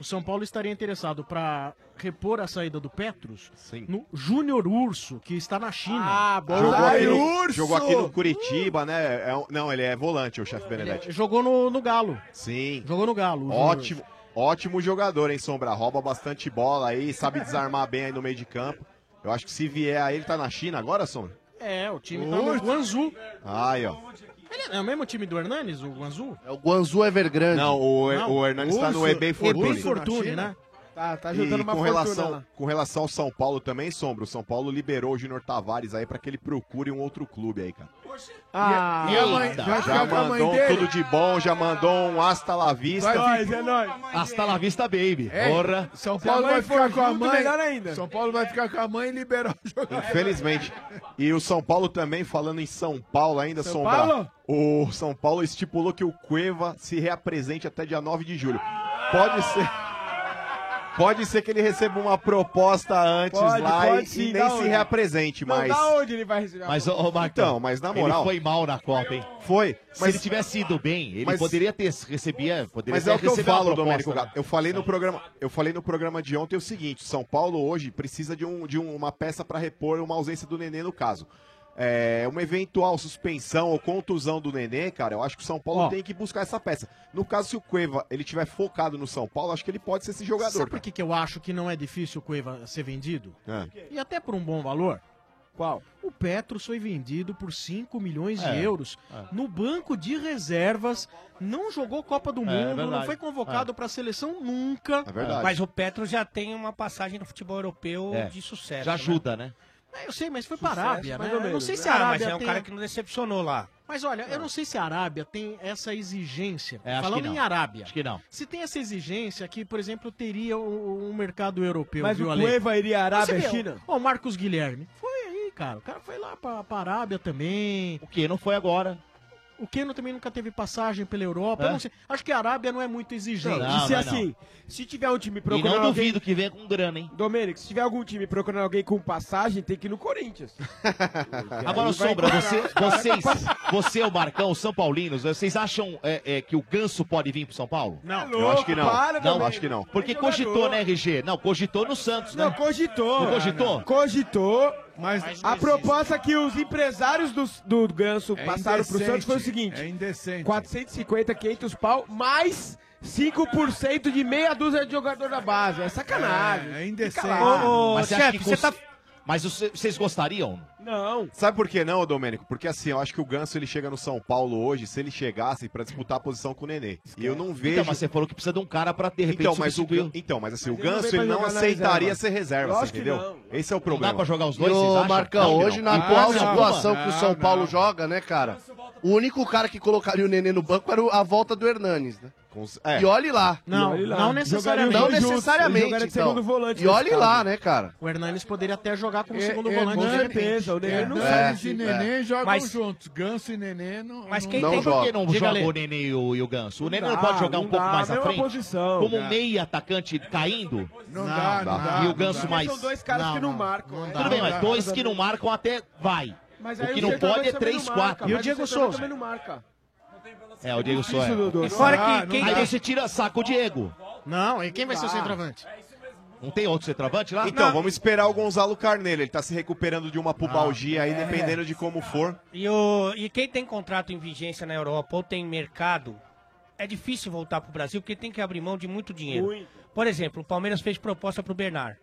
O São Paulo estaria interessado para repor a saída do Petros
Sim.
no Júnior Urso, que está na China. Ah, bom.
Jogou, aqui no, jogou aqui no Curitiba, né? É um- não, ele é volante, o chefe Benedetti.
Jogou no, no Galo.
Sim.
Jogou no Galo. o Júnior
Ótimo, ótimo jogador, hein, Sombra? Rouba bastante bola aí, sabe desarmar bem aí no meio de campo. Eu acho que se vier aí, ele tá na China agora, Sombra?
É, o time tá no Guangzhou.
Aí, ó.
Ele é o mesmo time do Hernanes, o Guanzu?
É o Guanzu Evergrande.
Não, o, o Hernandes está no EBay
Fortune.
Fortune.
é Fortune, né?
Tá, tá
e com relação, com relação ao São Paulo também, Sombra, o São Paulo liberou o Junior Tavares aí pra que ele procure um outoutro clube aí, cara.
Ah,
E a mãe-
vai
já
ficar com a mãe
mandou um
dele?
tudo de bom, já mandou um hasta la vista.
Vai nós, é
nóis. Hasta la vista, baby.
É,
Porra.
São Paulo vai ficar com a mãe.
melhor
São Paulo vai ficar com a mãe e liberar o jogador.
Infelizmente. E o São Paulo também, falando em São Paulo ainda,
São
Sombra.
Paulo?
O São Paulo estipulou que o Cueva se reapresente até dia 9 de julho. Pode ser. Pode ser que ele receba uma proposta antes
Pode,
lá
pode
e-
sim,
e
da
nem se
onde?
reapresente,
Não, um-
mas.
da onde ele vai receber a
Mas,
bola?
ô, ô Marcão,
Então, mas na moral-
Ele foi mal na Copa, hein?
Foi.
Se
mas-
ele tivesse ido bem, ele
mas-
poderia ter recebia, poderia
Mas
ter
é o que eu
recebido uma
falo,
proposta,
Domênico
né?
Gato. Eu falei no programa, eu falei no programa de ontem o seguinte: São Paulo hoje precisa de, um, de um- uma peça para repor uma ausência do Nenê no caso. É, uma eventual suspensão ou contusão do Nenê, cara, eu acho que o São Paulo
Ó.
tem que buscar essa peça. No caso, se o Cueva ele tiver focado no São Paulo, acho que ele pode ser esse jogador.
Sabe por que, que eu acho que não é difícil o Cueva ser vendido?
cara. É.
E até por um bom valor. Qual? O Petros foi vendido por 5 milhões de
É,
euros
é.
no banco de reservas, não jogou Copa do
É,
Mundo, não
verdade.
foi convocado
É.
para a seleção nunca.
É
verdade.
Mas o Petro já tem uma passagem no futebol europeu
É.
de sucesso.
Já ajuda, né?
É, eu sei, mas foi
Sucesso,
para a Arábia,
mais
né?
ou
Eu não
menos,
sei
né?
se a Arábia
Ah, mas é um
tem-
cara que não decepcionou lá.
Mas olha, eu não sei se a Arábia tem essa exigência.
É, acho
Falando
que não.
em Arábia.
Acho que não.
Se tem essa exigência que, por exemplo, teria o- um mercado europeu.
Mas
viu,
o
Ale?
Cueva iria à Arábia,
Você vê,
China?
Ó, o Marcos Guilherme. Foi aí, cara. O cara foi lá pra, pra Arábia também. O
que não foi agora.
O Keno também nunca teve passagem pela Europa.
É?
Eu não sei. Acho que a Arábia não é muito exigente.
Não, não,
Se
não.
assim,
se tiver um time
E
procurando
não
alguém-
duvido que venha com grana, hein?
Domênico, se tiver algum time procurando alguém com passagem, tem que ir no Corinthians.
Agora,
Aí vai
Sombra,
parar.
você, vocês, você, é o Marcão, os São Paulinos, vocês acham é, é, que o Ganso pode vir pro São Paulo?
É
Não,
Eu acho que não. Para Não, também. acho que não.
Porque cogitou, né, RG? Não, cogitou no Santos, né?
Não, cogitou.
Não cogitou?
Cogitou, mas,
Mas não
a proposta é que os empresários do, do Ganso
É
passaram pro
indecente,
Santos foi o seguinte:
é indecente.
450, 500 pau, mais 5% de meia dúzia de jogador da base. É sacanagem.
É,
indecente.
Ah,
Mas você tá acha que cons- Mas os- vocês gostariam?
Não.
Sabe por que não, Domênico? Porque assim, eu acho que o Ganso ele chega no São Paulo hoje, se ele chegasse pra disputar a posição com o Nenê. E eu não vejo.
Então, mas você falou que precisa de um cara pra, de repente,
Então, mas o,
substituir.
Gan- então, mas assim,
Mas
o
ele não
Ganso
vem
ele
pra
não
jogar na
aceitaria
reserva.
ser reserva,
Lógico
você
que
entendeu? Esse é o problema.
dá pra jogar os
E o
Ô, Marcão,
Não,
hoje
não.
na
Ah,
atual
Hipótese alguma.
situação que o São Paulo joga, né, cara? O único cara que colocaria o Nenê no banco era o- a volta do Hernanes, né?
é.
E olhe lá.
Não,
E olhe lá.
não necessariamente.
Não necessariamente. então. e olhe lá, né, cara?
O Hernanes poderia até jogar como
É,
segundo
é,
volante.
com
de repente.
certeza, o Nenê não
É.
Hernanes e Nenê jogam
Mas-
juntos. Ganso e Nenê não.
Mas
não-
Por que não joga o Nenê e o, e o Ganso? O Nenê não,
dá,
pode jogar um
não
pouco
dá,
mais à
mesma
frente?
posição.
Como
Não
um meia atacante caindo?
Não dá, não dá,
Ah, E
não
o Ganso
dá.
mais...
São dois caras que não marcam, né?
Tudo bem,
Não
mas
dá.
dois que não marcam até vai.
É Mas aí
o que
o
não
Sertão
pode é
também não
3,
marca,
4.
mas Sertão também não marca.
É, o Diego Souza.
Isso, Dudu.
é.
E fora que quem-
Aí você tira saco o Diego.
Não, e quem vai
Ah,
ser o centroavante?
É
Não tem outro centroavante lá?
Então, vamos esperar o Gonzalo Carneiro. Ele tá se recuperando de uma pubalgia
Ah,
aí,
é.
dependendo de como for.
E, o, e quem tem contrato em vigência na Europa ou tem mercado, é difícil voltar pro Brasil porque tem que abrir mão de muito dinheiro.
Muito.
Por exemplo, o Palmeiras fez proposta pro Bernard.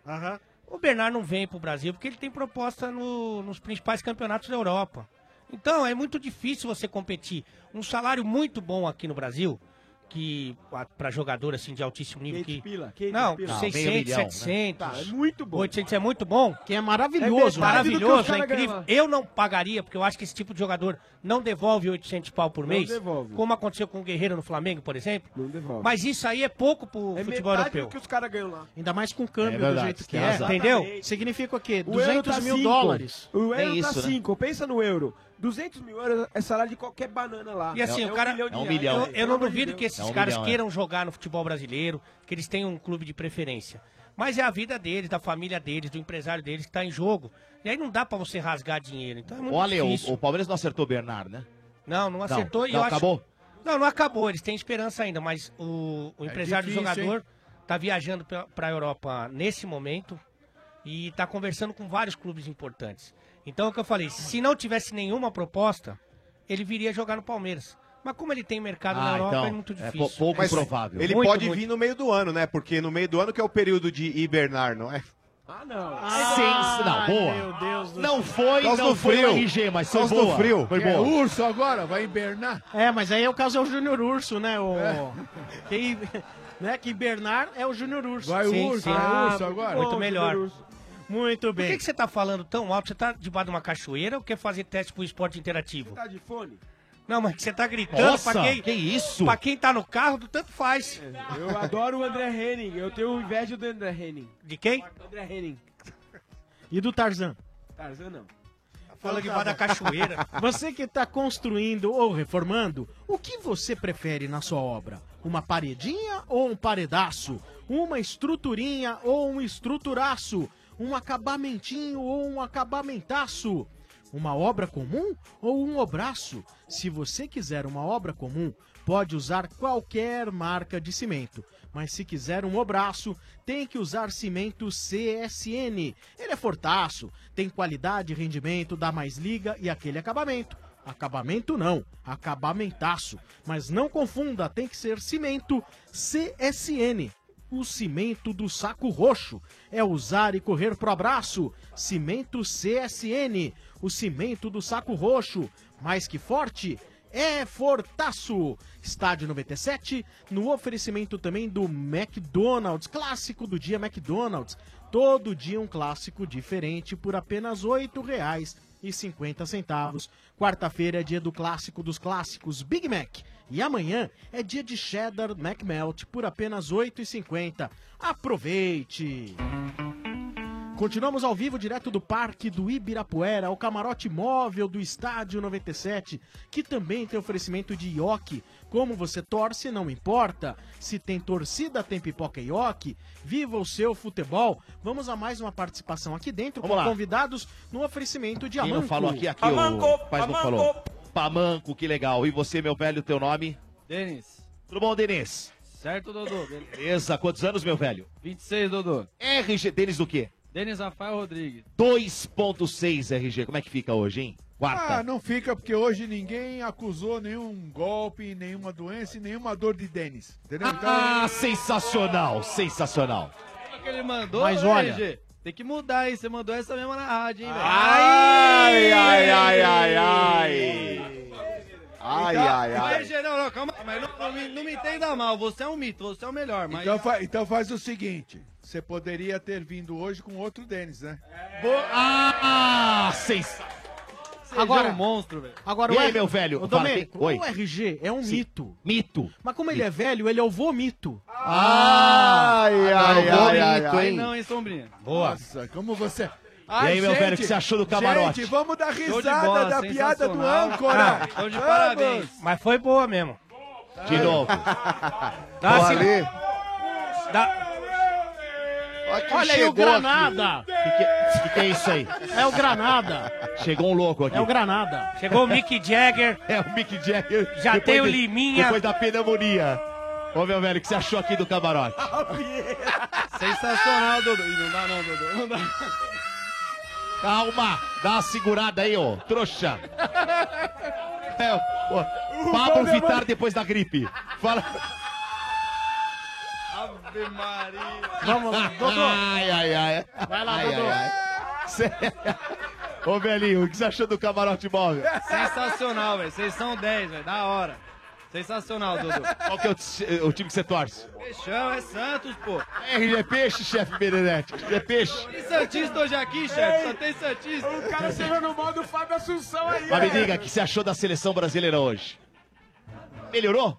O Bernard não vem pro Brasil porque ele tem proposta no- nos principais campeonatos da Europa. Então é muito difícil você competir. Um salário muito bom aqui no Brasil, que para jogador assim de altíssimo nível que
pila, que
não,
pila.
600,
Não, meio milhão, né?
700.
Tá, é muito bom.
800 é muito bom.
Que é
É
maravilhoso.
verdade, do que os
maravilhoso, é
cara ganha
incrível.
lá.
Eu não pagaria, porque eu acho que esse tipo de jogador não devolve 800 pau por
Não
mês.
devolve.
Como aconteceu com o Guerreiro no Flamengo, por exemplo.
Não devolve.
Mas isso aí é pouco pro
é
futebol
metade
europeu.
do que os caras ganham lá.
Ainda mais com câmbio do
verdade,
jeito que
tem
é.
razão. Entendeu?
Significa o quê?
O euro
200
tá
mil
cinco.
dólares.
O
É
É
euro
né?
tá
né?
5, pensa no euro. 200 mil euros é salário de qualquer banana lá.
E assim,
É
o cara.
milhão de
um
eu-
reais.
Eu,
Pelo
não
amor de
duvido
Deus.
que esses
É um
caras
milhão, é.
queiram jogar no futebol brasileiro, que eles tenham um clube de preferência. Mas é a vida deles, da família deles, do empresário deles que tá em jogo. E aí não dá pra você rasgar dinheiro. Então é muito
Olha,
difícil.
o, o Palmeiras não acertou o Bernardo, né?
Não, não acertou e
não,
eu acho-
acabou?
Não, não acabou. Eles têm esperança ainda, mas o, o empresário do
difícil,
jogador tá viajando pra- pra Europa nesse momento e tá conversando com vários clubes importantes. Então é o que eu falei, se não tivesse nenhuma proposta, ele viria jogar no Palmeiras. Mas como ele tem mercado na Europa, é muito difícil.
Mas Ele
Muito,
pode
muito.
vir no meio do ano, né? Porque no meio do ano que é o período de hibernar, não é?
Ah, não.
Sens- não, boa. não foi,
Causa
não
do
foi
frio.
o RG, mas foi
Causa do
boa.
frio.
Foi
Que é
boa.
o
Urso agora, vai hibernar?
É, mas aí o caso é o Júnior Urso, né? O... Que, né? que Bernard é o Júnior Urso. Ah,
Vai o Sim, urso, sim. vai o urso agora. Muito
Ô,
melhor.
Júnior Urso. Muito
Por
bem.
que, que você tá falando tão alto? Você tá debaixo de uma cachoeira ou quer fazer teste pro esporte interativo?
Tá de fone?
Não, mas você tá gritando
Nossa,
pra quem.
que isso?
Pra quem tá no carro, do tanto faz.
Eu adoro o André Henning. Eu tenho inveja do André Henning.
De quem?
André Henning.
E do Tarzan?
Tarzan não.
Fala que vai da cachoeira.
Você que está construindo ou reformando, o que você prefere na sua obra? Uma paredinha ou um paredaço? Uma estruturinha ou um estruturaço? Um acabamentinho ou um acabamentaço? Uma obra comum ou um obraço? Se você quiser uma obra comum, pode usar qualquer marca de cimento. Mas se quiser um obraço, tem que usar cimento CSN. Ele é fortaço, tem qualidade e rendimento, dá mais liga e aquele acabamento. Acabamento não, acabamentaço. Mas não confunda, tem que ser cimento CSN. O cimento do saco roxo é usar e correr pro abraço. Cimento CSN, o cimento do saco roxo, mais que forte, é Fortaço. Estádio 97, no oferecimento também do McDonald's, clássico do dia McDonald's. Todo dia um clássico diferente por apenas R$ 8,50. Quarta-feira é dia do clássico dos clássicos, Big Mac. E amanhã é dia de cheddar McMelt por apenas R$ 8,50. Aproveite! Continuamos ao vivo direto do Parque do Ibirapuera, ao camarote móvel do Estádio 97, que também tem oferecimento de ioki. Como você torce, não importa. Se tem torcida, tem pipoca e ioki. Viva o seu futebol. Vamos a mais uma participação aqui dentro
Vamos
com
lá.
convidados no oferecimento de
Quem
Amanco.
não falou aqui, aqui é o
Pamanco,
Paz não falou. Pamanco, que legal. E você, meu velho, teu nome?
Denis.
Tudo bom, Denis?
Certo, Dodô? Bele-
Beleza, quantos anos, meu velho?
26, Dodô.
RG, Denis do quê?
Denis Rafael Rodrigues.
2.6 RG, como é que fica hoje, hein? Quarta.
Ah, não fica, porque hoje ninguém acusou nenhum golpe, nenhuma doença e nenhuma dor de Denis. Entendeu? Então,
Ah, sensacional, sensacional.
Olha o que ele mandou,
Mas
né,
olha-
RG? Tem que mudar, hein? Você mandou essa mesma na rádio, hein, velho?
Ai, ai, ai, ai,
ai.
Ai, ai, ai.
RG, não, não, calma. Mas não, não me, não me entenda mal. Você é um mito, você é o melhor, mas...
Então, fa- então faz o seguinte: você poderia ter vindo hoje com outro Denis, né?
É.
Ah, sensacional.
Agora-
um monstro, velho.
Agora,
E
o
aí,
R-
meu velho?
Ô,
Fala,
Domênico,
tem- Oi.
o RG é um mito.
Mito. Ah,
Mas como ele é velho, ele é o vomito.
Ai, ai, ai, ai, ai.
não, hein, Sombrinha?
Boa.
Nossa, como você.
aí, meu velho, o que você achou do camarote?
Gente, vamos
Show
dar
de
risada
bola,
da piada do
sensacional.
âncora.
Ah, então de
Vamos.
parabéns.
Mas foi boa mesmo.
De novo.
Dá
Boa
a seg-
ali.
Dá-
quem Olha aí o chegou aqui. Granada.
Que que- que que é isso aí?
É o Granada.
Chegou um louco aqui.
É o Granada.
Chegou o Mick Jagger.
É o Mick Jagger.
Já
Depois
tem o
de-
Liminha.
Depois da pneumonia. Ô, meu velho, o que você achou aqui do camarote?
Sensacional, Dodô. Ih, não dá não, Dodô. Não dá.
Calma, dá uma segurada aí, ô, trouxa. É, ô,
O é
Pablo
Vanderlei-
Vittar depois da gripe. Fala.
Ave Maria.
Vamos lá, Dodô.
Ai, ai, ai.
Vai lá,
ai,
Dodô.
ai, ai. Cê- Ô, velhinho, o que você achou do camarote móvel?
Sensacional, velho. Vocês são 10, velho. Da hora. Sensacional, Dodô.
Qual que é o, ti- o time que você torce?
Peixão, é Santos, pô.
RG é peixe, chefe Benedetti. É peixe.
Tem Santista hoje aqui, chefe. Só tem Santista. O cara chegou no modo Fábio Assunção aí,
Mas me diga, o que você achou da seleção brasileira hoje? Melhorou?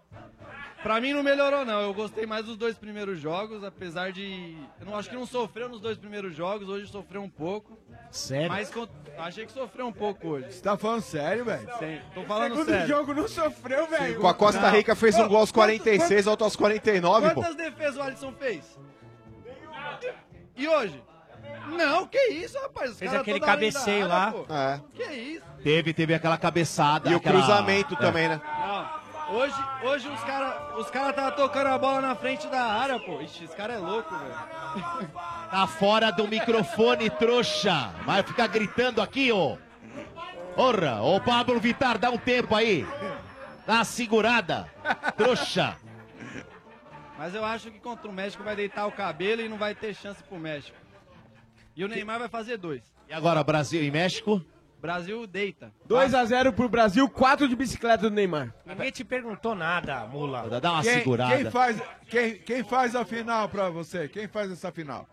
Pra mim não melhorou, não. Eu gostei mais dos dois primeiros jogos, apesar de. Eu não acho que não sofreu nos dois primeiros jogos, hoje sofreu um pouco.
Sério?
Mas con- achei que sofreu um pouco hoje.
Tá falando sério, velho?
Sim, tô falando
Segundo
sério.
jogo não sofreu, velho.
Com a Costa Rica fez um gol aos 46, outro aos 49, pô.
Quantas defesas o Alisson fez? E hoje? Não, que isso, rapaz. Os
Fez
cara
aquele
toda hora indo na
cabeceio
área,
lá.
pô.
É.
Que isso?
Teve, teve aquela cabeçada.
E o
aquela-
cruzamento
É.
também, né?
Não. Hoje, hoje os caras os cara tava tocando a bola na frente da área, pô. Ixi, esse cara é louco, velho.
Tá fora do microfone, trouxa. Vai ficar gritando aqui, ô. Porra, ô Pablo Vittar, dá um tempo aí. Dá uma segurada. Trouxa.
Mas eu acho que contra o México vai deitar o cabelo e não vai ter chance pro México. E o Neymar vai fazer dois.
E agora, Brasil e México?
Brasil deita.
2x0 pro Brasil, 4 de bicicleta do Neymar.
Ninguém te perguntou nada, mula.
Dá uma
Quem-
segurada.
Quem faz, quem, quem faz a final pra você? Quem faz essa final?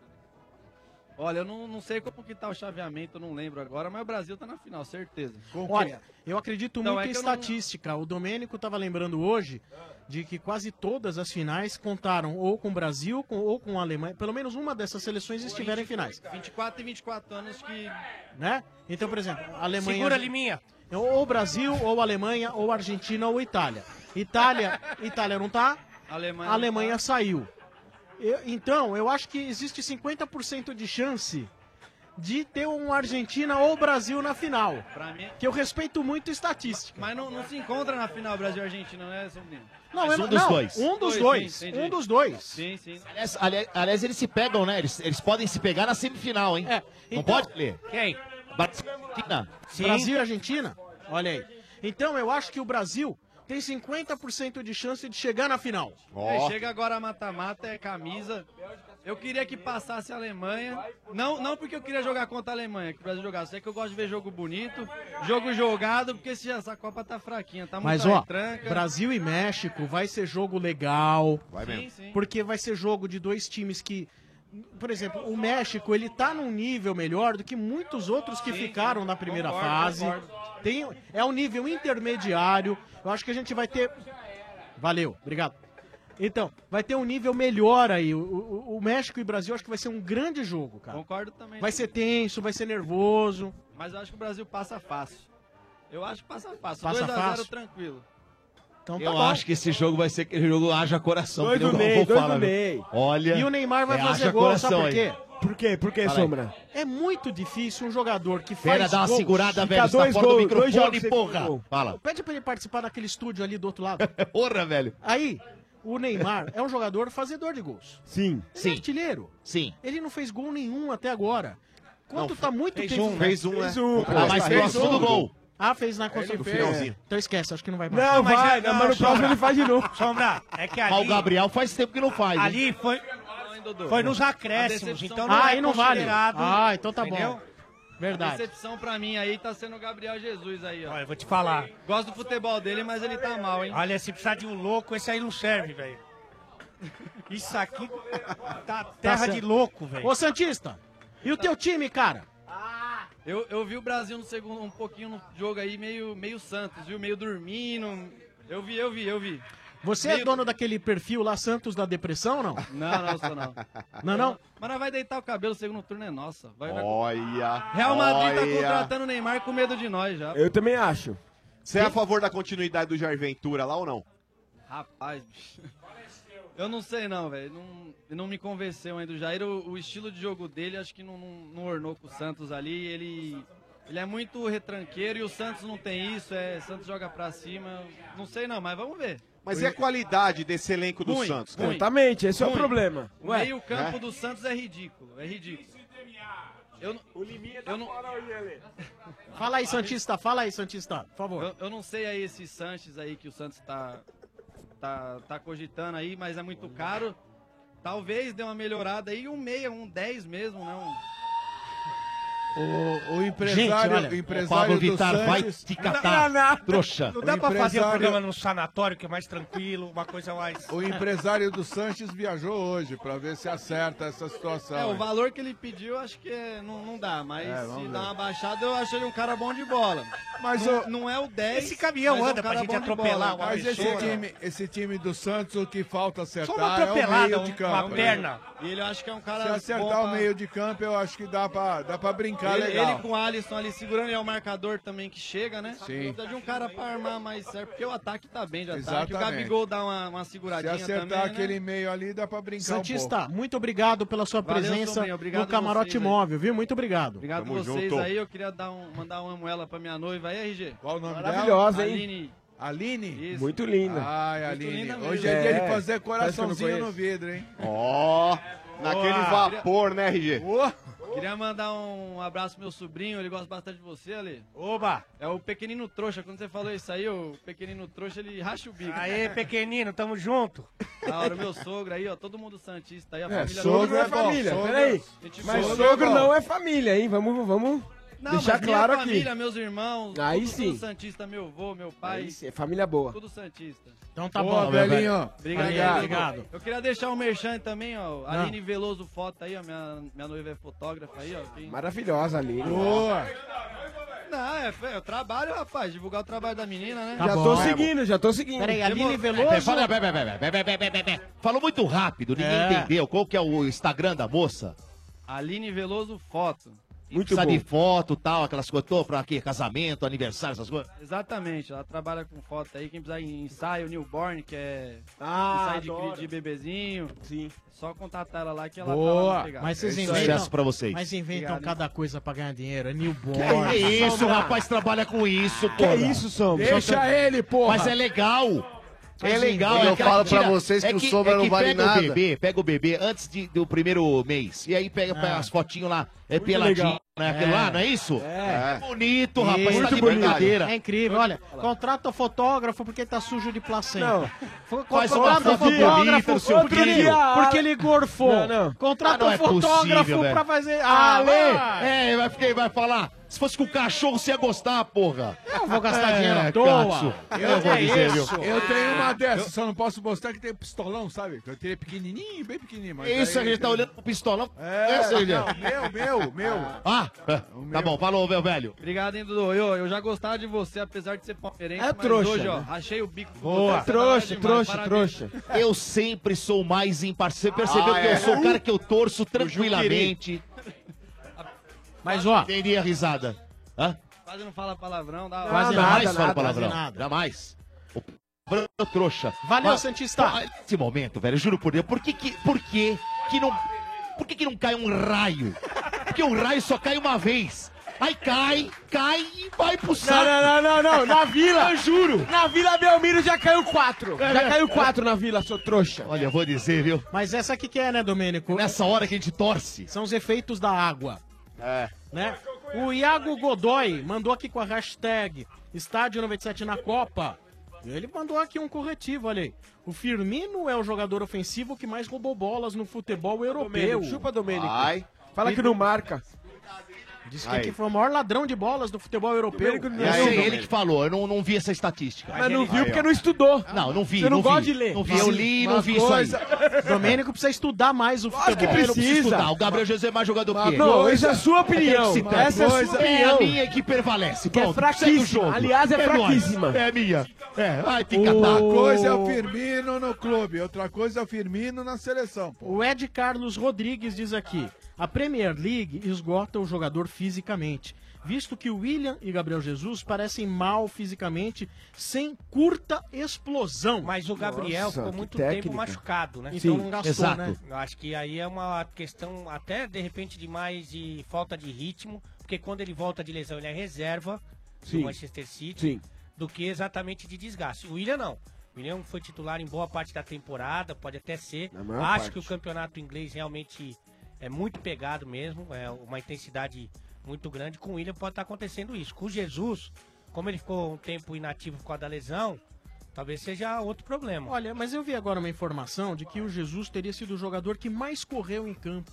Olha, eu não, não sei como que tá o chaveamento, eu não lembro agora, mas o Brasil tá na final, certeza.
Olha, eu acredito
Então,
muito
é
em
que eu não-
estatística. O Domênico estava lembrando hoje de que quase todas as finais contaram ou com o Brasil com- ou com a Alemanha. Pelo menos uma dessas seleções estiveram em finais,
24 e 24 anos que.
né? Então, por exemplo, a Alemanha...
Segura, Liminha.
Ou o Brasil, ou a Alemanha, ou a Argentina, ou a Itália. Itália, Itália não tá,
Alemanha.
a Alemanha saiu. Eu- então, eu acho que existe 50% de chance de ter um Argentina ou Brasil na final.
Pra mim. é
Que eu respeito muito estatística.
Mas não, não se encontra na final Brasil e Argentina, né, Sombrinho?
Não,
Mas
eu não- não, um dos dois,
sim,
um
entendi.
dos dois.
Sim, sim.
Aliás, ali- aliás, eles se pegam, né? Eles, eles podem se pegar na semifinal, hein?
É,
Não
então,
pode ler.
Quem?
Argentina.
Brasil e Argentina? Olha aí. Então eu acho que o Brasil tem 50% de chance de chegar na final.
É, chega agora a mata-mata, é camisa. Eu queria que passasse a Alemanha. Não, não porque eu queria jogar contra a Alemanha, que o Brasil jogasse. É que eu gosto de ver jogo bonito, jogo jogado, porque esse- essa Copa tá fraquinha, tá
Mas
muita
ó,
retranca.
Brasil e México vai ser jogo legal.
Vai Sim, mesmo. sim.
Porque vai ser jogo de dois times que por exemplo, o México, ele tá num nível melhor do que muitos outros que ficaram na primeira
Concordo,
fase.
concordo.
Tem, é um nível intermediário. Eu acho que a gente vai ter Valeu, obrigado. Então, vai ter um nível melhor aí. O, o- o México e Brasil acho que vai ser um grande jogo, cara.
Concordo também. né?
Vai ser tenso, vai ser nervoso.
Mas eu acho que o Brasil passa fácil. Eu acho que passa fácil.
Passa
2 a 0
fácil?
tranquilo.
Então tá
Eu
bom.
acho que esse jogo vai ser aquele jogo haja coração.
Dois
que nem
do
o Galvão
Ney, dois
fala,
do
viu?
Ney.
Olha.
E o Neymar vai
é,
fazer
haja
gol, sabe por
coração,
quê?
hein?
Por quê? Por
quê, Fala aí. Sombra?
É muito difícil um jogador que faz
Pera, dá uma
gols,
segurada,
fica
velho. Você tá
dois
fora do
gols, dois jogos
microfone,
sem
porra.
gol.
Fala.
Pede pra ele participar daquele estúdio ali do outro lado.
Porra, velho.
Aí, o Neymar é um jogador fazedor de gols.
Sim.
Ele é artilheiro.
Sim.
Ele não fez gol nenhum até agora. Quanto tá muito
fez
tempo?
um, né? Fez um,
Fez
né?
um.
Ah, mas
Fez
próximo
um.
do gol.
Ah, fez na
Ele
contra
fez. Finalzinho.
Então esquece, acho que não vai mais.
Não, vai,
é-
não,
Sombra,
Sombra. é que
Mas o
ali...
Gabriel faz tempo que não faz. hein?
Ali foi, foi nos acréscimos, então não
Ah,
é
aí não vale.
considerado,
Ah, então tá
entendeu?
bom. Verdade.
A decepção pra mim aí tá sendo o Gabriel Jesus aí, ó.
Olha, vou te falar.
Gosto do futebol dele, mas ele tá mal, hein?
Olha, se precisar de um louco, esse aí não serve, velho. Isso aqui tá terra
certo.
de louco, velho.
Ô, Santista, e o teu time, cara?
Eu, eu vi o Brasil no segundo, um pouquinho no jogo aí, meio, meio Santos, viu? Meio dormindo. Eu vi, eu vi, eu vi.
Você é
Meio-
dono daquele perfil lá, Santos da Depressão, não?
Não, não, sou não.
é
Não, não?
Mas nós vai deitar o cabelo, o segundo turno é nossa. Vai, vai-
Olha.
Real Madrid tá
olha.
contratando o Neymar com medo de nós já.
também acho. Você é a favor da continuidade do Jair Ventura lá ou não?
Rapaz, bicho. Eu não sei não, velho. Não, não me convenceu ainda o Jair. O, o estilo de jogo dele, acho que não, não, não ornou com o Santos ali. Ele, ele é muito retranqueiro e o Santos não tem isso. É, Santos joga pra cima. Não sei não, mas vamos ver.
Mas e a qualidade desse elenco do
Ruim,
Santos?
ruim.
Exatamente, esse é o
Ruim.
problema.
O
né?
meio
né?
campo do Santos é ridículo, é ridículo. Eu não, eu não,
Fala aí, Santista, fala aí, Santista, por favor.
eu, eu não sei aí esse Sanches aí que o Santos tá, tá, tá cogitando aí, mas é muito caro. Talvez dê uma melhorada aí, um meia, um 10 mesmo, né? Um-
O, o
Gente,
empresário,
olha,
o empresário
o Pablo
do
Vittar
vai
Sanches-
te catar, Não dá- não dá. trouxa. Não dá
O
pra fazer o
empresário-
programa num sanatório, que é mais tranquilo, uma coisa mais...
O empresário do Sanches viajou hoje pra ver se acerta essa situação.
É, o
hein?
valor que ele pediu, acho que é- não, não dá, mas
É,
se
vamos ver.
dá uma baixada, eu acho ele um cara bom de bola.
Mas
não,
o-
não é o 10.
Esse caminhão
mas é um
anda pra
cara
gente
bom de
atropelar
bola.
Mas esse time, esse time do Santos, o que falta acertar
uma
é o
atropelada,
meio de
um-
campo.
uma
né?
perna. E ele eu acho que é um cara.
Se
bom
acertar
pra-
o meio de campo, eu acho que dá pra, dá pra brincar
ele,
legal.
ele com o Alisson ali segurando, ele é o marcador também que chega, né?
Sim.
Precisa de um cara pra armar mais certo, porque o ataque tá bem de ataque. O
Exatamente.
Gabigol dá uma, uma
Se
seguradinha
acertar
também, né?
aquele meio ali, dá pra brincar um
Santista,
pouco.
muito obrigado pela sua
Valeu,
presença
Sombrinha, obrigado
no Camarote
vocês aí.
Móvel, viu? Muito obrigado.
Obrigado a vocês aí, eu queria dar um, mandar uma moela pra minha noiva aí, RG.
Qual o nome
dela?
Maravilhosa, hein?
Aline.
Aline?
Isso.
Muito linda.
Ai,
Muito
Aline,
linda mesmo.
hoje é dia
É,
de fazer coraçãozinho
parece que eu não
no vidro, hein?
Ó, naquele
Boa.
vapor, né, RG?
Boa.
Que Queria mandar um abraço pro meu sobrinho, ele gosta bastante de você, Ale. Oba! É o pequenino trouxa, quando você falou isso aí, o pequenino trouxa, ele racha o bico.
Aê, pequenino, tamo junto.
Da hora, o meu sogro aí, ó, todo mundo santista aí, a
É,
família...
sogro
toda.
é família,
Sogro-
peraí.
Gente,
Mas
sogro-
sogro não é família, hein? Vamos, vamos
Não,
deixar
mas
claro
minha
aqui.
família, meus irmãos,
Aí
tudo,
sim.
tudo santista, meu avô, meu pai.
Aí sim, é família boa.
Tudo santista.
Então tá Boa, bom, meu velhinho. velho.
Obrigado,
Obrigado.
obrigado. Eu queria deixar o um merchan também, ó.
Ah.
Aline Veloso Foto aí, ó. Minha, minha noiva é fotógrafa aí, ó. quem-
Maravilhosa ali.
Boa. Não, é, é o trabalho, rapaz. Divulgar o trabalho da menina, né?
já tô seguindo, já tô seguindo. É,
Peraí, fala- peraí, peraí, peraí, peraí, peraí, peraí. Falou muito rápido, ninguém
É.
entendeu. Qual que é o Instagram da moça?
Aline Veloso Foto.
Muito Precisa de foto tal, aquelas coisas. Tô pra quê? Casamento, aniversário, essas coisas.
Exatamente, ela trabalha com foto aí. Quem precisar em ensaio, newborn, que é
Ah,
ensaio de,
adoro.
cri- de bebezinho. Sim. Só contatar ela lá que ela tá lá
Boa!
no pegado.
Mas vocês
É isso
inventam.
aí.
Mas inventam
Obrigado,
cada coisa pra ganhar dinheiro. É newborn.
Que isso,
Sombra.
o rapaz trabalha com isso, pô.
Que isso, Sombra? Deixa ele, porra.
Mas é legal. É
Mas
legal.
eu
é aquela
falo pra vocês que o Sombra não vale
pega
nada.
O bebê, pega o bebê antes de- do primeiro mês. E aí pega, pega
Ah.
as fotinhos lá, é
Muito
peladinho,
legal.
né?
É.
Aquilo lá, não é isso?
É.
Bonito, rapaz.
Isso.
tá de brincadeira.
É incrível, olha. Contrata o fotógrafo porque tá sujo de placenta.
Não.
Fo-
Faz uma
Contrata o
foto bonita,
fotógrafo
não sei o
porque
quê.
ele- porque
ah,
ele gorfou.
Não, não. Ah,
Contrata
não
o
é
fotógrafo
possível, velho.
pra fazer...
Ah, Ale!
vai.
É, vai, ficar- vai falar. Se fosse com o cachorro, você ia gostar, porra.
Eu vou gastar dinheiro à
É,
toa.
Cássio,
Eu,
Eu vou dizer, viu?
eu tenho uma dessas, só não posso mostrar que tem pistolão, sabe? Que Eu tirei pequenininho, bem pequenininho. Mas
Isso, a
aí-
gente tá olhando pro pistolão.
É,
Essa aí,
não,
gente.
meu, meu, meu. É,
Ah, tá bom, falou, meu velho.
Obrigado, hein, Dudu. Eu, eu já gostava de você, apesar de ser palmeirense.
É
mas
trouxa,
Hoje, ó,
né?
rachei o bico. com
Boa.
você, você
Trouxa,
trabalha demais,
trouxa,
parabéns.
Eu sempre sou mais ímpar. Você percebeu
Ah,
que
é.
eu sou o cara que eu torço tranquilamente. Mas, ó. Teria risada. Hã?
Quase não fala palavrão. Dá
Quase jamais falo palavrão. Jamais. O palavrão é trouxa.
Valeu, Santista.
ó, Nesse momento, velho, juro por Deus, por que que, por que, que não. Por que, que não cai um raio? Porque o raio só cai uma vez. Aí cai, cai e vai pro saco.
não, não, não, na vila.
Eu juro.
Na vila Belmiro já caiu quatro.
É,
já caiu quatro na vila, seu trouxa.
Olha, eu vou dizer, viu?
Mas essa aqui que é, né, Domênico?
Nessa hora que a gente torce.
São os efeitos da água.
É.
Né? O Iago Godoy mandou aqui com a hashtag Estádio 97 na Copa. Ele mandou aqui um corretivo, olha aí. O Firmino é o jogador ofensivo que mais roubou bolas no futebol europeu.
Domênico, chupa, Domênico. Fala que não marca.
Diz que,
Aí.
que foi o maior ladrão de bolas do futebol europeu.
é
Eu sei, ele que falou, eu não, não vi essa estatística.
Mas não viu porque
não
estudou.
Não, não vi.
Você não
vi.
gosta de ler.
Não vi, eu li e não
Mas
vi isso aí.
coisa- Domênico precisa estudar mais o futebol.
que precisa. O Gabriel Jesus é mais jogador que ele.
Não, essa é a sua
opinião.
Tem que se ter.
Essa é a sua
É
opinião.
a minha que prevalece.
Que é
Pronto,
fraquíssima.
segue o jogo.
Aliás, é
nóis.
fraquíssima.
É minha. É, vai, fica
Uma
tá.
coisa é o Firmino no clube, outra coisa é o Firmino na seleção.
O Ed Carlos Rodrigues diz aqui: a Premier League esgota o jogador fisicamente, visto que William e Gabriel Jesus parecem mal fisicamente, sem curta explosão.
Mas o Gabriel ficou muito tempo machucado, né?
Então não gastou, né?
Eu acho que aí é uma questão até, de repente, de mais de falta de ritmo, porque quando ele volta de lesão, ele é reserva
Sim.
do Manchester City,
Sim.
do que exatamente de desgaste. O William não. O William foi titular em boa parte da temporada, pode até ser.
Na
Acho
maior parte.
que o campeonato inglês realmente é muito pegado mesmo, é uma intensidade muito grande. Com o William pode estar acontecendo isso. Com o Jesus, como ele ficou um tempo inativo por causa da lesão, talvez seja outro problema.
Olha, mas eu vi agora uma informação de que o Jesus teria sido o jogador que mais correu em campo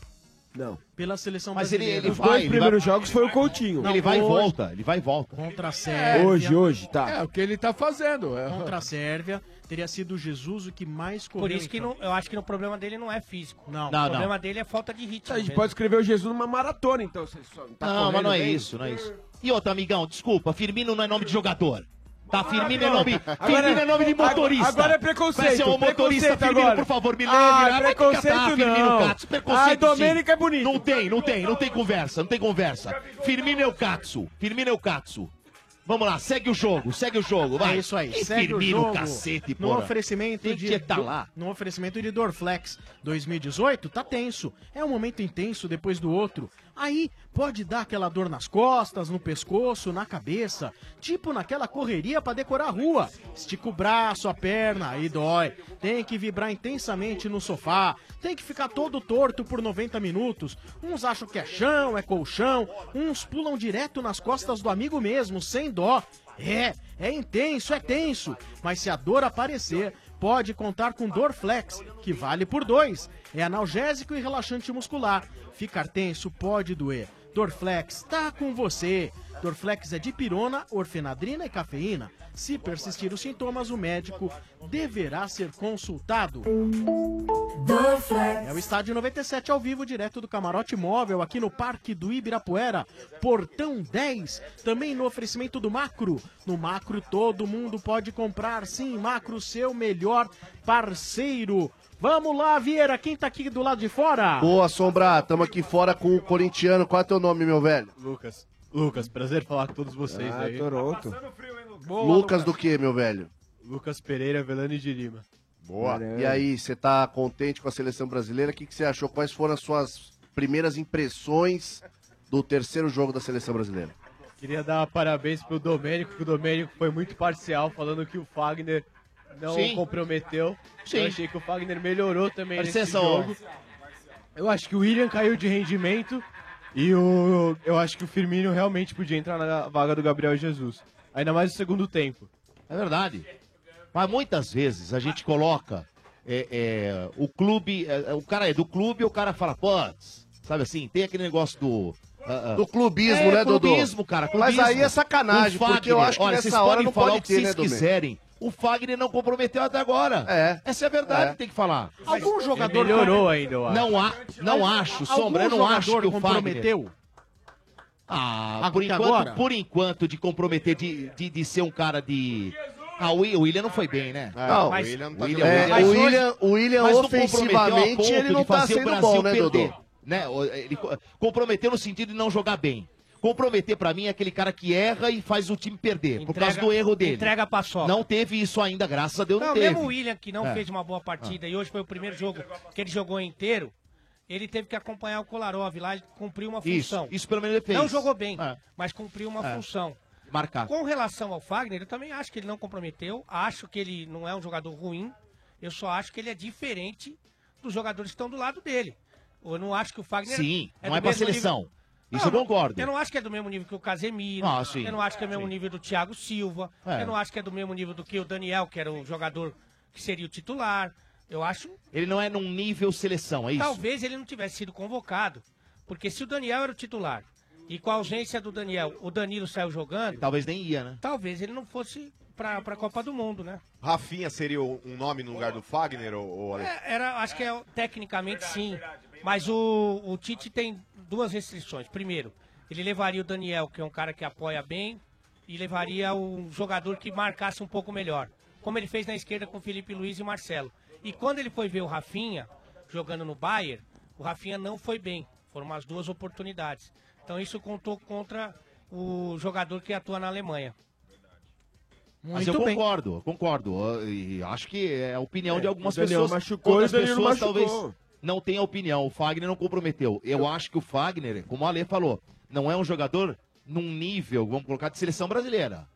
Não.
pela seleção
Mas ele,
brasileira.
ele vai. ele
primeiros
vai-
jogos foi o Coutinho.
ele vai e
hoje-
volta, ele vai e volta.
Contra a Sérvia.
hoje, hoje, tá.
É o que ele tá fazendo. É.
Contra a Sérvia, teria sido o Jesus o que mais correu
Por isso
em
que
campo.
não, eu acho que o problema dele não é físico.
Não,
o problema dele é falta de ritmo.
A gente
mesmo.
pode escrever o Jesus numa maratona, então. Você só tá
não, mas
correndo
não é
bem.
isso, não é isso. E outra, amigão, desculpa, Firmino não é nome de jogador. Tá, Firmino é nome,
Ah, Agora-
Firmino é nome de motorista.
Agora é preconceito.
Vai ser um motorista,
preconceito
Firmino,
agora.
por favor, me lembre.
Ah,
vai
preconceito
te catar, Firmino
não.
Katz, preconceito
Ah, Domênico
é bonito. Não tem, não tem, não tem conversa, não tem conversa. Firmino é o Katsu, Firmino é o Katsu. Vamos lá, segue o jogo, segue o jogo, vai.
É isso aí.
Que
Segue
Firmino,
o jogo.
cacete,
no
porra.
oferecimento
Tem
de
que tá lá.
No oferecimento de Dorflex 2018, tá tenso. É um momento intenso depois do outro. Aí pode dar aquela dor nas costas, no pescoço, na cabeça, tipo naquela correria pra decorar a rua. Estica o braço, a perna, aí dói. Tem que vibrar intensamente no sofá, tem que ficar todo torto por 90 minutos. Uns acham que é chão, é colchão, uns pulam direto nas costas do amigo mesmo, sem dó. É, é intenso, é tenso, mas se a dor aparecer, pode contar com Dorflex, que vale por dois. É analgésico e relaxante muscular. Ficar tenso pode doer. Dorflex tá com você. Dorflex é dipirona, orfenadrina e cafeína. Se persistir os sintomas, o médico deverá ser consultado. É o Estádio 97 ao vivo, direto do Camarote Móvel, aqui no Parque do Ibirapuera, Portão 10. Também no oferecimento do Macro. No Macro todo mundo pode comprar, sim, Macro, seu melhor parceiro. Vamos lá, Vieira, quem tá aqui do lado de fora?
Boa, Sombra. Tamo aqui fora com o corintiano. Qual é teu nome, meu velho?
Lucas. Lucas, prazer falar com todos vocês
Ah,
aí.
Toronto.
Boa,
Lucas do que, meu velho?
Lucas Pereira, Velani de Lima.
Boa. E aí, você tá contente com a seleção brasileira? O que que você achou? Quais foram as suas primeiras impressões do terceiro jogo da seleção brasileira?
Queria dar parabéns pro Domênico, que o Domênico foi muito parcial, falando que o Fagner não
Sim.
comprometeu.
Sim.
Eu achei que o Fagner melhorou também
Dá
nesse
licença, ô.
jogo. Eu acho que o William caiu de rendimento e o, eu acho que o Firmino realmente podia entrar na vaga do Gabriel Jesus. Ainda mais no segundo tempo.
É verdade. Mas muitas vezes a gente coloca é, é, o clube, é, é, o cara é do clube e o cara fala, pô, sabe assim, tem aquele negócio do. ah, ah.
Do clubismo,
É,
né, Dodô?
clubismo, cara.
Mas
clubismo.
aí é sacanagem,
O Fagner,
porque eu acho que
olha,
nessa
vocês
hora
podem
não
falar
pode
o que
ter, né,
vocês
Domênico?
quiserem. O Fagner não comprometeu até agora. É. Essa é a verdade
É.
que tem que falar.
Mas Algum jogador
melhorou ainda, eu acho.
Não, há, não
Al-
acho,
algum
Sombra, eu não
jogador
acho que o
comprometeu?
Fagner... Ah,
Agora-
por enquanto,
agora?
por enquanto, de comprometer, de, de, de ser um cara de. Ah, o Wi- o William não foi bem, né?
Não,
mas-
o William não tá
William-
jogando.
William-
É, o
mas hoje-
William- o William
mas não
ofensivamente,
comprometeu a ponto
ele não
de
tá
fazer o
sendo
Brasil
bom, né,
perder,
Dodô?
né? O- Ele co- comprometeu no sentido de não jogar bem. Comprometer pra mim é aquele cara que erra e faz o time perder, por
Entrega-
causa do erro dele.
entrega a paçoca.
Não teve isso ainda, graças a Deus não,
Não,
teve.
mesmo o William, que não
É.
fez uma boa partida, e hoje foi o primeiro jogo que ele jogou inteiro, ele teve que acompanhar o Kolarov lá e cumpriu uma
Isso,
função.
isso pelo menos ele fez.
Não jogou bem, mas cumpriu uma
É.
função.
Marcar.
Com relação ao Fagner, eu também acho que ele não comprometeu, acho que ele não é um jogador ruim, eu só acho que ele é diferente dos jogadores que estão do lado dele. Eu não acho que o Fagner...
Sim, não
do
é pra
mesmo
seleção.
nível-
Isso eu concordo.
Eu não acho que é do mesmo nível que o Casemiro,
Ah, sim,
eu não acho que é do mesmo
sim.
nível do Thiago Silva,
É.
eu não acho que é do mesmo nível do que o Daniel, que era o jogador que seria o titular. Eu acho
Ele não é num nível seleção, é isso?
Talvez ele não tivesse sido convocado. Porque se o Daniel era o titular e com a ausência do Daniel, o Danilo saiu jogando,
Talvez nem ia, né?
talvez ele não fosse pra, pra Copa do Mundo, né?
Rafinha seria o- um nome no lugar do Fagner, ou,
né?
É, era, acho que é, tecnicamente sim. Mas o, o Tite tem duas restrições. Primeiro, ele levaria o Daniel, que é um cara que apoia bem, e levaria um jogador que marcasse um pouco melhor. Como ele fez na esquerda com Felipe Luiz e Marcelo. E quando ele foi ver o Rafinha jogando no Bayern, o Rafinha não foi bem. Foram as duas oportunidades. Então isso contou contra o jogador que atua na Alemanha.
Mas eu
Muito bem.
concordo, eu concordo. E acho que é a opinião
É,
de algumas
o Daniel
pessoas.
machucou,
Outras
o Danilo
pessoas
machucou.
talvez não tenham opinião. O Fagner não comprometeu. Eu acho que o Fagner, como o Ale falou, não é um jogador num nível, vamos colocar, de seleção brasileira.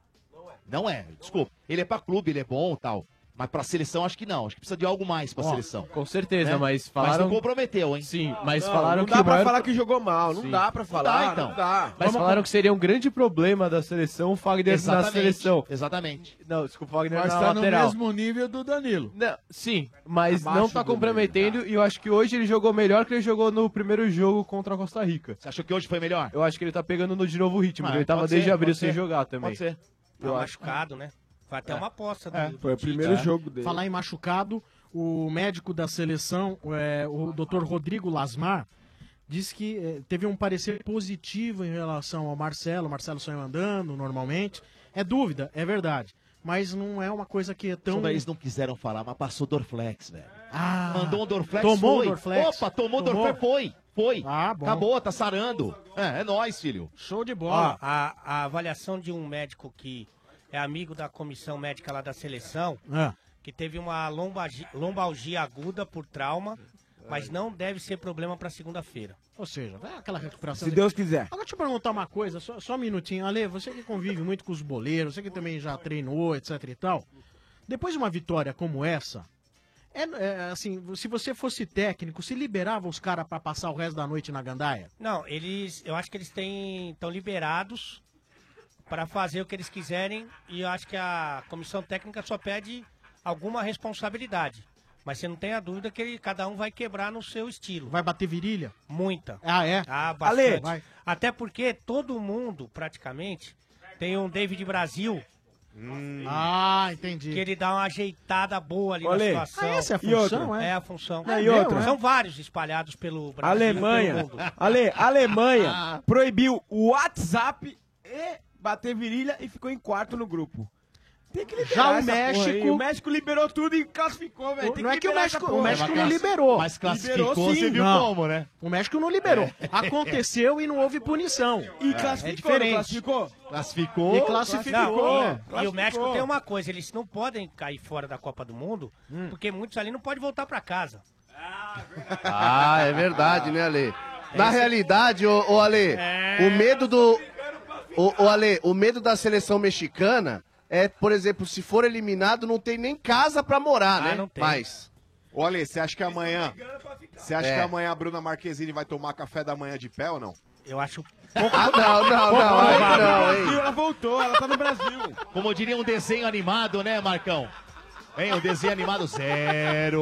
Não é, desculpa. Ele é pra clube, ele é bom e tal. Mas pra seleção, acho que não. Acho que precisa de algo mais pra
Ó,
seleção.
com certeza,
Né?
mas falaram-
não comprometeu, hein?
Sim, mas
Não,
falaram
não
que
dá
o
pra
maior-
falar
que jogou mal, não dá pra
falar, não dá.
Mas
Vamos
falaram
com-
que seria um grande problema da seleção o Fagner na Exatamente, seleção.
Exatamente.
Não, desculpa, o Fagner Mas na tá no lateral. mesmo
nível do Danilo.
Não, sim, mas
Abaixo
não tá
do nível,
comprometendo e eu acho que hoje ele jogou melhor que ele jogou no primeiro jogo contra a Costa Rica.
Você achou que hoje foi melhor?
Eu acho que ele tá pegando no, de novo o ritmo,
Ah,
que ele tava
pode ser,
desde abril
pode
sem
ser,
jogar também.
pode ser.
Eu
Tá
acho.
machucado, né? Foi até uma aposta. do- É. do
foi o
Tite.
primeiro
jogo
dele.
É. Falar em machucado, o médico da seleção, é, o Dr. Rodrigo Lasmar, disse que é, teve um parecer positivo em relação ao Marcelo. O Marcelo saiu andando normalmente. É dúvida, é verdade. Mas não é uma coisa que é tão.
Então, eles não quiseram falar, mas passou Dorflex, velho.
Ah,
Mandou um Dorflex,
Tomou
foi.
o Dorflex.
Opa, tomou,
Tomou.
Dorflex, foi. Foi.
Ah,
bom.
Acabou, tá sarando. É, é nóis, filho.
Show de
Ó, a, a avaliação de um médico que é amigo da comissão médica lá da seleção,
Ah.
que teve uma lombagi- lombalgia aguda por trauma, Mas não deve ser problema para segunda-feira.
Ou seja, vai aquela recuperação.
Se Deus quiser.
Agora deixa eu perguntar uma coisa, só, só um minutinho. Ale, você que convive muito com os boleiros, você que também já treinou, etc e tal. Depois de uma vitória como essa, é, é, assim, se você fosse técnico, se liberava os caras pra passar o resto da noite na gandaia?
Não, eles. Eu acho que eles têm. estão liberados para fazer o que eles quiserem. E eu acho que a comissão técnica só pede alguma responsabilidade. Mas você não tem a dúvida que ele- cada um vai quebrar no seu estilo.
Vai bater virilha?
Muita.
Ah, é?
Ah,
Ale,
bastante.
vai.
Até porque todo mundo, praticamente, tem um David Brasil.
Ah, entendi.
Que ele dá uma ajeitada boa ali
Ale,
na situação.
ah, essa é a E outra? função, é?
É a função.
Não, e outra?
São vários espalhados pelo Brasil. pelo
Alemanha.
mundo.
Ale, a Alemanha proibiu o WhatsApp e bater virilha e ficou em quarto no grupo. Tem que liberar
Já o
essa porra aí.
México-
O México liberou tudo e classificou, velho. Tem
Não é que o
liberar essa
México, o
porra.
México não liberou.
mas
classificou,
Liberou,
você viu
não.
como, né?
O México não liberou. Aconteceu e não houve punição.
E
É
classificou, não
diferente.
classificou? é.
Classificou. E classificou.
Não,
né?
e- E o México tem uma coisa, eles não podem cair fora da Copa do Mundo,
Hum.
porque muitos ali não podem voltar pra casa.
Ah, é verdade, né, Ale? Na
Esse-
realidade, ô, ô, Ale, o medo do. Ô, ô, Ale, o medo da seleção mexicana é, por exemplo, se for eliminado, não tem nem casa pra morar, né? Mas.
Ô, Ale, você acha que amanhã. Você acha
É.
que amanhã a Bruna Marquezine vai tomar café da manhã de pé ou não?
Eu
um
acho.
Ah, não, não,
Pouco
não, aí
provável.
não, hein?
Ela
voltou, ela tá no Brasil.
Como diria um desenho animado, né, Marcão? Hein, um desenho animado zero.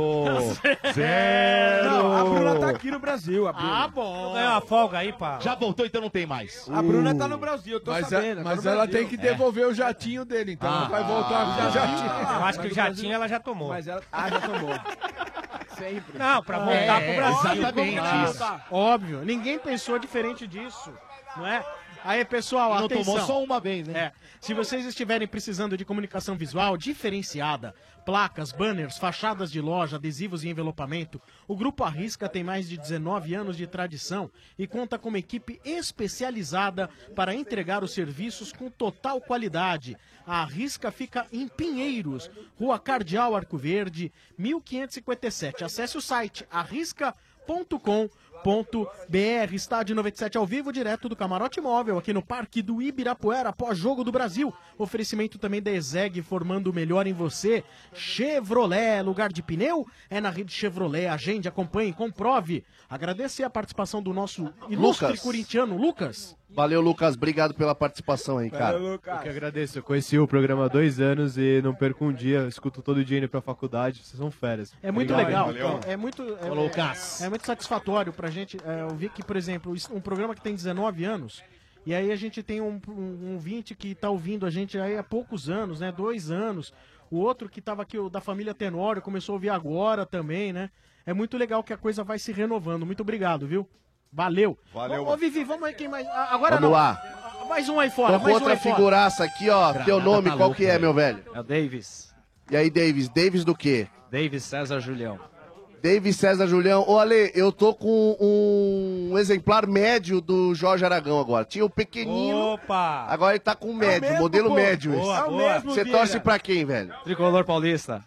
Zero.
Não, a Bruna tá aqui no Brasil. A
Ah,
Bruna.
bom. Ganhou uma folga aí, pá.
Já voltou, então não tem mais.
A Bruna tá no Brasil, eu tô
Mas
sabendo.
é-
tá
mas
no
ela
Brasil.
tem que devolver
o jatinho dele,
então
Ah.
ela vai voltar
com o jatinho.
Eu acho que o jatinho ela já tomou.
Mas ela. Ah, já tomou. Sempre.
Não,
É.
pra voltar pro Brasil.
Óbvio, como que ela- Óbvio, ninguém pensou diferente disso, não é? Aí, pessoal,
Não
atenção.
tomou só uma vez,
né? Se vocês estiverem precisando de comunicação visual diferenciada, placas, banners, fachadas de loja, adesivos e envelopamento, o Grupo Arrisca tem mais de 19 anos de tradição e conta com uma equipe especializada para entregar os serviços com total qualidade. A Arrisca fica em Pinheiros, Rua Cardeal Arco Verde, 1557. Acesse o site arrisca.com .br Estádio 97 ao vivo, direto do Camarote Móvel, aqui no Parque do Ibirapuera, pós-jogo do Brasil. Oferecimento também da Ezeg, formando o melhor em você. Chevrolet, lugar de pneu? É na rede Chevrolet. Agende, acompanhe, comprove. Agradecer a participação do nosso ilustre
Lucas.
corintiano, Lucas.
Valeu, Lucas. Obrigado pela participação aí, cara.
Eu que agradeço. Eu conheci o programa há dois anos e não perco um dia. Eu escuto todo dia indo pra faculdade. Vocês são férias.
É muito legal. É muito, é,
Falou, Lucas.
É, é muito satisfatório pra gente é, ouvir que, por exemplo, isso- um programa que tem 19 anos, e aí a gente tem um, um, um ouvinte que tá ouvindo a gente aí há poucos anos, né? Dois anos. O outro que tava aqui, o da família Tenório, começou a ouvir agora também, né? É muito legal que a coisa vai se renovando. Muito obrigado, viu? Valeu.
Valeu,
Ô, ô, Vivi, vamos aí quem mais. a- Agora
Vamos
não.
lá.
Mais um aí fora.
Tô com
mais um
outra
aí fora.
figuraça aqui, ó.
Granada
Teu nome,
tá
qual
louco,
que é,
velho.
meu velho?
É o Davis.
E aí, Davis? Davis do quê?
Davis César Julião.
Davis César Julião. Ô, Ale, eu tô com um exemplar médio do Jorge Aragão agora. Tinha o pequenino.
Opa!
Agora ele tá com o médio,
É mesmo,
modelo
pô.
médio esse.
Boa, É o boa. mesmo,
Você
Vieira.
torce pra quem, velho?
Tricolor paulista.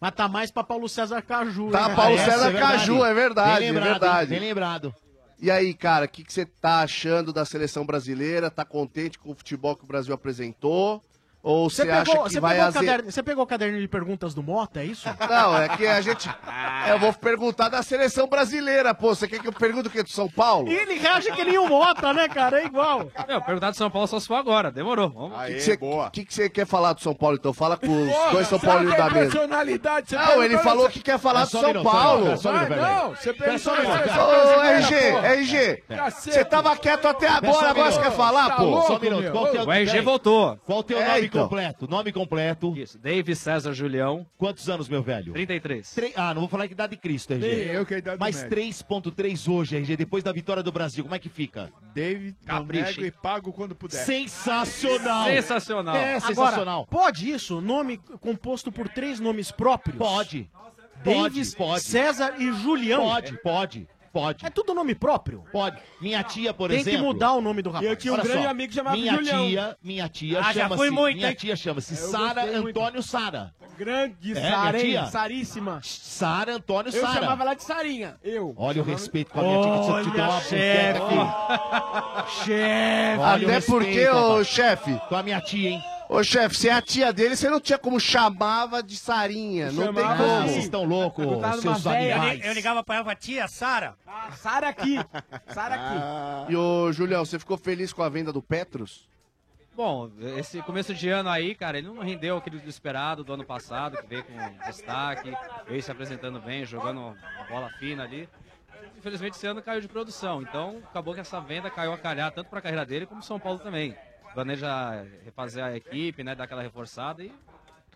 Mas tá mais pra Paulo César Caju. né?
Tá,
hein?
Paulo
Parece,
César
verdade.
Caju, é verdade,
Bem
é
lembrado,
verdade.
hein? Bem lembrado.
E aí, cara, o que que você tá achando da seleção brasileira? Tá contente com o futebol que o Brasil apresentou? Ou
Você
você acha
pegou,
que
você
vai
pegou o
azer-
caderno- você pegou o caderno de perguntas do Mota, é isso?
Não, é que a gente. Eu vou perguntar da seleção brasileira, pô. Você quer que eu pergunte o quê? Do São Paulo?
E ele reage que nem o Mota, né,
Tá
cara? É igual.
Meu, perguntar de São Paulo só se for agora. Demorou. Vamos.
O que que você quer falar do São Paulo, então? Fala com os dois
é
São
um
Paulinos da mesa.
personalidade,
você
Não,
pega
ele
pra
falou
você.
que quer falar
Pera,
do
só um
São
minuto,
Paulo.
só um minuto, pera, Não, você pera, só um perguntou minuto.
é
pra
Ô,
seleção
RG,
um
brasileira,
RG.
porra. Cacete.
Você tava quieto até agora, agora você quer
Tá
falar, pô?
Só um minuto. Qual que é
teu-
o RG voltou.
Qual o teu
É,
nome
então.
completo? Nome completo.
Isso. Davis César Julião.
Quantos anos, meu velho?
33.
Tre- Ah, não vou falar que idade de Cristo, RG.
Nem eu, que é a idade do
Mas
médico.
3.3 hoje, RG, depois da vitória do Brasil, como é que fica?
David,
Capricha,
Capricho. e
hein?
pago quando puder.
Sensacional! É, sensacional.
Agora, pode isso? Nome composto por três nomes próprios?
Pode.
Davis,
Pode, pode.
César e Julião?
Pode, pode, pode.
É tudo nome próprio?
Pode. Minha tia, por
Tem
exemplo.
que mudar o nome do rapaz.
um
Olha só, minha Tia, minha tia
Ah, já
chama-se.
foi muito,
minha
hein?
tia chama-se
Eu
Sara
gostei muito.
Antônio Sara.
Grande
É, minha
Saren-
tia.
Saríssima.
Sara Antônio
Eu
Sara.
chamava ela de Sarinha. Eu.
Olha o respeito com a minha tia, que isso te dá uma
chefe.
Olha o
Até
respeito,
porque, ô
papai.
chefe.
Com a minha tia, hein?
Ô chefe, você é a tia dele, você não tinha como chamava de Sarinha. Não tem
Chamava
como.
assim. Vocês estão loucos,
Eu
tá
tava numa
seus
véia. né?
animais.
Eu ligava pra ela e falava, tia, Sara.
Ah, Sara aqui. Sara
Ah,
aqui. Ah. E ô Julião, você ficou feliz com a venda do Petros?
Bom, esse começo de ano aí, cara, ele não rendeu aquele do esperado do ano passado, que veio com destaque, veio se apresentando bem, jogando uma bola fina ali. Infelizmente, esse ano caiu de produção, então acabou que essa venda caiu a calhar, tanto para a carreira dele como São Paulo também. Planeja refazer a equipe, né, dar aquela reforçada e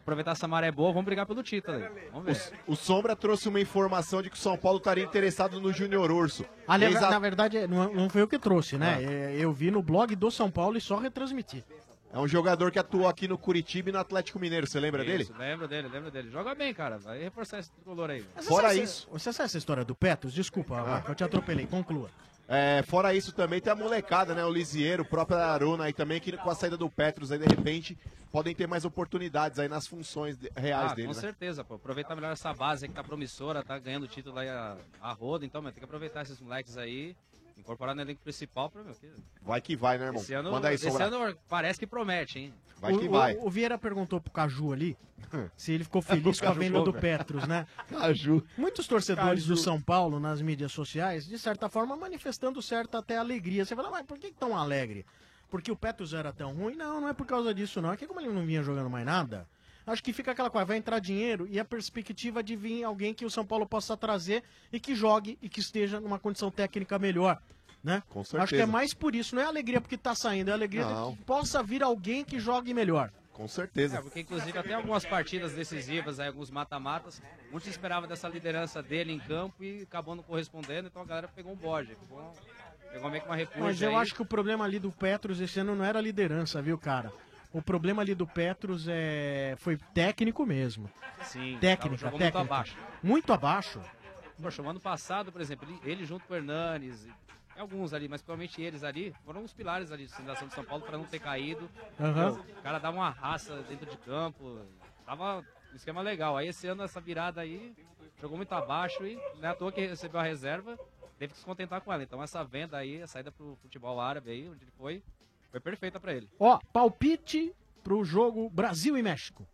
aproveitar essa maré boa, vamos brigar pelo título aí.
né?
Vamos ver.
O, o Sombra trouxe uma informação de que o São Paulo estaria interessado no Júnior Urso.
Aliás,
Ex-a-
Ah, na verdade, não, não foi eu que trouxe,
Ah.
né? É, Eu vi no blog do São Paulo e só retransmiti.
É um jogador que atuou aqui no Curitiba e no Atlético Mineiro, você lembra dele?
Isso, lembro dele, lembro dele. Joga bem, cara, vai reforçar esse tricolor aí.
Mas você sabe essa- Você sabe essa história do Petros? Desculpa,
Ah.
Marco, eu te atropelei. Conclua.
É, fora isso também tem a molecada, né? O Lisieiro, o próprio Arona aí também, que com a saída do Petros aí de repente podem ter mais oportunidades aí nas funções de- reais
ah,
dele,
com
né?
certeza, pô. Aproveitar melhor essa base aí que tá promissora, tá ganhando título aí a, a roda, então, meu, tem que aproveitar esses moleques aí, incorporar no elenco principal pra, meu, que-
Vai que vai, né, irmão?
esse ano,
Manda aí,
esse
Sombra.
ano parece que promete, hein?
O- o, O, Vieira perguntou pro Caju ali se ele ficou
O
feliz com a
Caju
venda do
Cover.
Petros, né?
Caju.
Muitos torcedores
Caju.
do São Paulo nas mídias sociais, de certa forma, manifestando certa até alegria. Você fala, mas por que tão alegre? Porque o Petros era tão ruim? Não, não é por causa disso, não. É que como ele não vinha jogando mais nada, acho que fica aquela coisa, vai entrar dinheiro e a perspectiva de vir alguém que o São Paulo possa trazer e que jogue e que esteja numa condição técnica melhor. Né?
Com
Acho que é
certeza.
mais por isso, não é alegria porque tá saindo, é alegria de
Não.
que possa vir alguém que jogue melhor.
Com certeza.
É, porque inclusive até algumas partidas decisivas, aí, alguns mata-matas, muitos esperavam dessa liderança dele em campo e acabou não correspondendo, então a galera pegou um bode, pegou, pegou meio que uma repúdia
Mas eu
aí.
acho que o problema ali do Petros esse ano não era a liderança, viu, cara? O problema ali do Petros é... foi técnico mesmo.
Sim,
técnico,
jogou
técnico.
muito abaixo.
Muito abaixo.
Poxa, o ano passado, por exemplo, ele, ele junto com o Hernanes, e alguns ali, mas principalmente eles ali, foram os pilares ali de sustentação de São Paulo para não ter caído.
Aham.
O cara dava uma raça dentro de campo, tava um esquema legal. Aí esse ano, essa virada aí, jogou muito abaixo e não é à toa que recebeu a reserva, teve que se contentar com ela. Então essa venda aí, a saída pro futebol árabe aí, onde ele foi, foi perfeita para ele.
Ó, palpite pro jogo Brasil e México.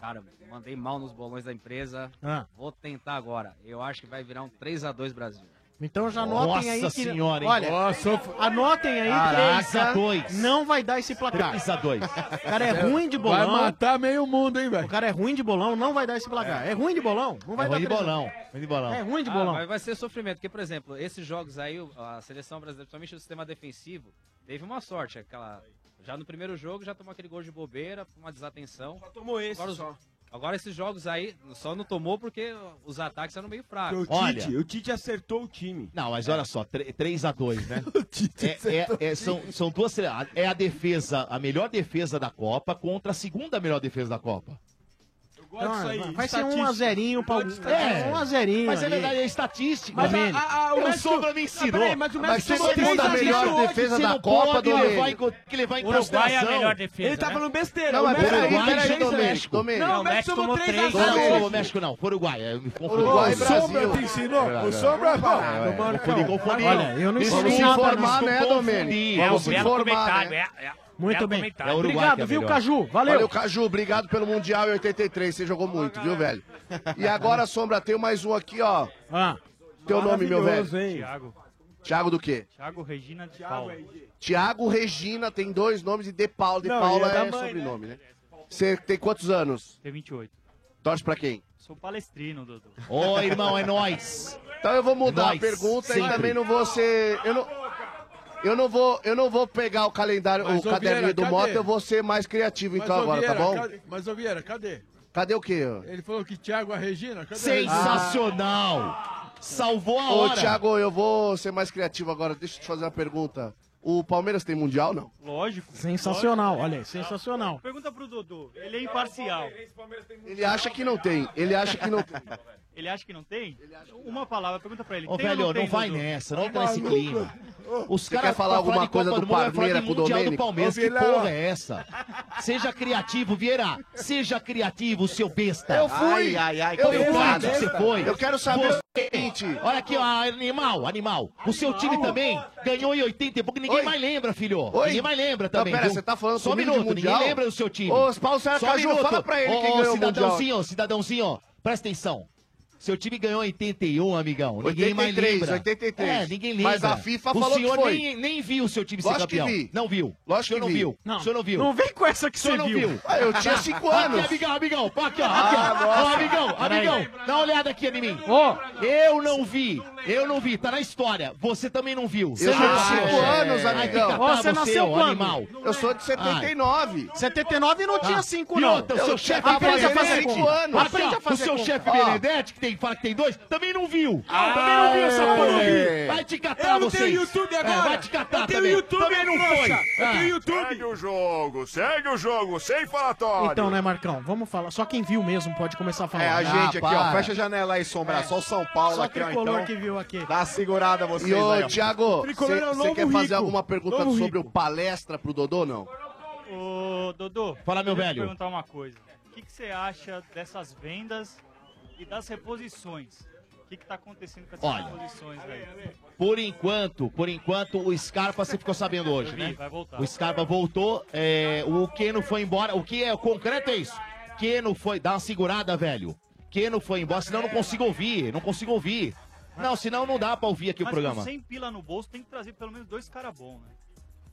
Cara, mandei mal nos bolões da empresa,
Ah.
vou tentar agora. Eu acho que vai virar um 3 a 2 Brasil.
Então já anotem
Nossa
aí que...
senhora, hein?
Olha,
Nossa,
anotem aí
Caraca,
que
dois.
não vai dar esse placar.
3 a 2.
O cara é ruim de bolão.
Vai matar
meio mundo, hein, velho? O cara é ruim de bolão, não vai dar esse placar. É, ruim de bolão? Não vai
É
dar
ruim de
três a-
bolão,
ruim de bolão.
É ruim de
Ah,
bolão.
mas vai ser sofrimento, porque, por exemplo, esses jogos aí, o- a seleção brasileira, principalmente o sistema defensivo, teve uma sorte. Aquela, já no primeiro jogo já tomou aquele gol de bobeira, uma desatenção. Só
tomou esse
agora, os-
só.
agora esses jogos aí só não tomou porque os ataques eram meio fracos.
O Tite- Olha.
o Tite acertou o time.
Não, mas olha só, 3x2, né? É- é- é- são, são duas. sele- É a defesa, a melhor defesa da Copa contra a segunda melhor defesa da Copa.
Então,
isso aí,
vai ser um
estatística.
a zerinho pra algum. É, um a zerinho.
Mas é
ali.
verdade, é estatística.
Mas a- a- a- o
o
México-
Sombra é me
Ah,
ensinou.
peraí, mas o México tomou três
é
a zero hoje, você não pode
levar em, co- que levar
é
em consideração.
Ele tá falando besteira.
Não,
o
mas
Messi-
peraí,
Uruguai
peraí,
fez
Domênico,
México.
Domênico.
Não,
Não,
o México
tá México
tomou
tomou
3 a
três a zero.
0.
Não, o México não, foi Uruguai. Eu me confundi.
Uruguai,
O
Brasil.
Sombra te ensinou?
O Sombra é bom.
Confundi, confundi.
Olha, eu não
Desculpa,
ensinei nada,
informar,
não.
né,
Confundi.
Domênico?
É,
Vamos
o belo
informar,
comentário,
né?
é, é. Muito bem.
É o Uruguai
obrigado,
que é
viu,
melhor.
Caju? Valeu.
Valeu, Caju. Obrigado pelo Mundial em 83. Você jogou muito, viu, velho? E agora, Sombra, tem mais um aqui, ó. Teu nome, meu
Maravilhoso,
velho.
hein? Thiago.
Thiago do quê?
Thiago Regina de Paula.
Tiago Regina tem dois nomes e De Paula. De
Não,
Paula
e é da
é
mãe,
sobrenome, né? Você tem quantos anos?
Tem 28.
Torce pra quem?
Sou palestrino, Dudu.
Ô, irmão, é
nóis.
Então eu vou mudar
Nós,
a pergunta e
sempre.
também não vou ser. Eu não, eu não vou, eu não vou pegar o calendário,
Mas,
o
ô,
caderninho
Vieira,
do
cadê?
Mota, eu vou ser mais criativo então
ô,
agora, tá
Vieira,
bom?
cadê- Mas, ô Vieira, cadê?
Cadê o quê? ó?
Ele falou que Thiago a Regina. Cadê a Regina?
Sensacional. Salvou a
Ô,
hora.
Thiago, eu vou ser mais criativo agora. Deixa eu te fazer uma pergunta. O Palmeiras tem mundial, não?
Lógico.
Sensacional, olha aí, sensacional.
é Pergunta pro Dudu. Ele é imparcial.
Ele acha que não tem. Ele acha que não tem.
Ele acha que não tem? Uma palavra, pergunta pra ele.
Ô,
tem ou
velho, não
tem,
vai
Dudu?
nessa, não tá nesse clima. Os
Você
caras
quer falar
pra
alguma
de Copa
coisa
do
do
Mundo, vai falar de
Parmeira pro
Mundial do
Domênico?
Palmeiras,
Ô,
que
Vilela.
porra é essa? Seja criativo, Vieira. Seja criativo, seu besta.
Eu fui.
Ai, ai, ai,
Eu
eu
fui.
que você foi.
Eu quero saber
Você-
o seguinte.
Olha aqui, ó, animal, animal. O seu time também ganhou em 80 e pouco. Ninguém mais lembra, filho.
Oi?
Ninguém mais lembra
Não,
também.
pera,
viu?
você tá falando
Só um
comigo de
minuto, ninguém
Mundial?
lembra do seu time.
Ô, Paulo César
Só um
Caju,
minuto.
fala pra ele quem
Ô, ô,
ganhou o Mundial.
Cidadãozinho, cidadãozinho, ó, presta atenção. Seu time ganhou em 81, amigão. Ninguém mais
83,
lembra.
83.
É, ninguém lembra.
Mas a FIFA
o
falou que
senhor
foi.
Nem, nem viu o seu time ser
Lógico que
campeão.
vi.
Não viu.
Lógico
o senhor
que
não
vi.
viu.
Não.
O senhor não viu.
Não vem com essa que
O senhor
você
não
viu.
viu.
Ah, eu tinha cinco anos.
Aqui, amigão, amigão. Pá, aqui, ó.
Ah,
Aqui, ó. Ó,
nossa.
amigão,
Peraí.
amigão. Dá uma olhada aqui em mim. Ó, eu não vi. Eu não vi. Tá na história. Você também não viu.
Eu sou de 5 anos,
Ai, que
amigão.
catar você, ô animal. Tá.
Eu sou de 79.
79 não tinha 5,
E
não.
outra, o seu
Eu-
chefe
Aprende a fazer
Benedetti,
conta. Aprende
aqui, ó,
a fazer
O seu
conta.
chefe
Ó.
Benedetti, que tem, fala que tem dois, também não viu. também
Ah,
não viu essa
é.
porra. não viu. Vai te catar
Eu não
vocês.
tenho YouTube agora.
É, vai te catar
Eu tenho
também.
YouTube,
também não foi. Ah.
moça. Eu
Ah.
tenho
YouTube.
Segue o jogo, segue o jogo, sem falatório.
Então, né, Marcão? Vamos falar. Só quem viu mesmo pode começar a falar.
É, a gente aqui, ó.
Ah,
para.
Fecha a janela aí, Sombra.
É.
Só o São Paulo
Só
aqui, ó.
tricolor
Então,
que viu aqui.
dá uma segurada vocês
E
aí, ó.
ô, Thiago,
Tricolor é o
você
novo
quer fazer
rico.
alguma pergunta
Novo
sobre o palestra pro Dodô, não?
Ô, Dodô.
Fala, meu
deixa eu te
velho.
perguntar uma coisa. O que, que você acha dessas vendas e das reposições? O que, que tá acontecendo com essas
Olha.
reposições, velho?
Por enquanto, por enquanto, o Scarpa você ficou sabendo hoje,
Eu
né?
vi, vai voltar.
O Scarpa voltou, é, o Keno foi embora. O que é o concreto é isso? Keno foi. Dá uma segurada, velho. Keno foi embora, senão eu não consigo ouvir, não consigo ouvir. Não, senão não dá pra ouvir aqui
Mas
o programa.
com 100 pila no bolso, tem que trazer pelo menos dois caras bons, né?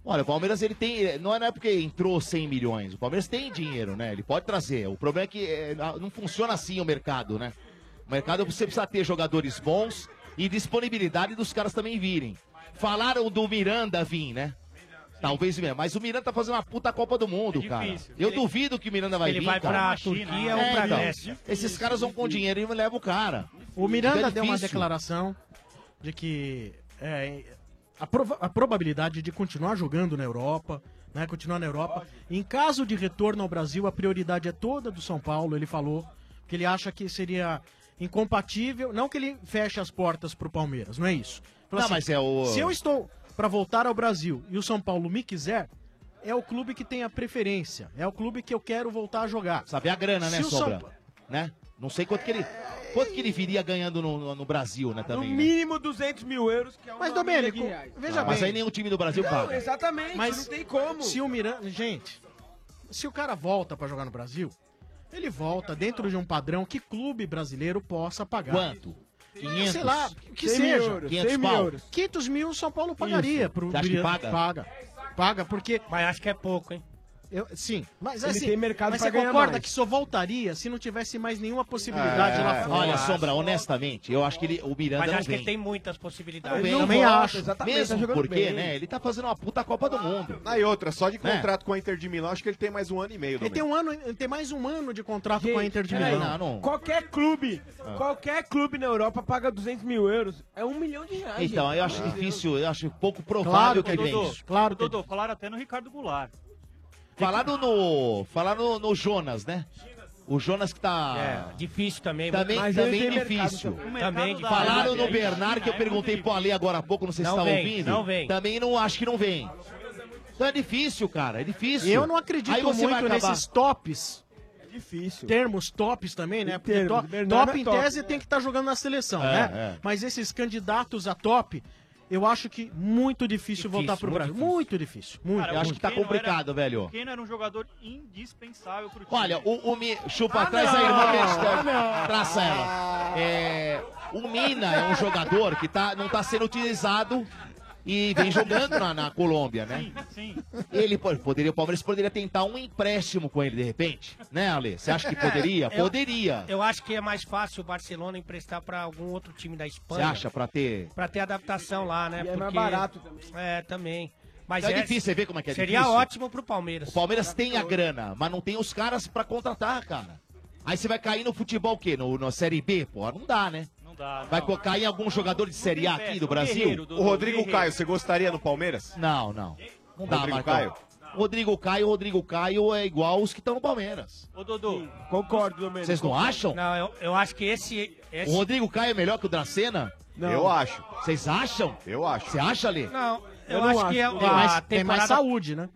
Olha, o Palmeiras ele tem. Não é não é porque entrou 100 milhões. O Palmeiras tem dinheiro, né? Ele pode trazer. O problema é que é, não funciona assim o mercado, né? O mercado você precisa ter jogadores bons e disponibilidade dos caras também virem. Falaram do Miranda vir, né? Talvez mesmo. Mas o Miranda tá fazendo uma puta Copa do Mundo, cara. Eu duvido que o Miranda vai
É ele
vir.
vai
cara. É, então,
pra Turquia ou pra Grécia.
Esses caras vão com dinheiro e levam o cara.
O Miranda
Fica
deu uma
difícil.
declaração de que é, a, prova- a probabilidade de continuar jogando na Europa, né, continuar na Europa. Em caso de retorno ao Brasil, a prioridade é toda do São Paulo, ele falou, que ele acha que seria incompatível, não que ele feche as portas pro Palmeiras, não é isso. Falou
Não, mas é o-
Se eu estou para voltar ao Brasil e o São Paulo me quiser, é o clube que tem a preferência, é o clube que eu quero voltar a jogar.
Saber a grana, né,
Se o São
Sombra?
Pa-
Né? Não sei quanto que ele. Quanto que ele viria ganhando no, no- no Brasil, né, também.
No
né?
mínimo 200 mil euros, que é uma
Mas, Domênico,
milha de reais.
veja
Mas
bem.
aí nenhum time do Brasil
Não,
paga.
exatamente,
Mas
não tem como.
Se o Miranda. Gente, se o cara volta pra jogar no Brasil, ele volta dentro de um padrão que clube brasileiro possa pagar.
Quanto? 500?
Sei lá, o que
100 mil
seja.
euros, 500 100 mil pau. euros.
500 mil o São Paulo pagaria
Isso.
pro
Você acha que
Miranda.
paga?
Paga. Paga, porque. Mas acho que é pouco, hein? Eu, sim, mas
Ele
assim,
tem mercado
mas
pra
você
ganhar
concorda
mais. Ah,
que só voltaria se não tivesse mais nenhuma possibilidade lá fora?
Olha, Sombra, honestamente, eu acho que ele, o Miranda
Mas
não
acho que
vem.
ele tem muitas possibilidades.
Ele não
também
volta,
acho.
exatamente, Mesmo tá jogando porque, bem. né, ele tá fazendo uma puta Copa do Mundo.
Na e outra, só de
Né?
contrato com a Inter de Milão, acho que ele tem mais um ano e meio.
Ele tem um ano, ele tem mais um ano de contrato com a Inter de
Peraí,
Milão.
Qualquer clube,
Ah.
qualquer clube na Europa paga 200 mil euros. É um milhão de reais.
Então,
gente.
eu acho difícil, eu acho pouco
Claro
provável
que
que ele
Dodô.
venha.
Claro,
Dodô, falaram até no Ricardo Goulart.
Falaram no. Falaram no, no Jonas, né? O Jonas que tá.
É, difícil também.
Também,
mas
também é
ele tem
difícil.
mercado Também difícil.
Falaram no
Aí,
Bernard, que eu perguntei pro Ale agora há pouco, não sei se
Não
estava
vem,
ouvindo.
não vem.
Também não acho que não vem. Então é difícil, cara, é difícil.
Eu não acredito
Aí você vai
muito
acabar-
nesses tops.
Difícil.
Termos tops também, né? Porque
Termos,
to-
Bernardo
top
é
em
top,
tese
né?
tem que estar jogando na seleção,
É,
né?
é.
Mas esses candidatos a top, eu acho que muito difícil, voltar pro
muito
Brasil. Muito difícil. Muito.
Cara, eu acho que tá complicado,
O
velho.
Keno era um jogador indispensável pro time.
Olha, o, o Mi... Chupa
Ah,
atrás a
não!
irmã
Ah, não!
Bechtel. Traça ela. É, O Mina é um jogador que tá, não tá sendo utilizado e vem jogando na, na Colômbia, né?
Sim,
Ele po- poderia, o Palmeiras poderia tentar um empréstimo com ele de repente, né, Ale? Você acha que poderia?
É,
Eu-
Poderia.
Eu acho que é mais fácil o Barcelona emprestar pra algum outro time da
Você
Espanha.
acha pra ter
Pra ter adaptação lá, né?
E é mais
Porque-
barato
também. É, também. Mas
Então é difícil, você vê como é que é
Seria
difícil?
ótimo pro Palmeiras.
O Palmeiras tem a grana, mas não tem os caras pra contratar, cara. Aí você vai cair no futebol o quê? No, na Série B? Pô, não dá, né?
Não dá.
Vai co- cair algum jogador de Série A aqui do Brasil?
O Rodrigo Caio, você gostaria no Palmeiras?
Não, não. Não dá,
Rodrigo
Marcão.
Caio?
Rodrigo Caio, Rodrigo Caio é igual os que estão no Palmeiras.
Ô, Dodô.
Concordo, Domênico. Vocês não acham?
Não, eu, eu acho que esse. esse...
O Rodrigo Caio é melhor que o Dracena?
Não. Eu
acho. Vocês acham? Eu acho. Você acha, Lê?
Não, eu,
Eu não
acho,
acho.
que é,
Tem
a
mais- tem mais
temporada-
saúde, né?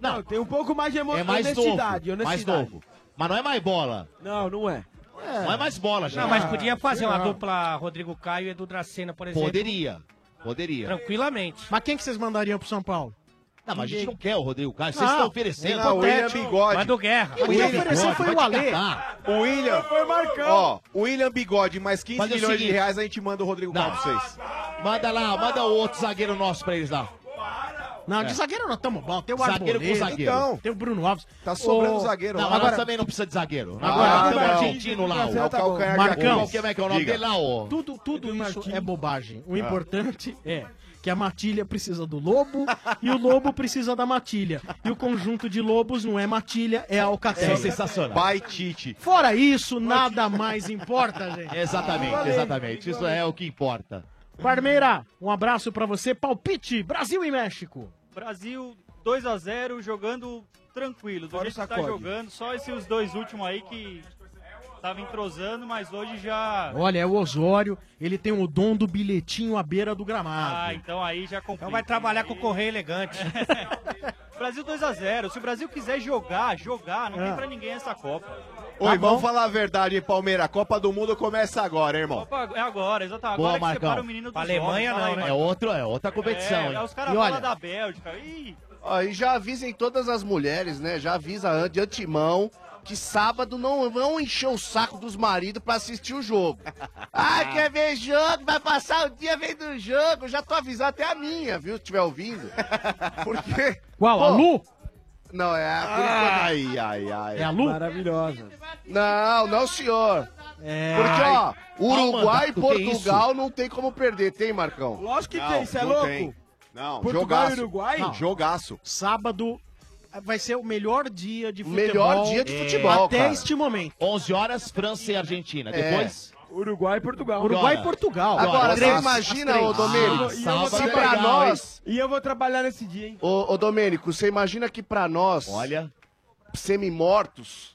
Não,
tem um pouco mais de emo-
É mais
honestidade,
novo, mais
honestidade.
novo. Mas não é mais bola.
Não, não é.
Não é Ah, mais bola, gente.
Não, mas podia fazer uma dupla Rodrigo Caio e Edu Dracena, por exemplo.
Poderia. Poderia.
Tranquilamente.
Mas quem que vocês mandariam pro São Paulo?
Não, mas a gente não quer o Rodrigo Caio. Vocês estão oferecendo.
Não, William
Bigode.
Manda o
Ah,
Guerra.
E o que
é
ofereceu foi o Alê.
O William. Foi Marcão. Ó, o William Bigode, mais 15
é
Fazer o
milhões de
seguinte.
reais, a gente manda o Rodrigo Caio pra vocês.
Manda lá, manda o outro zagueiro nosso pra eles lá.
Não,
É.
de zagueiro nós estamos bom. Tem o
Zagueiro com
Arboleda,
zagueiro. Então.
tem o Bruno Alves.
Tá
Ô, Não, mas nós também não precisa de zagueiro.
Ah,
Agora,
não.
aquele argentino lá,
É o calcanhar de
Tá Marcão.
Aquiles.
Como é que é o nome
Diga.
dele lá, ó?
Tudo, tudo isso é bobagem. O
Ah.
importante é que a matilha precisa do lobo e o lobo precisa da matilha. E o conjunto de lobos não é matilha, é alcatel.
É sensacional.
Pai Tite.
Fora isso, nada mais importa, gente.
Exatamente, exatamente. Isso é o que importa.
Parmeira, um abraço pra você. Palpite, Brasil e México.
Brasil 2 a 0 jogando tranquilo, do jeito que tá
sacode.
jogando, só esses dois últimos aí que tava entrosando, mas hoje já
Olha, é o Osório, ele tem o dom do bilhetinho à beira do gramado.
Ah, então aí já complica.
Então vai trabalhar com o
Correio Elegante.
Brasil 2 a 0 Se o Brasil quiser jogar, jogar, não
Ah.
tem pra ninguém essa Copa. Tá
Oi,
Tá
vamos falar a verdade, hein, Palmeira. A Copa do Mundo começa agora, hein, irmão.
Copa é agora, exatamente.
Boa,
agora que
Marcão.
separa o menino do
Pra Alemanha
jovem,
não,
fala aí,
né?
É, outro, é outra competição,
É,
hein?
Os caras
E
falam
olha,
da Bélgica. Ih,
Ó, e já avisem todas as mulheres, né? Já avisa an- de antemão que sábado não vão encher o saco dos maridos pra assistir o jogo. ah, quer ver jogo? Vai passar o dia vendo o jogo. Já tô avisando até a minha, viu? Se estiver ouvindo. Porque...
Qual? a Lu?
Não, é a... Ai, ai, ai.
É a Lu?
Maravilhosa. Não, não, senhor.
É.
Porque, ó,
Ai.
Uruguai e
Qual mandato? Que
Portugal não tem como perder, tem, Marcão?
Lógico
que tem, cê é louco?
Não,
Portugal
jogaço.
e Uruguai?
Não. Jogaço.
Sábado eh, vai ser o melhor dia de futebol.
Melhor dia de
é
futebol,
Até
cara.
este momento.
11 horas, França e Argentina.
É.
Depois.
Uruguai e Portugal.
Uruguai e Portugal.
Ah,
Agora, você
três,
imagina,
às
ô
três.
Domênico,
Ah,
se
sábado é
pra
legal,
nós...
E eu vou trabalhar nesse dia, hein?
Ô, ô, Domênico, você imagina que pra nós...
Olha...
Semi-mortos...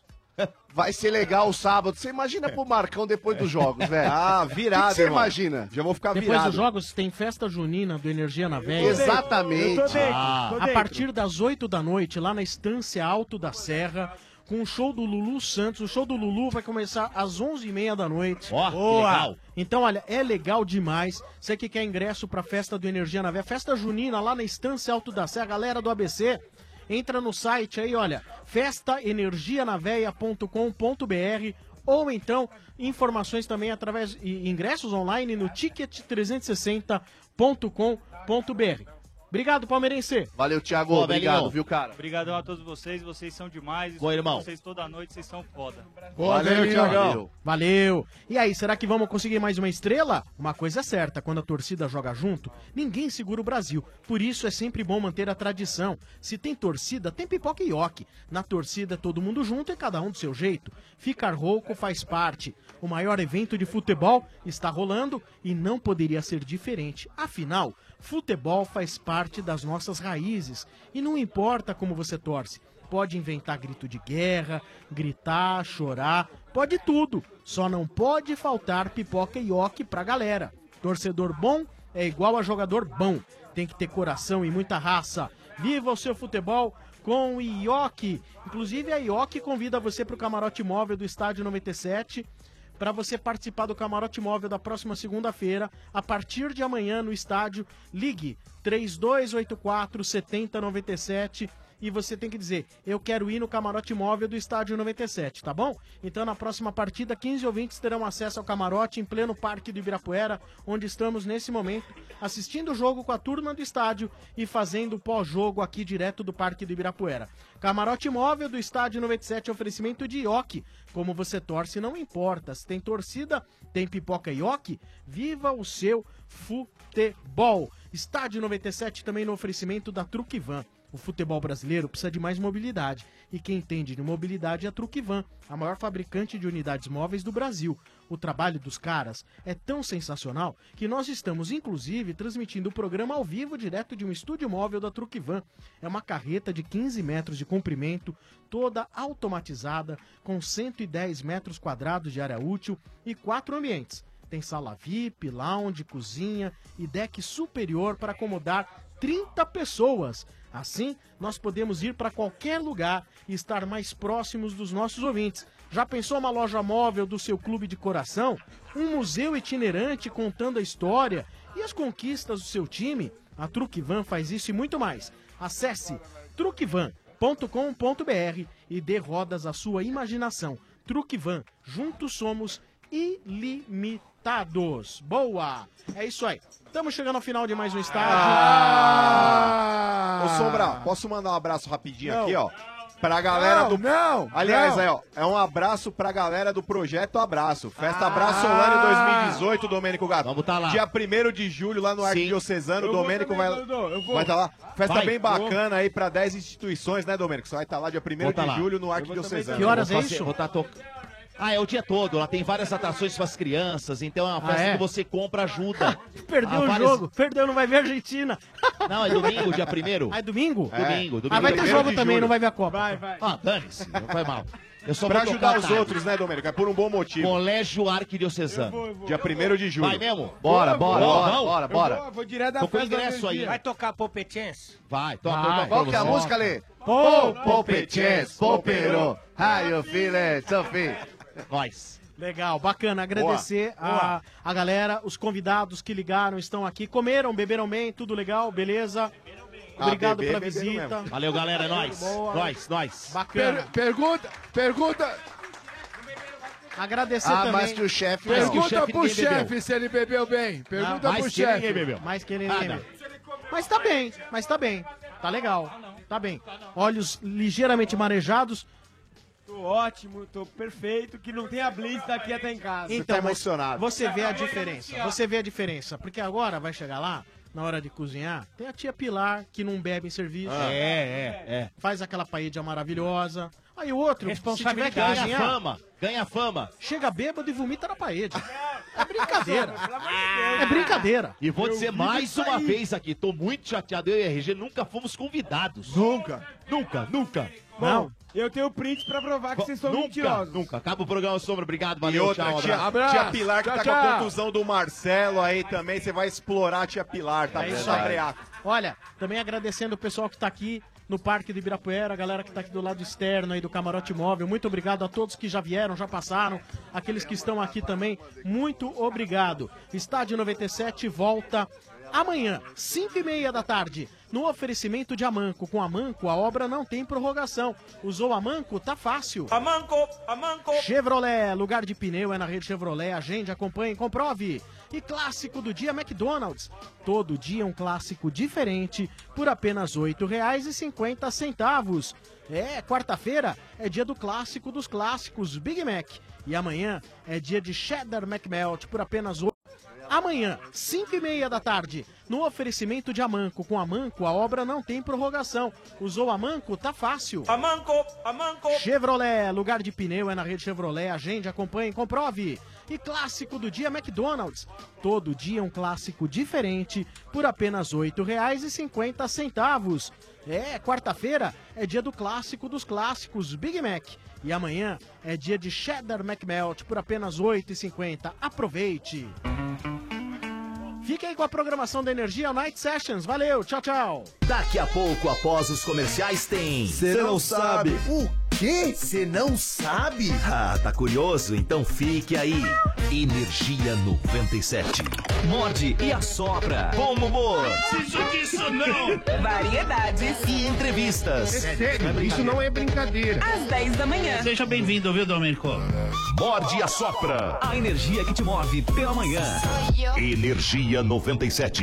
Vai ser legal o sábado. Você imagina pro Marcão depois dos jogos, velho.
Ah, virado,
O que Você
irmão.
imagina. Já vou ficar
Depois dos jogos tem festa junina do Energia na Ah. Velha.
dentro, Exatamente. eu tô dentro, tô
a
dentro.
partir das 8 da noite, lá na Estância Alto da Serra, com o show do Lulu Santos. O show do Lulu vai começar às 11h30 da noite.
Ó, que legal.
Então, olha, é legal demais. Você que quer ingresso pra festa do Energia na Velha, festa junina lá na Estância Alto da Serra, galera do ABC. Entra no site aí, olha, festaenergianaveia.com.br ou então informações também através e ingressos online no ticket360.com.br. Obrigado, palmeirense.
Valeu, Thiago.
Boa,
Tá Obrigado,
Belinho.
viu, cara?
Obrigadão a todos vocês, vocês são demais.
Boa, irmão.
Vocês toda noite, vocês são foda.
Valeu, Valeu. E aí, será que vamos conseguir mais uma estrela? Uma coisa é certa, quando a torcida joga junto, ninguém segura o Brasil. Por isso é sempre bom manter a tradição. Se tem torcida, tem pipoca e ioki. Na torcida, todo mundo junto e cada um do seu jeito. Ficar rouco faz parte. O maior evento de futebol está rolando e não poderia ser diferente. Afinal, futebol faz parte das nossas raízes. E não importa como você torce. Pode inventar grito de guerra, gritar, chorar, pode tudo. Só não pode faltar pipoca e oque pra galera. Torcedor bom é igual a jogador bom. Tem que ter coração e muita raça. Viva o seu futebol com o Ioki. Inclusive a Ioki convida você pro camarote móvel do Estádio 97 para você participar do camarote móvel da próxima segunda-feira, a partir de amanhã no estádio. Ligue 3284 7097 e você tem que dizer: "Eu quero ir no camarote móvel do estádio 97", tá bom? Então na próxima partida, 15 ouvintes terão acesso ao camarote em pleno Parque do Ibirapuera, onde estamos nesse momento, assistindo o jogo com a turma do estádio e fazendo o pós-jogo aqui direto do Parque do Ibirapuera. Camarote móvel do estádio 97 oferecimento de Ioki. Como você torce, não importa. Se tem torcida, tem pipoca Ioki. Viva o seu futebol. Estádio 97 também no oferecimento da Truquivan. O futebol brasileiro precisa de mais mobilidade. E quem entende de mobilidade é a Truquivan, a maior fabricante de unidades móveis do Brasil. o trabalho dos caras é tão sensacional que nós estamos, inclusive, transmitindo o programa ao vivo direto de um estúdio móvel da Truquivan. É uma carreta de 15 metros de comprimento, toda automatizada, com 110 metros quadrados de área útil e quatro ambientes. Tem sala VIP, lounge, cozinha e deck superior para acomodar 30 pessoas. Assim, nós podemos ir para qualquer lugar e estar mais próximos dos nossos ouvintes. Já pensou uma loja móvel do seu clube de coração? Um museu itinerante contando a história e as conquistas do seu time? A Truquivan faz isso e muito mais. Acesse truquivan.com.br e dê rodas à sua imaginação. Truquivan, juntos somos ilimitados. Boa! É isso aí. Estamos chegando ao final de mais um estádio. Ah!
Ô Sombra, posso mandar um abraço rapidinho
Não.
aqui, ó? Pra galera
Não,
do.
não,
Aliás,
não.
aí, ó, é um abraço pra galera do Projeto Abraço. Festa Abraço Online 2018, Domênico Gato. Vamos tá lá. Dia 1 de julho, lá no Arquidiocesano,
Eu
o
vou
Domênico
também,
vai,
Dodô, eu vou.
vai tá lá. Festa
Vai.
bem bacana aí pra 10 instituições, né, Domênico? Você vai estar lá dia 1
Vou tá
de
lá.
julho no
Arquidiocesano.
Arquidiocesano.
Vou fazer- vou tá to- Ah, é o dia todo. Ela tem várias atrações para as crianças, então é uma festa
Ah, é?
que você compra ajuda.
Perdeu
Há
o
várias-
jogo. Perdeu, não vai ver a Argentina.
Não, é domingo, dia primeiro.
Ah, é domingo?
É. Domingo, domingo.
Ah, vai ter
Primeiro
jogo
de
também,
julho.
não vai ver a Copa. Vai,
vai.
Ah, dane-se, não faz mal. Eu só
Pra
vou
ajudar
tocar
os
tarde.
outros, né, Domênico? É por um bom motivo.
Colégio Arquidiocesano.
Dia 1 de julho.
Vai mesmo?
Bora,
Eu vou,
bora, bora,
eu vou.
bora,
Eu
bora.
vou, vou direto da Tô com festa ingresso aí.
Vai tocar Popetiense?
Vai,
Vai.
toca.
Qual que é a música,
Lê?
Pô,
Popetins, Popero, how you feeling, Sophie?
Nós.
Legal, bacana. Agradecer
Boa,
A, a galera, os convidados que ligaram estão aqui. Comeram, beberam bem, tudo legal, beleza?
Tá,
Obrigado pela visita.
Valeu, galera. É nóis.
Boa.
Nós, nós.
Bacana.
pergunta, pergunta.
Agradecer
Ah,
também.
mas que o chefe não.
Pergunta
Mas que o chefe
pro
ninguém bebeu.
chefe se ele bebeu bem. Pergunta
Não, Ah, mais
pro
que ele
chefe.
ninguém bebeu. Mais que ele ninguém Nada. bebeu. Mas tá bem, mas tá bem. Tá legal. Tá bem. Olhos ligeiramente marejados.
Tô ótimo, tô perfeito, que não tem a blitz daqui até em casa.
tá
Então, mas Você vê a diferença. Você vê a diferença. Porque agora vai chegar lá, na hora de cozinhar, tem a tia Pilar que não bebe em serviço.
Ah, é, é, é.
Faz aquela paella maravilhosa. Aí o outro, se tiver que
Ganha
cozinhar,
fama. Ganha fama.
chega bêbado e vomita na parede. É brincadeira. É brincadeira.
E vou dizer mais
tá
uma vez aqui, tô muito chateado. Eu e a RG nunca fomos convidados. Nunca. Nunca, nunca.
Não. Eu tenho print pra provar que vocês são
nunca,
mentirosos.
Nunca. Acaba o programa sobre. Obrigado,
E
valeu,
outra,
tchau.
tia,
abraço.
tia Pilar que
Tchau,
tá com
tchau.
a contusão do Marcelo aí também. Você vai explorar a tia Pilar, tá?
É
bom?
isso aí.
Abreaco.
Olha, também agradecendo o pessoal que está aqui no Parque do Ibirapuera, a galera que está aqui do lado externo aí do Camarote Móvel. Muito obrigado a todos que já vieram, já passaram, aqueles que estão aqui também. Muito obrigado. Estádio 97 volta amanhã, 5 e meia da tarde, no oferecimento de Amanco. Com Amanco, a obra não tem prorrogação. Usou Amanco? Tá fácil.
Amanco, amanco.
Chevrolet, lugar de pneu é na rede Chevrolet. Agende, acompanhe, comprove. E clássico do dia, McDonald's. Todo dia um clássico diferente por apenas R$ 8,50. É, quarta-feira é dia do clássico dos clássicos, Big Mac. E amanhã é dia de Cheddar McMelt por apenas R$ 8,50. Amanhã, 5 e meia da tarde, no oferecimento de Amanco. Com Amanco, a obra não tem prorrogação. Usou Amanco? Tá fácil.
Amanco, amanco.
Chevrolet, lugar de pneu é na rede Chevrolet. Agende, acompanhe, comprove. E clássico do dia, McDonald's. Todo dia um clássico diferente por apenas R$ 8,50. É, quarta-feira é dia do clássico dos clássicos, Big Mac. E amanhã é dia de Cheddar McMelt por apenas R$ 8,50. Aproveite! Fique aí com a programação da Energia Night Sessions. Valeu, tchau, tchau!
Daqui a pouco, após os comerciais, tem.
Cê não sabe.
O quê? Você não sabe? Ah, tá curioso? Então fique aí. Energia 97. Morde e assopra. Bom humor.
Preciso disso não.
Variedades. E entrevistas.
É sério, isso não
é brincadeira.
Às 10 da manhã.
Seja bem-vindo, viu, Domenico? Morde e assopra. A energia que te move pela manhã.
Energia 97.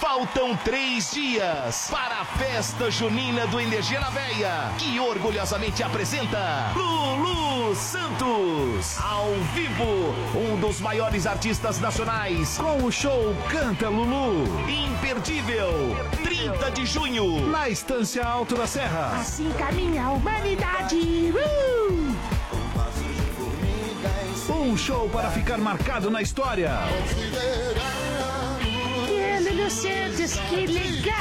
Faltam três dias para a festa junina do Energia na Veia, que orgulhosamente apresenta Lulu Santos. Ao vivo, um dos maiores artistas nacionais, com o show Canta Lulu. Imperdível, 30 de junho, na Estância Alto da Serra.
Assim caminha a humanidade. Uh!
Um show para ficar marcado na história.
Leandro Santos, que legal!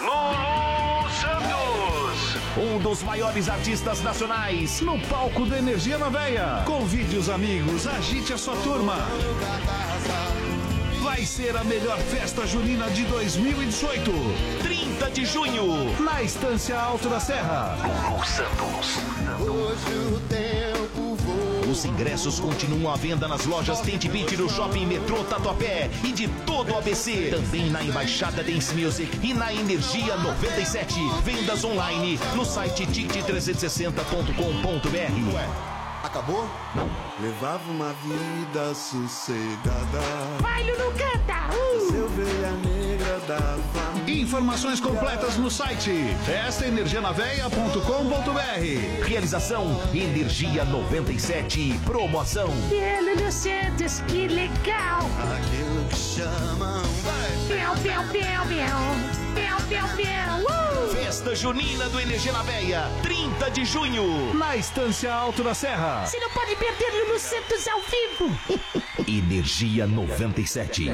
Lulu Santos, um dos maiores artistas nacionais, no palco do Energia na Veia. Convide os amigos, agite a sua turma. Vai ser a melhor festa junina de 2018. 30 de junho, na Estância Alto da Serra. Lulu Santos.
Os ingressos continuam à venda nas lojas Tente Beat do Shopping Metrô Tatuapé e de todo o ABC. Também na Embaixada Dance Music e na Energia 97. Vendas online no site tic360.com.br. Acabou?
Levava uma vida sossegada.
Vai, Lulu, canta!
Se eu veia negra dava
Informações completas no site festaenergianaveia.com.br.
Realização Energia 97. Promoção.
Leandro Santos, que legal! Aquilo que chamam Piau, piau, piau, piau! Piau, piau, piau! Uh!
Festa Junina do Energia na Veia, 30 de junho, na Estância Alto da Serra.
Você não pode perder Lulu Santos ao vivo!
Energia 97.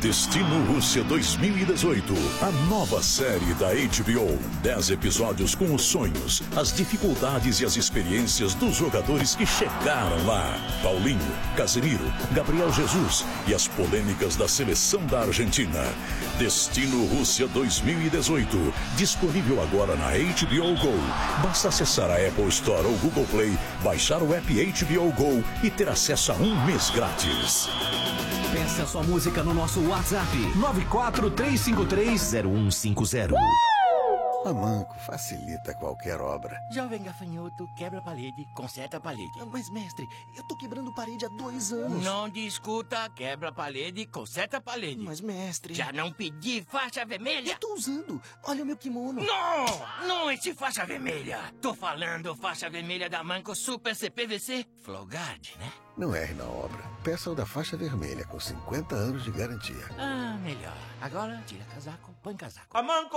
Destino Rússia 2018, a nova série da HBO. Dez episódios com os sonhos, as dificuldades e as experiências dos jogadores que chegaram lá. Paulinho, Casemiro, Gabriel Jesus e as polêmicas da seleção da Argentina. Destino Rússia 2018, disponível agora na HBO Go. Basta acessar a Apple Store ou Google Play, baixar o app HBO Go e ter acesso a um mês grátis.
Peça sua música no nosso WhatsApp 943530150.
Uh!
A Manco facilita qualquer obra.
Jovem gafanhoto, quebra a parede, conserta a parede. Mas, mestre, eu tô quebrando parede há dois anos. Não discuta, quebra a parede, conserta a parede. Mas, mestre. Já não pedi faixa vermelha? Eu tô usando. Olha o meu kimono. Não! Não esse faixa vermelha. Tô falando faixa vermelha da Manco Super CPVC Flogard, né?
Não erre na obra. Peça o da faixa vermelha com 50 anos de garantia.
Ah, melhor. Agora, tira casaco, põe casaco.
A Manco!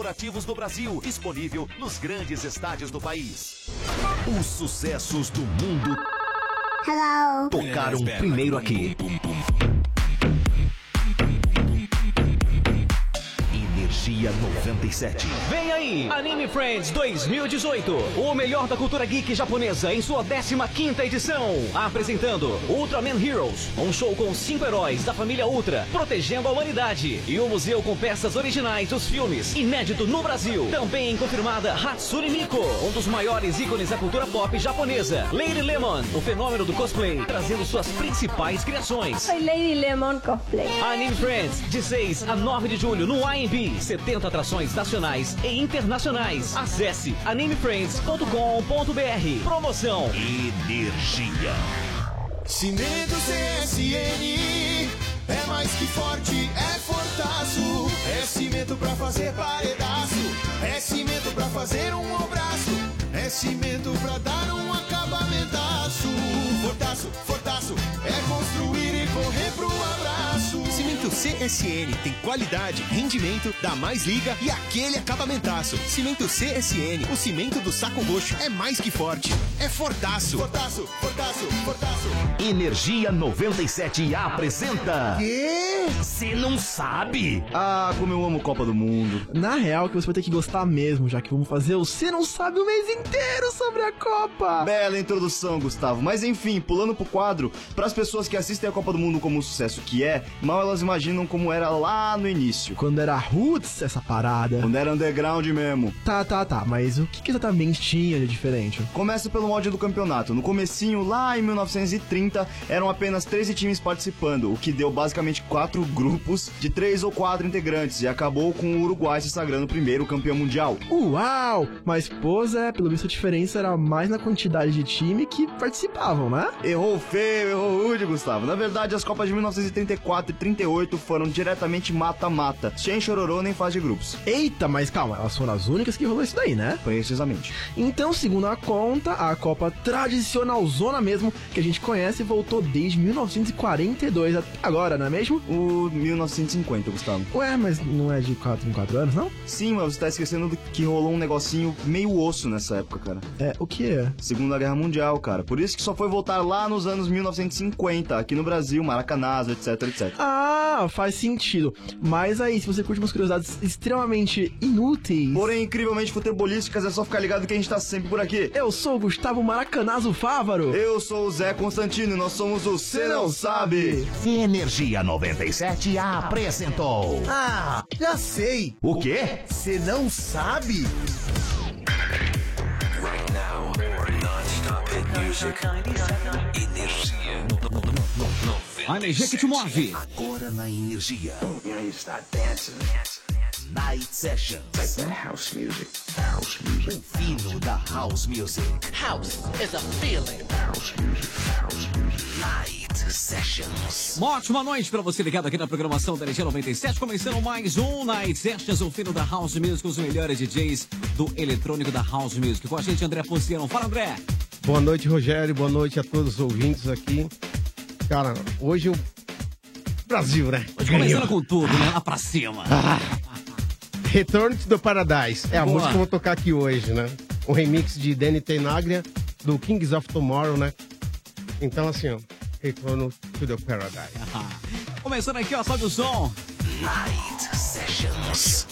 do Brasil, disponível nos grandes estádios do país. Os sucessos do mundo tocaram primeiro aqui. Energia 97.
Vem aí, Anime Friends 2018, o melhor da cultura geek japonesa em sua 15ª edição. Apresentando Ultraman Heroes, um show com cinco heróis da família Ultra, protegendo a humanidade. E um museu com peças originais dos filmes, inédito no Brasil. Também confirmada Hatsune Miku, um dos maiores ícones da cultura pop japonesa. Lady Lemon, o fenômeno do cosplay, trazendo suas principais criações.
Soy Lady Lemon Cosplay.
Anime Friends, de 6 a 9 de julho no IMB. 70 atrações nacionais e internacionais. Acesse animefriends.com.br. Promoção.
Energia.
Cinedo CSN é mais que forte, é fortaço. É cimento pra fazer paredaço, é cimento pra fazer um obraço, é cimento pra dar um acabamentaço. Fortaço, fortaço, é construir e correr pro abraço.
Cimento CSN tem qualidade, rendimento, dá mais liga e aquele acabamentaço. Cimento CSN, o cimento do saco roxo é mais que forte, é fortaço.
Fortaço, fortaço, fortaço.
Energia 97 apresenta.
Quê?
Você não sabe?
Ah, como eu amo Copa do Mundo. Na real, que você vai ter que gostar mesmo, já que vamos fazer o Você Não Sabe o mês inteiro sobre a Copa. Bela introdução, Gustavo. Mas enfim, pulando pro quadro, para as pessoas que assistem a Copa do Mundo como o sucesso que é, mal elas imaginam como era lá no início. Quando era roots essa parada. Quando era underground mesmo. Tá, tá, tá, mas o que que exatamente tinha de diferente? Começa pelo um ódio do campeonato. No comecinho, lá em 1930, eram apenas 13 times participando, o que deu basicamente quatro grupos de três ou quatro integrantes e acabou com o Uruguai se sagrando primeiro campeão mundial.
Uau! Mas, pois é, pelo visto a diferença era mais na quantidade de time que participavam, né?
Errou feio, errou rude, Gustavo. Na verdade, as Copas de 1934 e 38 foram diretamente mata-mata, sem chororô nem fase de grupos.
Eita, mas calma, elas foram as únicas que rolou isso daí, né?
Precisamente.
Então, segundo a conta, a Copa tradicional zona mesmo, que a gente conhece, voltou desde 1942 até agora, não é mesmo?
O 1950, Gustavo.
Ué, mas não é de 4 em 4 anos, não?
Sim, mas você tá esquecendo do- que rolou um negocinho meio osso nessa época, cara.
É, o que é?
Segunda Guerra Mundial, cara. Por isso que só foi voltar lá nos anos 1950, aqui no Brasil, Maracanazo, etc, etc.
Ah, faz sentido. Mas aí, se você curte umas curiosidades extremamente inúteis.
Porém, incrivelmente futebolísticas, é só ficar ligado que a gente tá sempre por aqui.
Eu sou o Gustavo Maracanazo Fávaro.
Eu sou o Zé Constantino e nós somos o Cê Não Sabe.
Energia 97 apresentou.
Ah, já sei.
O quê?
Você não sabe?
Right now, non-stop hit music. Energia.
A energia que te move.
Agora na energia. You know you start dancing. Night sessions. Like that house music. House music. O fino da house music. House is a feeling. House music. House music. Night sessions.
Uma ótima noite pra você ligado aqui na programação da Energia 97, começando mais um Night Sessions, o fino da House Music, os melhores DJs do eletrônico da House Music. Com a gente, André Ponciano. Fala, André!
Boa noite, Rogério. Boa noite a todos os ouvintes aqui. Cara, hoje o Brasil, né?
Hoje começando com tudo, né? Lá pra cima.
Ah. Return to the Paradise. É a
Boa.
música que eu vou tocar aqui hoje, né? O remix de Danny Tenaglia do Kings of Tomorrow, né? Então, assim, ó. Return to the Paradise.
Começando aqui, ó, sobe o som.
Night Sessions.